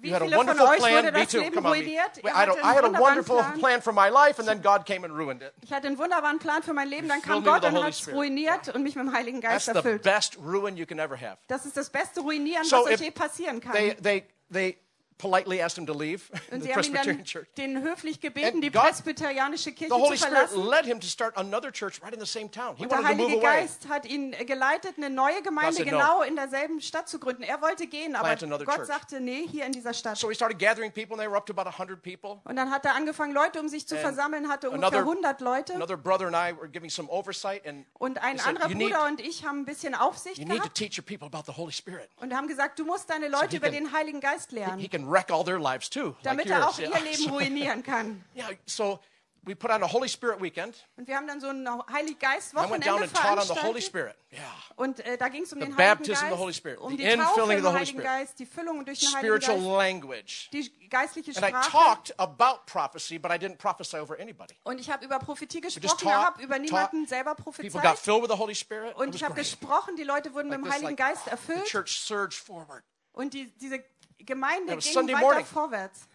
[SPEAKER 2] Wie
[SPEAKER 1] You had a
[SPEAKER 2] viele von
[SPEAKER 1] wonderful
[SPEAKER 2] euch
[SPEAKER 1] plan.
[SPEAKER 2] wurde
[SPEAKER 1] Me
[SPEAKER 2] das
[SPEAKER 1] too.
[SPEAKER 2] Leben
[SPEAKER 1] Come on. me.
[SPEAKER 2] ruiniert?
[SPEAKER 1] Wait,
[SPEAKER 2] Ihr
[SPEAKER 1] I, don't,
[SPEAKER 2] hattet
[SPEAKER 1] I had a
[SPEAKER 2] einen wunderbaren
[SPEAKER 1] wonderful
[SPEAKER 2] Plan.
[SPEAKER 1] plan for my life, and then God came and ruined it.
[SPEAKER 2] Ich hatte einen wunderbaren Plan für mein Leben, dann kam
[SPEAKER 1] filled me with
[SPEAKER 2] Gott
[SPEAKER 1] the
[SPEAKER 2] und
[SPEAKER 1] Holy
[SPEAKER 2] hat es
[SPEAKER 1] Spirit.
[SPEAKER 2] ruiniert und mich mit dem Heiligen
[SPEAKER 1] That's
[SPEAKER 2] Geist
[SPEAKER 1] the
[SPEAKER 2] erfüllt.
[SPEAKER 1] best ruin you can ever have.
[SPEAKER 2] Das ist das beste Ruinieren,
[SPEAKER 1] So
[SPEAKER 2] was
[SPEAKER 1] if
[SPEAKER 2] euch je passieren kann.
[SPEAKER 1] They, they, they politely asked him to leave
[SPEAKER 2] und
[SPEAKER 1] the
[SPEAKER 2] sie haben ihn
[SPEAKER 1] Presbyterian
[SPEAKER 2] dann
[SPEAKER 1] church.
[SPEAKER 2] den höflich gebeten,
[SPEAKER 1] And
[SPEAKER 2] die
[SPEAKER 1] God-
[SPEAKER 2] presbyterianische Kirche
[SPEAKER 1] The Holy
[SPEAKER 2] zu
[SPEAKER 1] Spirit
[SPEAKER 2] verlassen.
[SPEAKER 1] led him to start another church right in the same town. He
[SPEAKER 2] Der
[SPEAKER 1] wanted to move
[SPEAKER 2] Heilige
[SPEAKER 1] away.
[SPEAKER 2] Geist hat ihn äh, geleitet, eine neue Gemeinde
[SPEAKER 1] said no.
[SPEAKER 2] genau in derselben Stadt zu gründen. Er wollte gehen, aber
[SPEAKER 1] Plant another
[SPEAKER 2] Gott
[SPEAKER 1] church.
[SPEAKER 2] sagte, nee, hier in dieser Stadt.
[SPEAKER 1] So he started gathering people, and they were up to about 100 people.
[SPEAKER 2] Und dann hat er angefangen, Leute um sich zu versammeln, hatte ungefähr
[SPEAKER 1] another-
[SPEAKER 2] 100 Leute.
[SPEAKER 1] Another brother and I were giving some oversight, and he
[SPEAKER 2] Und ein
[SPEAKER 1] said,
[SPEAKER 2] anderer
[SPEAKER 1] you need,
[SPEAKER 2] Bruder und ich haben ein bisschen Aufsicht
[SPEAKER 1] you need to
[SPEAKER 2] gehabt
[SPEAKER 1] teach your people about the Holy Spirit.
[SPEAKER 2] und haben gesagt, du musst deine Leute
[SPEAKER 1] he
[SPEAKER 2] über
[SPEAKER 1] can-
[SPEAKER 2] den Heiligen Geist
[SPEAKER 1] He
[SPEAKER 2] lernen,
[SPEAKER 1] can wreck all their lives too, like
[SPEAKER 2] damit er
[SPEAKER 1] yours.
[SPEAKER 2] auch ihr Leben
[SPEAKER 1] so,
[SPEAKER 2] ruinieren kann.
[SPEAKER 1] yeah, so we put on a Holy Spirit weekend.
[SPEAKER 2] Und wir haben dann so ein
[SPEAKER 1] I
[SPEAKER 2] Heilig
[SPEAKER 1] went down
[SPEAKER 2] Geist-Wochenende
[SPEAKER 1] and taught on the Holy
[SPEAKER 2] veranstaltet.
[SPEAKER 1] Spirit. Yeah,
[SPEAKER 2] Und äh, da ging es um den Heiligen
[SPEAKER 1] baptism of
[SPEAKER 2] Geist,
[SPEAKER 1] the Holy Spirit,
[SPEAKER 2] um
[SPEAKER 1] the
[SPEAKER 2] die Taufe
[SPEAKER 1] infilling of
[SPEAKER 2] im
[SPEAKER 1] the Holy
[SPEAKER 2] Heiligen
[SPEAKER 1] Spirit,
[SPEAKER 2] Geist, die Füllung durch den Heiligen
[SPEAKER 1] spiritual
[SPEAKER 2] Geist,
[SPEAKER 1] language.
[SPEAKER 2] die geistliche
[SPEAKER 1] And I
[SPEAKER 2] Sprache.
[SPEAKER 1] talked about prophecy, but I didn't prophesy over anybody.
[SPEAKER 2] Und ich habe über Prophetie
[SPEAKER 1] just
[SPEAKER 2] gesprochen,
[SPEAKER 1] taught-
[SPEAKER 2] habe über niemanden
[SPEAKER 1] taught.
[SPEAKER 2] selber
[SPEAKER 1] People got
[SPEAKER 2] prophezeit.
[SPEAKER 1] filled with the Holy Spirit. It
[SPEAKER 2] Und
[SPEAKER 1] was
[SPEAKER 2] ich habe
[SPEAKER 1] great.
[SPEAKER 2] gesprochen, die Leute wurden mit dem
[SPEAKER 1] This,
[SPEAKER 2] Heiligen
[SPEAKER 1] like,
[SPEAKER 2] Geist
[SPEAKER 1] the
[SPEAKER 2] erfüllt.
[SPEAKER 1] church surged forward.
[SPEAKER 2] Und die, diese Gemeinde
[SPEAKER 1] It was
[SPEAKER 2] ging
[SPEAKER 1] Sunday
[SPEAKER 2] weiter
[SPEAKER 1] morning.
[SPEAKER 2] vorwärts.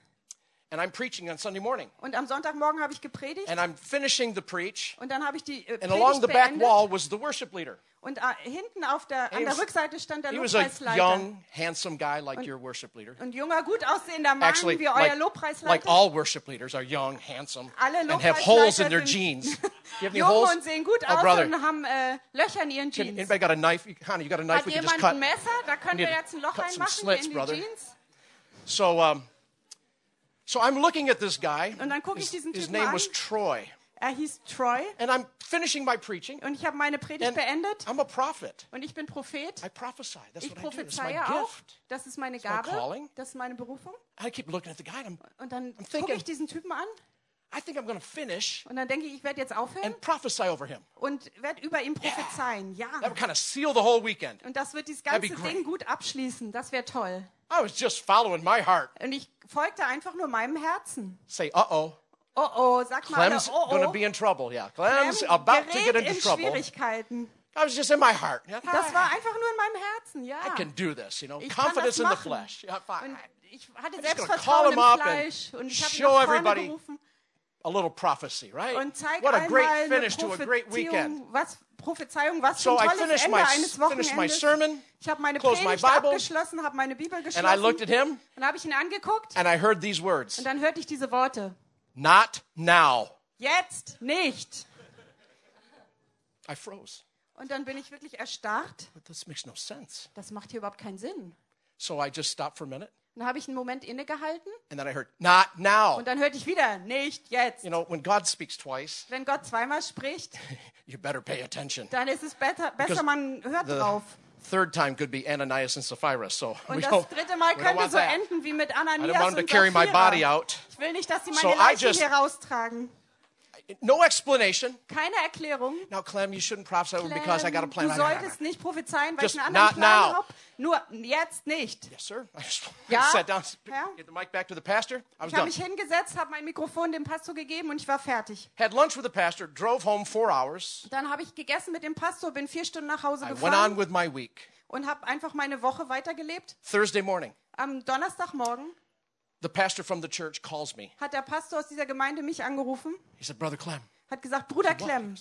[SPEAKER 1] And I'm preaching on Sunday morning.
[SPEAKER 2] Und am Sonntagmorgen habe ich gepredigt
[SPEAKER 1] And I'm finishing the preach.
[SPEAKER 2] und dann habe ich die äh,
[SPEAKER 1] And along
[SPEAKER 2] Predigt
[SPEAKER 1] the back
[SPEAKER 2] beendet.
[SPEAKER 1] wall was the worship leader.
[SPEAKER 2] Und äh, hinten auf der, an
[SPEAKER 1] He
[SPEAKER 2] der
[SPEAKER 1] was-
[SPEAKER 2] Rückseite stand der
[SPEAKER 1] He was a
[SPEAKER 2] Lobpreisleiter.
[SPEAKER 1] young, handsome guy like your worship leader.
[SPEAKER 2] Und junger, gut aussehender Mann
[SPEAKER 1] Actually,
[SPEAKER 2] wie euer
[SPEAKER 1] like, like
[SPEAKER 2] Lobpreisleiter.
[SPEAKER 1] all worship leaders are young, handsome,
[SPEAKER 2] Alle
[SPEAKER 1] and have holes in
[SPEAKER 2] Lobpreisleiter
[SPEAKER 1] their
[SPEAKER 2] sind
[SPEAKER 1] jeans. Do you have any
[SPEAKER 2] Jung
[SPEAKER 1] holes?
[SPEAKER 2] und sehen gut
[SPEAKER 1] Oh,
[SPEAKER 2] aus
[SPEAKER 1] brother.
[SPEAKER 2] und haben äh, Löcher in ihren
[SPEAKER 1] Can-
[SPEAKER 2] Jeans.
[SPEAKER 1] anybody got a knife? You- Hannah, you got a knife
[SPEAKER 2] Hat
[SPEAKER 1] we can just
[SPEAKER 2] jemand
[SPEAKER 1] cut.
[SPEAKER 2] ein Messer? Da können
[SPEAKER 1] We
[SPEAKER 2] wir
[SPEAKER 1] need to
[SPEAKER 2] jetzt ein Loch
[SPEAKER 1] cut some
[SPEAKER 2] reinmachen
[SPEAKER 1] slits,
[SPEAKER 2] in die
[SPEAKER 1] brother.
[SPEAKER 2] Jeans.
[SPEAKER 1] So, um, so I'm looking at this guy.
[SPEAKER 2] Und dann gucke ich
[SPEAKER 1] His,
[SPEAKER 2] diesen
[SPEAKER 1] his
[SPEAKER 2] Typen
[SPEAKER 1] name
[SPEAKER 2] an.
[SPEAKER 1] was Troy.
[SPEAKER 2] Er hieß Troy
[SPEAKER 1] And I'm finishing my preaching.
[SPEAKER 2] und ich habe meine Predigt
[SPEAKER 1] And
[SPEAKER 2] beendet.
[SPEAKER 1] I'm a prophet.
[SPEAKER 2] Und ich bin Prophet.
[SPEAKER 1] I prophesy. That's
[SPEAKER 2] Ich
[SPEAKER 1] what I do. It's my
[SPEAKER 2] prophezeie auch.
[SPEAKER 1] gift.
[SPEAKER 2] Das ist meine
[SPEAKER 1] my
[SPEAKER 2] Gabe.
[SPEAKER 1] calling.
[SPEAKER 2] Das ist meine Berufung.
[SPEAKER 1] I keep looking at the guy and I'm,
[SPEAKER 2] Und dann
[SPEAKER 1] thinking-
[SPEAKER 2] gucke ich diesen Typen an
[SPEAKER 1] I think I'm going to finish
[SPEAKER 2] Und dann denke ich, ich werde jetzt aufhören
[SPEAKER 1] and prophesy over him.
[SPEAKER 2] und werde über ihn prophezeien. Ja.
[SPEAKER 1] That would kind of seal the whole weekend.
[SPEAKER 2] Und das wird dieses
[SPEAKER 1] That'd
[SPEAKER 2] ganze
[SPEAKER 1] be great.
[SPEAKER 2] Ding gut abschließen. Das wäre toll.
[SPEAKER 1] I was just following my heart.
[SPEAKER 2] Und ich folgte einfach nur meinem Herzen.
[SPEAKER 1] Say, uh oh,
[SPEAKER 2] Oh oh, sag mal, alle,
[SPEAKER 1] Clem's
[SPEAKER 2] oh
[SPEAKER 1] going
[SPEAKER 2] oh.
[SPEAKER 1] to be in trouble. Yeah,
[SPEAKER 2] Clem
[SPEAKER 1] Clem's about to
[SPEAKER 2] gerät
[SPEAKER 1] get into
[SPEAKER 2] in
[SPEAKER 1] trouble.
[SPEAKER 2] Schwierigkeiten.
[SPEAKER 1] I was just in my heart. Yeah,
[SPEAKER 2] Das
[SPEAKER 1] I
[SPEAKER 2] war einfach nur in meinem Herzen, ja.
[SPEAKER 1] can do this, you know.
[SPEAKER 2] Ich kann
[SPEAKER 1] Confidence
[SPEAKER 2] das
[SPEAKER 1] in the
[SPEAKER 2] machen.
[SPEAKER 1] flesh. Yeah, fine.
[SPEAKER 2] Und ich
[SPEAKER 1] just
[SPEAKER 2] hatte
[SPEAKER 1] gonna
[SPEAKER 2] Selbstvertrauen
[SPEAKER 1] call
[SPEAKER 2] im
[SPEAKER 1] him up and
[SPEAKER 2] Fleisch und ich habe ihn
[SPEAKER 1] show
[SPEAKER 2] nach vorne
[SPEAKER 1] everybody.
[SPEAKER 2] gerufen.
[SPEAKER 1] A little prophecy, right?
[SPEAKER 2] Und zeig
[SPEAKER 1] What a
[SPEAKER 2] einmal
[SPEAKER 1] great
[SPEAKER 2] eine
[SPEAKER 1] finish to a great weekend.
[SPEAKER 2] Prophezeiung, was, Prophezeiung, was
[SPEAKER 1] So
[SPEAKER 2] für
[SPEAKER 1] I
[SPEAKER 2] ein tolles
[SPEAKER 1] finished
[SPEAKER 2] Ende
[SPEAKER 1] my,
[SPEAKER 2] eines
[SPEAKER 1] finished my
[SPEAKER 2] Wochenendes.
[SPEAKER 1] sermon,
[SPEAKER 2] Ich habe meine
[SPEAKER 1] closed my
[SPEAKER 2] Predigt
[SPEAKER 1] Bible,
[SPEAKER 2] abgeschlossen, habe meine Bibel geschlossen.
[SPEAKER 1] and I looked at him,
[SPEAKER 2] dann habe ich ihn angeguckt
[SPEAKER 1] and I heard these words
[SPEAKER 2] und dann hörte ich diese Worte.
[SPEAKER 1] Not now.
[SPEAKER 2] Jetzt nicht.
[SPEAKER 1] I froze.
[SPEAKER 2] Und dann bin ich wirklich erstarrt.
[SPEAKER 1] But this makes no sense.
[SPEAKER 2] Das macht hier überhaupt keinen Sinn.
[SPEAKER 1] So I just stopped for a minute,
[SPEAKER 2] Dann habe ich einen Moment innegehalten
[SPEAKER 1] and then I heard, Not now.
[SPEAKER 2] und dann hörte ich wieder, nicht jetzt.
[SPEAKER 1] You know, when God speaks twice,
[SPEAKER 2] Wenn Gott zweimal spricht,
[SPEAKER 1] you better pay attention.
[SPEAKER 2] dann ist es besser,
[SPEAKER 1] Because
[SPEAKER 2] besser man hört
[SPEAKER 1] the-
[SPEAKER 2] drauf.
[SPEAKER 1] Third time could be Ananias and Sapphira, so we
[SPEAKER 2] Und
[SPEAKER 1] don't,
[SPEAKER 2] das dritte Mal
[SPEAKER 1] we don't
[SPEAKER 2] könnte
[SPEAKER 1] want
[SPEAKER 2] so
[SPEAKER 1] that.
[SPEAKER 2] enden wie mit
[SPEAKER 1] I don't want
[SPEAKER 2] Ananias
[SPEAKER 1] them
[SPEAKER 2] und
[SPEAKER 1] to carry my body
[SPEAKER 2] Sapphira.
[SPEAKER 1] out.
[SPEAKER 2] Ich will nicht, dass sie
[SPEAKER 1] So
[SPEAKER 2] meine
[SPEAKER 1] I
[SPEAKER 2] Leichen
[SPEAKER 1] just-
[SPEAKER 2] hier raustragen.
[SPEAKER 1] No explanation.
[SPEAKER 2] Keine Erklärung.
[SPEAKER 1] Now, Clem, you shouldn't prophesy because I got a
[SPEAKER 2] Ähm,
[SPEAKER 1] plan.
[SPEAKER 2] Du solltest nicht prophezeien, weil
[SPEAKER 1] Just
[SPEAKER 2] ich einen anderen
[SPEAKER 1] not
[SPEAKER 2] Plan
[SPEAKER 1] now.
[SPEAKER 2] habe. Nur jetzt nicht.
[SPEAKER 1] Yes, sir. I just
[SPEAKER 2] Ja?
[SPEAKER 1] sat down,
[SPEAKER 2] Ja?
[SPEAKER 1] get the mic back to the pastor. I was
[SPEAKER 2] Ich
[SPEAKER 1] done.
[SPEAKER 2] habe mich hingesetzt, habe mein Mikrofon dem Pastor gegeben und ich war fertig.
[SPEAKER 1] Had lunch with the pastor, drove home four hours.
[SPEAKER 2] Dann habe ich gegessen mit dem Pastor, bin vier Stunden nach Hause
[SPEAKER 1] I went on
[SPEAKER 2] gefahren
[SPEAKER 1] with my week.
[SPEAKER 2] und habe einfach meine Woche weitergelebt.
[SPEAKER 1] Thursday morning,
[SPEAKER 2] Am Donnerstagmorgen
[SPEAKER 1] the pastor from the church calls me.
[SPEAKER 2] hat der Pastor aus dieser Gemeinde mich angerufen,
[SPEAKER 1] He said, Brother Clem,
[SPEAKER 2] hat gesagt, Bruder Clem,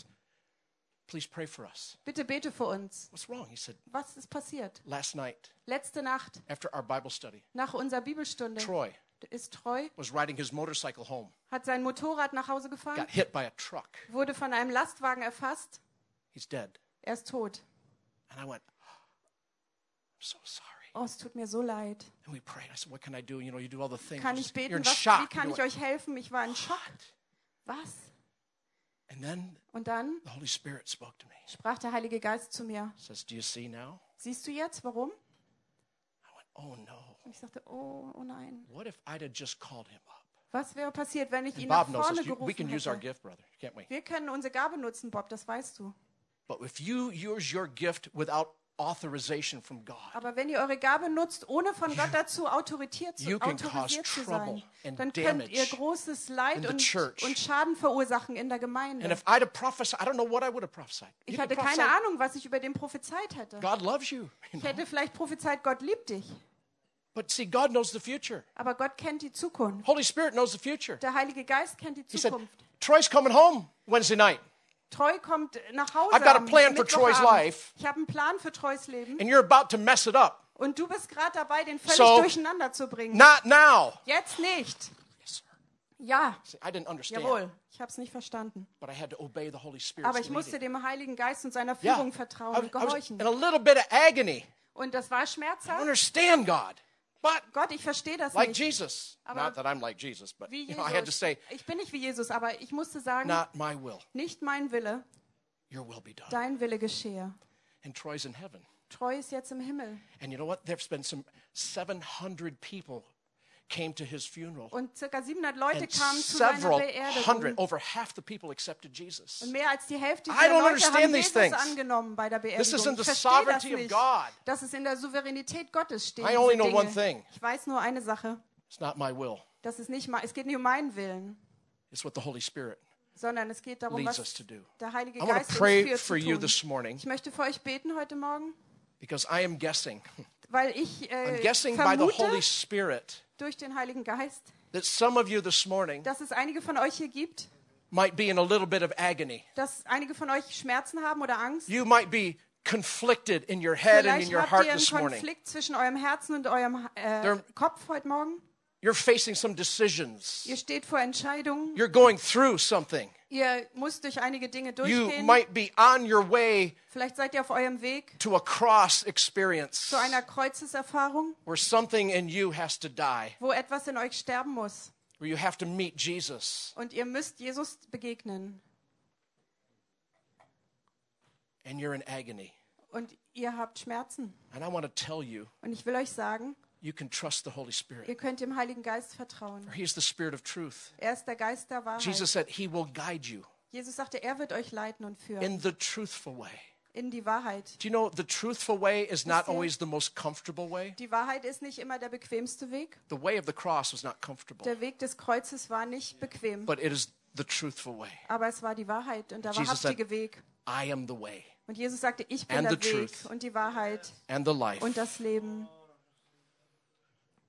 [SPEAKER 1] please pray for us.
[SPEAKER 2] bitte bete für uns.
[SPEAKER 1] What's wrong? He said,
[SPEAKER 2] Was ist passiert?
[SPEAKER 1] Last night,
[SPEAKER 2] Letzte Nacht
[SPEAKER 1] after our Bible study,
[SPEAKER 2] nach unserer Bibelstunde
[SPEAKER 1] Troy
[SPEAKER 2] ist Treu,
[SPEAKER 1] was riding his motorcycle home,
[SPEAKER 2] hat sein Motorrad nach Hause gefahren,
[SPEAKER 1] got hit by a truck.
[SPEAKER 2] wurde von einem Lastwagen erfasst,
[SPEAKER 1] He's dead.
[SPEAKER 2] er ist tot.
[SPEAKER 1] And I went, I'm so sorry.
[SPEAKER 2] Oh, es tut mir so leid.
[SPEAKER 1] And we prayed. I said, What can I do? You know, you do all the things.
[SPEAKER 2] Kann
[SPEAKER 1] You're
[SPEAKER 2] ich
[SPEAKER 1] just- You're in
[SPEAKER 2] beten? Was, wie
[SPEAKER 1] shock.
[SPEAKER 2] kann
[SPEAKER 1] You're
[SPEAKER 2] ich euch helfen? Ich war in Schock.
[SPEAKER 1] going, "What?"
[SPEAKER 2] Was?
[SPEAKER 1] And then
[SPEAKER 2] Und dann
[SPEAKER 1] the Holy Spirit spoke to me.
[SPEAKER 2] sprach der Heilige Geist zu mir,
[SPEAKER 1] Says, Do you see now?
[SPEAKER 2] siehst du jetzt, warum?
[SPEAKER 1] I went, Oh no.
[SPEAKER 2] Und ich sagte, oh, oh nein.
[SPEAKER 1] What if I'd have just called him up?
[SPEAKER 2] Was wäre passiert, wenn ich
[SPEAKER 1] And
[SPEAKER 2] ihn nach
[SPEAKER 1] Bob knows
[SPEAKER 2] vorne
[SPEAKER 1] this. You-
[SPEAKER 2] gerufen
[SPEAKER 1] we can use our
[SPEAKER 2] hätte?
[SPEAKER 1] gift, brother, can't we?
[SPEAKER 2] Wir können unsere Gabe nutzen, Bob, das weißt du.
[SPEAKER 1] But if you use your gift without authorization from God,
[SPEAKER 2] Aber wenn ihr eure Gabe nutzt, ohne von Gott dazu autorisiert zu,
[SPEAKER 1] you can
[SPEAKER 2] autorisiert
[SPEAKER 1] cause
[SPEAKER 2] zu
[SPEAKER 1] trouble and
[SPEAKER 2] sein, dann
[SPEAKER 1] damage
[SPEAKER 2] könnt ihr großes
[SPEAKER 1] in
[SPEAKER 2] Leid
[SPEAKER 1] the
[SPEAKER 2] und,
[SPEAKER 1] church.
[SPEAKER 2] und Schaden verursachen in der Gemeinde.
[SPEAKER 1] and if I'd have prophesied, I don't know what I would have prophesied. You
[SPEAKER 2] ich
[SPEAKER 1] can
[SPEAKER 2] hatte
[SPEAKER 1] prophesy,
[SPEAKER 2] keine Ahnung, was ich über den prophezeit hätte.
[SPEAKER 1] God loves you. you
[SPEAKER 2] Ich
[SPEAKER 1] know?
[SPEAKER 2] hätte vielleicht prophezeit, Gott liebt dich.
[SPEAKER 1] But see, God knows the future.
[SPEAKER 2] Aber Gott kennt die Zukunft.
[SPEAKER 1] Holy Spirit knows the future.
[SPEAKER 2] Der Heilige Geist kennt die
[SPEAKER 1] He said,
[SPEAKER 2] Zukunft.
[SPEAKER 1] Troy's coming home Wednesday night.
[SPEAKER 2] Treu kommt nach Hause.
[SPEAKER 1] I've got a
[SPEAKER 2] am
[SPEAKER 1] plan for Troy's
[SPEAKER 2] Mittwochabend.
[SPEAKER 1] life.
[SPEAKER 2] Ich habe einen Plan für Treus Leben.
[SPEAKER 1] and you're about to mess it up.
[SPEAKER 2] Und du bist gerade dabei, den völlig
[SPEAKER 1] So-
[SPEAKER 2] durcheinander zu bringen.
[SPEAKER 1] Not now.
[SPEAKER 2] Jetzt nicht.
[SPEAKER 1] Yes, sir.
[SPEAKER 2] Ja,
[SPEAKER 1] See, I didn't understand,
[SPEAKER 2] jawohl. Ich habe es nicht verstanden.
[SPEAKER 1] but I had to obey the Holy Spirit.
[SPEAKER 2] Aber ich musste dem Heiligen Geist und seiner
[SPEAKER 1] yeah.
[SPEAKER 2] Führung vertrauen
[SPEAKER 1] I
[SPEAKER 2] und
[SPEAKER 1] was, I was in
[SPEAKER 2] gehorchen.
[SPEAKER 1] a little bit of agony.
[SPEAKER 2] Und das war
[SPEAKER 1] I don't
[SPEAKER 2] schmerzhaft.
[SPEAKER 1] understand God, but
[SPEAKER 2] Gott, ich verstehe das
[SPEAKER 1] like
[SPEAKER 2] nicht.
[SPEAKER 1] Jesus.
[SPEAKER 2] Aber-
[SPEAKER 1] Not that I'm like Jesus, but
[SPEAKER 2] Wie
[SPEAKER 1] you know, I had to
[SPEAKER 2] Jesus.
[SPEAKER 1] say,
[SPEAKER 2] Ich bin nicht wie Jesus, aber ich musste sagen,
[SPEAKER 1] not my will,
[SPEAKER 2] nicht mein Wille,
[SPEAKER 1] your will be done.
[SPEAKER 2] dein Wille geschehe.
[SPEAKER 1] And Troy's in heaven.
[SPEAKER 2] Treu ist jetzt im Himmel.
[SPEAKER 1] And you know what? There's been some 700 people came to his funeral.
[SPEAKER 2] Und circa 700 Leute
[SPEAKER 1] And
[SPEAKER 2] kamen zu seiner
[SPEAKER 1] several hundred,
[SPEAKER 2] Beerdigung.
[SPEAKER 1] over half the people accepted Jesus.
[SPEAKER 2] Und mehr als die Hälfte
[SPEAKER 1] I
[SPEAKER 2] der
[SPEAKER 1] don't
[SPEAKER 2] Leute
[SPEAKER 1] understand
[SPEAKER 2] haben
[SPEAKER 1] these
[SPEAKER 2] Jesus
[SPEAKER 1] things.
[SPEAKER 2] angenommen bei der Beerdigung.
[SPEAKER 1] This is in the
[SPEAKER 2] ich verstehe das
[SPEAKER 1] sovereignty of
[SPEAKER 2] nicht.
[SPEAKER 1] God.
[SPEAKER 2] Das ist in der Souveränität Gottes stehen.
[SPEAKER 1] I only
[SPEAKER 2] diese
[SPEAKER 1] know one
[SPEAKER 2] Dinge.
[SPEAKER 1] thing.
[SPEAKER 2] Ich weiß nur eine Sache.
[SPEAKER 1] It's not my will.
[SPEAKER 2] Das ist nicht mal, es geht nicht um meinen Willen,
[SPEAKER 1] It's what the Holy Spirit
[SPEAKER 2] sondern es geht darum,
[SPEAKER 1] leads
[SPEAKER 2] was
[SPEAKER 1] us to do.
[SPEAKER 2] der Heilige
[SPEAKER 1] I want
[SPEAKER 2] Geist
[SPEAKER 1] to
[SPEAKER 2] uns
[SPEAKER 1] pray
[SPEAKER 2] führt
[SPEAKER 1] for
[SPEAKER 2] zu
[SPEAKER 1] you
[SPEAKER 2] tun.
[SPEAKER 1] this morning
[SPEAKER 2] Ich möchte für euch beten heute Morgen,
[SPEAKER 1] because I am guessing.
[SPEAKER 2] weil ich
[SPEAKER 1] I'm
[SPEAKER 2] äh,
[SPEAKER 1] guessing by the Holy
[SPEAKER 2] vermute
[SPEAKER 1] Spirit
[SPEAKER 2] durch den Heiligen Geist,
[SPEAKER 1] that some of you this morning
[SPEAKER 2] dass es einige von euch hier gibt,
[SPEAKER 1] might be in a little bit of agony.
[SPEAKER 2] dass einige von euch Schmerzen haben oder Angst.
[SPEAKER 1] You might be conflicted in your head and in
[SPEAKER 2] Vielleicht
[SPEAKER 1] your
[SPEAKER 2] habt
[SPEAKER 1] heart
[SPEAKER 2] ihr einen
[SPEAKER 1] this morning.
[SPEAKER 2] Konflikt zwischen eurem Herzen und eurem äh,
[SPEAKER 1] There-
[SPEAKER 2] Kopf heute Morgen.
[SPEAKER 1] You're facing some decisions.
[SPEAKER 2] Ihr steht vor Entscheidungen.
[SPEAKER 1] You're going through something.
[SPEAKER 2] Ihr müsst durch einige Dinge
[SPEAKER 1] You
[SPEAKER 2] durchgehen.
[SPEAKER 1] might be on your way
[SPEAKER 2] Vielleicht seid ihr auf eurem Weg
[SPEAKER 1] to a cross experience
[SPEAKER 2] zu einer Kreuzeserfahrung,
[SPEAKER 1] where something in you has to die,
[SPEAKER 2] wo etwas in euch sterben muss.
[SPEAKER 1] where you have to meet Jesus
[SPEAKER 2] Und ihr müsst Jesus begegnen.
[SPEAKER 1] and you're in agony.
[SPEAKER 2] Und ihr habt Schmerzen.
[SPEAKER 1] And I want to tell you
[SPEAKER 2] Und ich will euch sagen,
[SPEAKER 1] you can trust the Holy Spirit.
[SPEAKER 2] Ihr könnt dem Heiligen Geist vertrauen.
[SPEAKER 1] For He is the Spirit of truth.
[SPEAKER 2] Er ist der Geist der Wahrheit.
[SPEAKER 1] Jesus said He will guide you
[SPEAKER 2] Jesus sagte, er wird euch leiten und führen
[SPEAKER 1] in the truthful way.
[SPEAKER 2] in die Wahrheit.
[SPEAKER 1] Do you know the truthful way is not
[SPEAKER 2] ihr?
[SPEAKER 1] always the most comfortable way?
[SPEAKER 2] Die Wahrheit ist nicht immer der bequemste Weg.
[SPEAKER 1] The way of the cross was not comfortable,
[SPEAKER 2] Der Weg des Kreuzes war nicht bequem,
[SPEAKER 1] but it is the truthful way.
[SPEAKER 2] aber es war die Wahrheit und der
[SPEAKER 1] Jesus said-
[SPEAKER 2] wahrhaftige Weg.
[SPEAKER 1] I am the way
[SPEAKER 2] Und Jesus sagte, ich bin
[SPEAKER 1] And
[SPEAKER 2] der
[SPEAKER 1] the
[SPEAKER 2] Weg
[SPEAKER 1] truth.
[SPEAKER 2] und die Wahrheit
[SPEAKER 1] and the life.
[SPEAKER 2] und das Leben.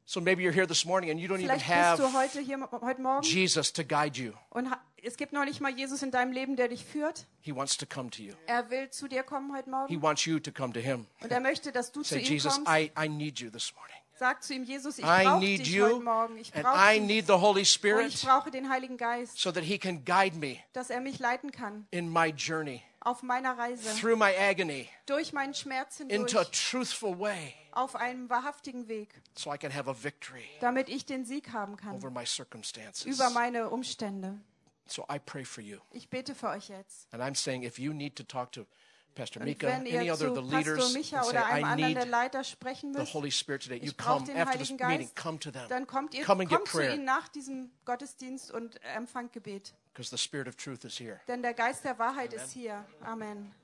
[SPEAKER 1] So maybe you're here this morning and you don't even
[SPEAKER 2] Vielleicht bist du
[SPEAKER 1] have
[SPEAKER 2] heute hier, heute Morgen
[SPEAKER 1] Jesus to guide you.
[SPEAKER 2] und ha- es gibt noch nicht mal Jesus in deinem Leben, der dich führt.
[SPEAKER 1] He wants to come to you.
[SPEAKER 2] Er will zu dir kommen heute
[SPEAKER 1] He
[SPEAKER 2] Morgen
[SPEAKER 1] wants you to come to Him.
[SPEAKER 2] und er möchte, dass du zu
[SPEAKER 1] Say,
[SPEAKER 2] ihm
[SPEAKER 1] Jesus,
[SPEAKER 2] kommst.
[SPEAKER 1] I, I need you this morning.
[SPEAKER 2] Sag zu ihm, Jesus, ich
[SPEAKER 1] I
[SPEAKER 2] brauche
[SPEAKER 1] need
[SPEAKER 2] dich heute
[SPEAKER 1] you
[SPEAKER 2] Morgen. Ich
[SPEAKER 1] and I
[SPEAKER 2] brauche dich
[SPEAKER 1] need the Holy
[SPEAKER 2] und ich
[SPEAKER 1] Spirit
[SPEAKER 2] brauche den Heiligen Geist,
[SPEAKER 1] so that He can guide me
[SPEAKER 2] dass er mich leiten kann
[SPEAKER 1] in my journey,
[SPEAKER 2] auf meiner Reise,
[SPEAKER 1] through my agony,
[SPEAKER 2] durch meinen Schmerz hindurch,
[SPEAKER 1] into a truthful way,
[SPEAKER 2] auf einem wahrhaftigen Weg.
[SPEAKER 1] so I can have a victory
[SPEAKER 2] damit ich den Sieg haben kann
[SPEAKER 1] over my circumstances.
[SPEAKER 2] über meine Umstände.
[SPEAKER 1] So I pray for you.
[SPEAKER 2] Ich bete für euch jetzt.
[SPEAKER 1] And I'm saying if you need to talk to Pastor
[SPEAKER 2] Und
[SPEAKER 1] Mika,
[SPEAKER 2] wenn
[SPEAKER 1] any
[SPEAKER 2] ihr
[SPEAKER 1] other
[SPEAKER 2] zu
[SPEAKER 1] of the
[SPEAKER 2] Pastor
[SPEAKER 1] leaders, and
[SPEAKER 2] Micha
[SPEAKER 1] say,
[SPEAKER 2] oder einem
[SPEAKER 1] I
[SPEAKER 2] anderen
[SPEAKER 1] need
[SPEAKER 2] der Leiter sprechen
[SPEAKER 1] the
[SPEAKER 2] müsst,
[SPEAKER 1] Holy Spirit today, you
[SPEAKER 2] ich brauche
[SPEAKER 1] come
[SPEAKER 2] den
[SPEAKER 1] after this
[SPEAKER 2] Heiligen
[SPEAKER 1] meeting,
[SPEAKER 2] Geist,
[SPEAKER 1] come to them.
[SPEAKER 2] dann kommt ihr
[SPEAKER 1] come and get
[SPEAKER 2] kommt zu ihnen
[SPEAKER 1] prayer
[SPEAKER 2] nach diesem Gottesdienst und empfangt Gebet.
[SPEAKER 1] because the Spirit of truth is here.
[SPEAKER 2] Denn der Geist der Wahrheit ist hier. Amen.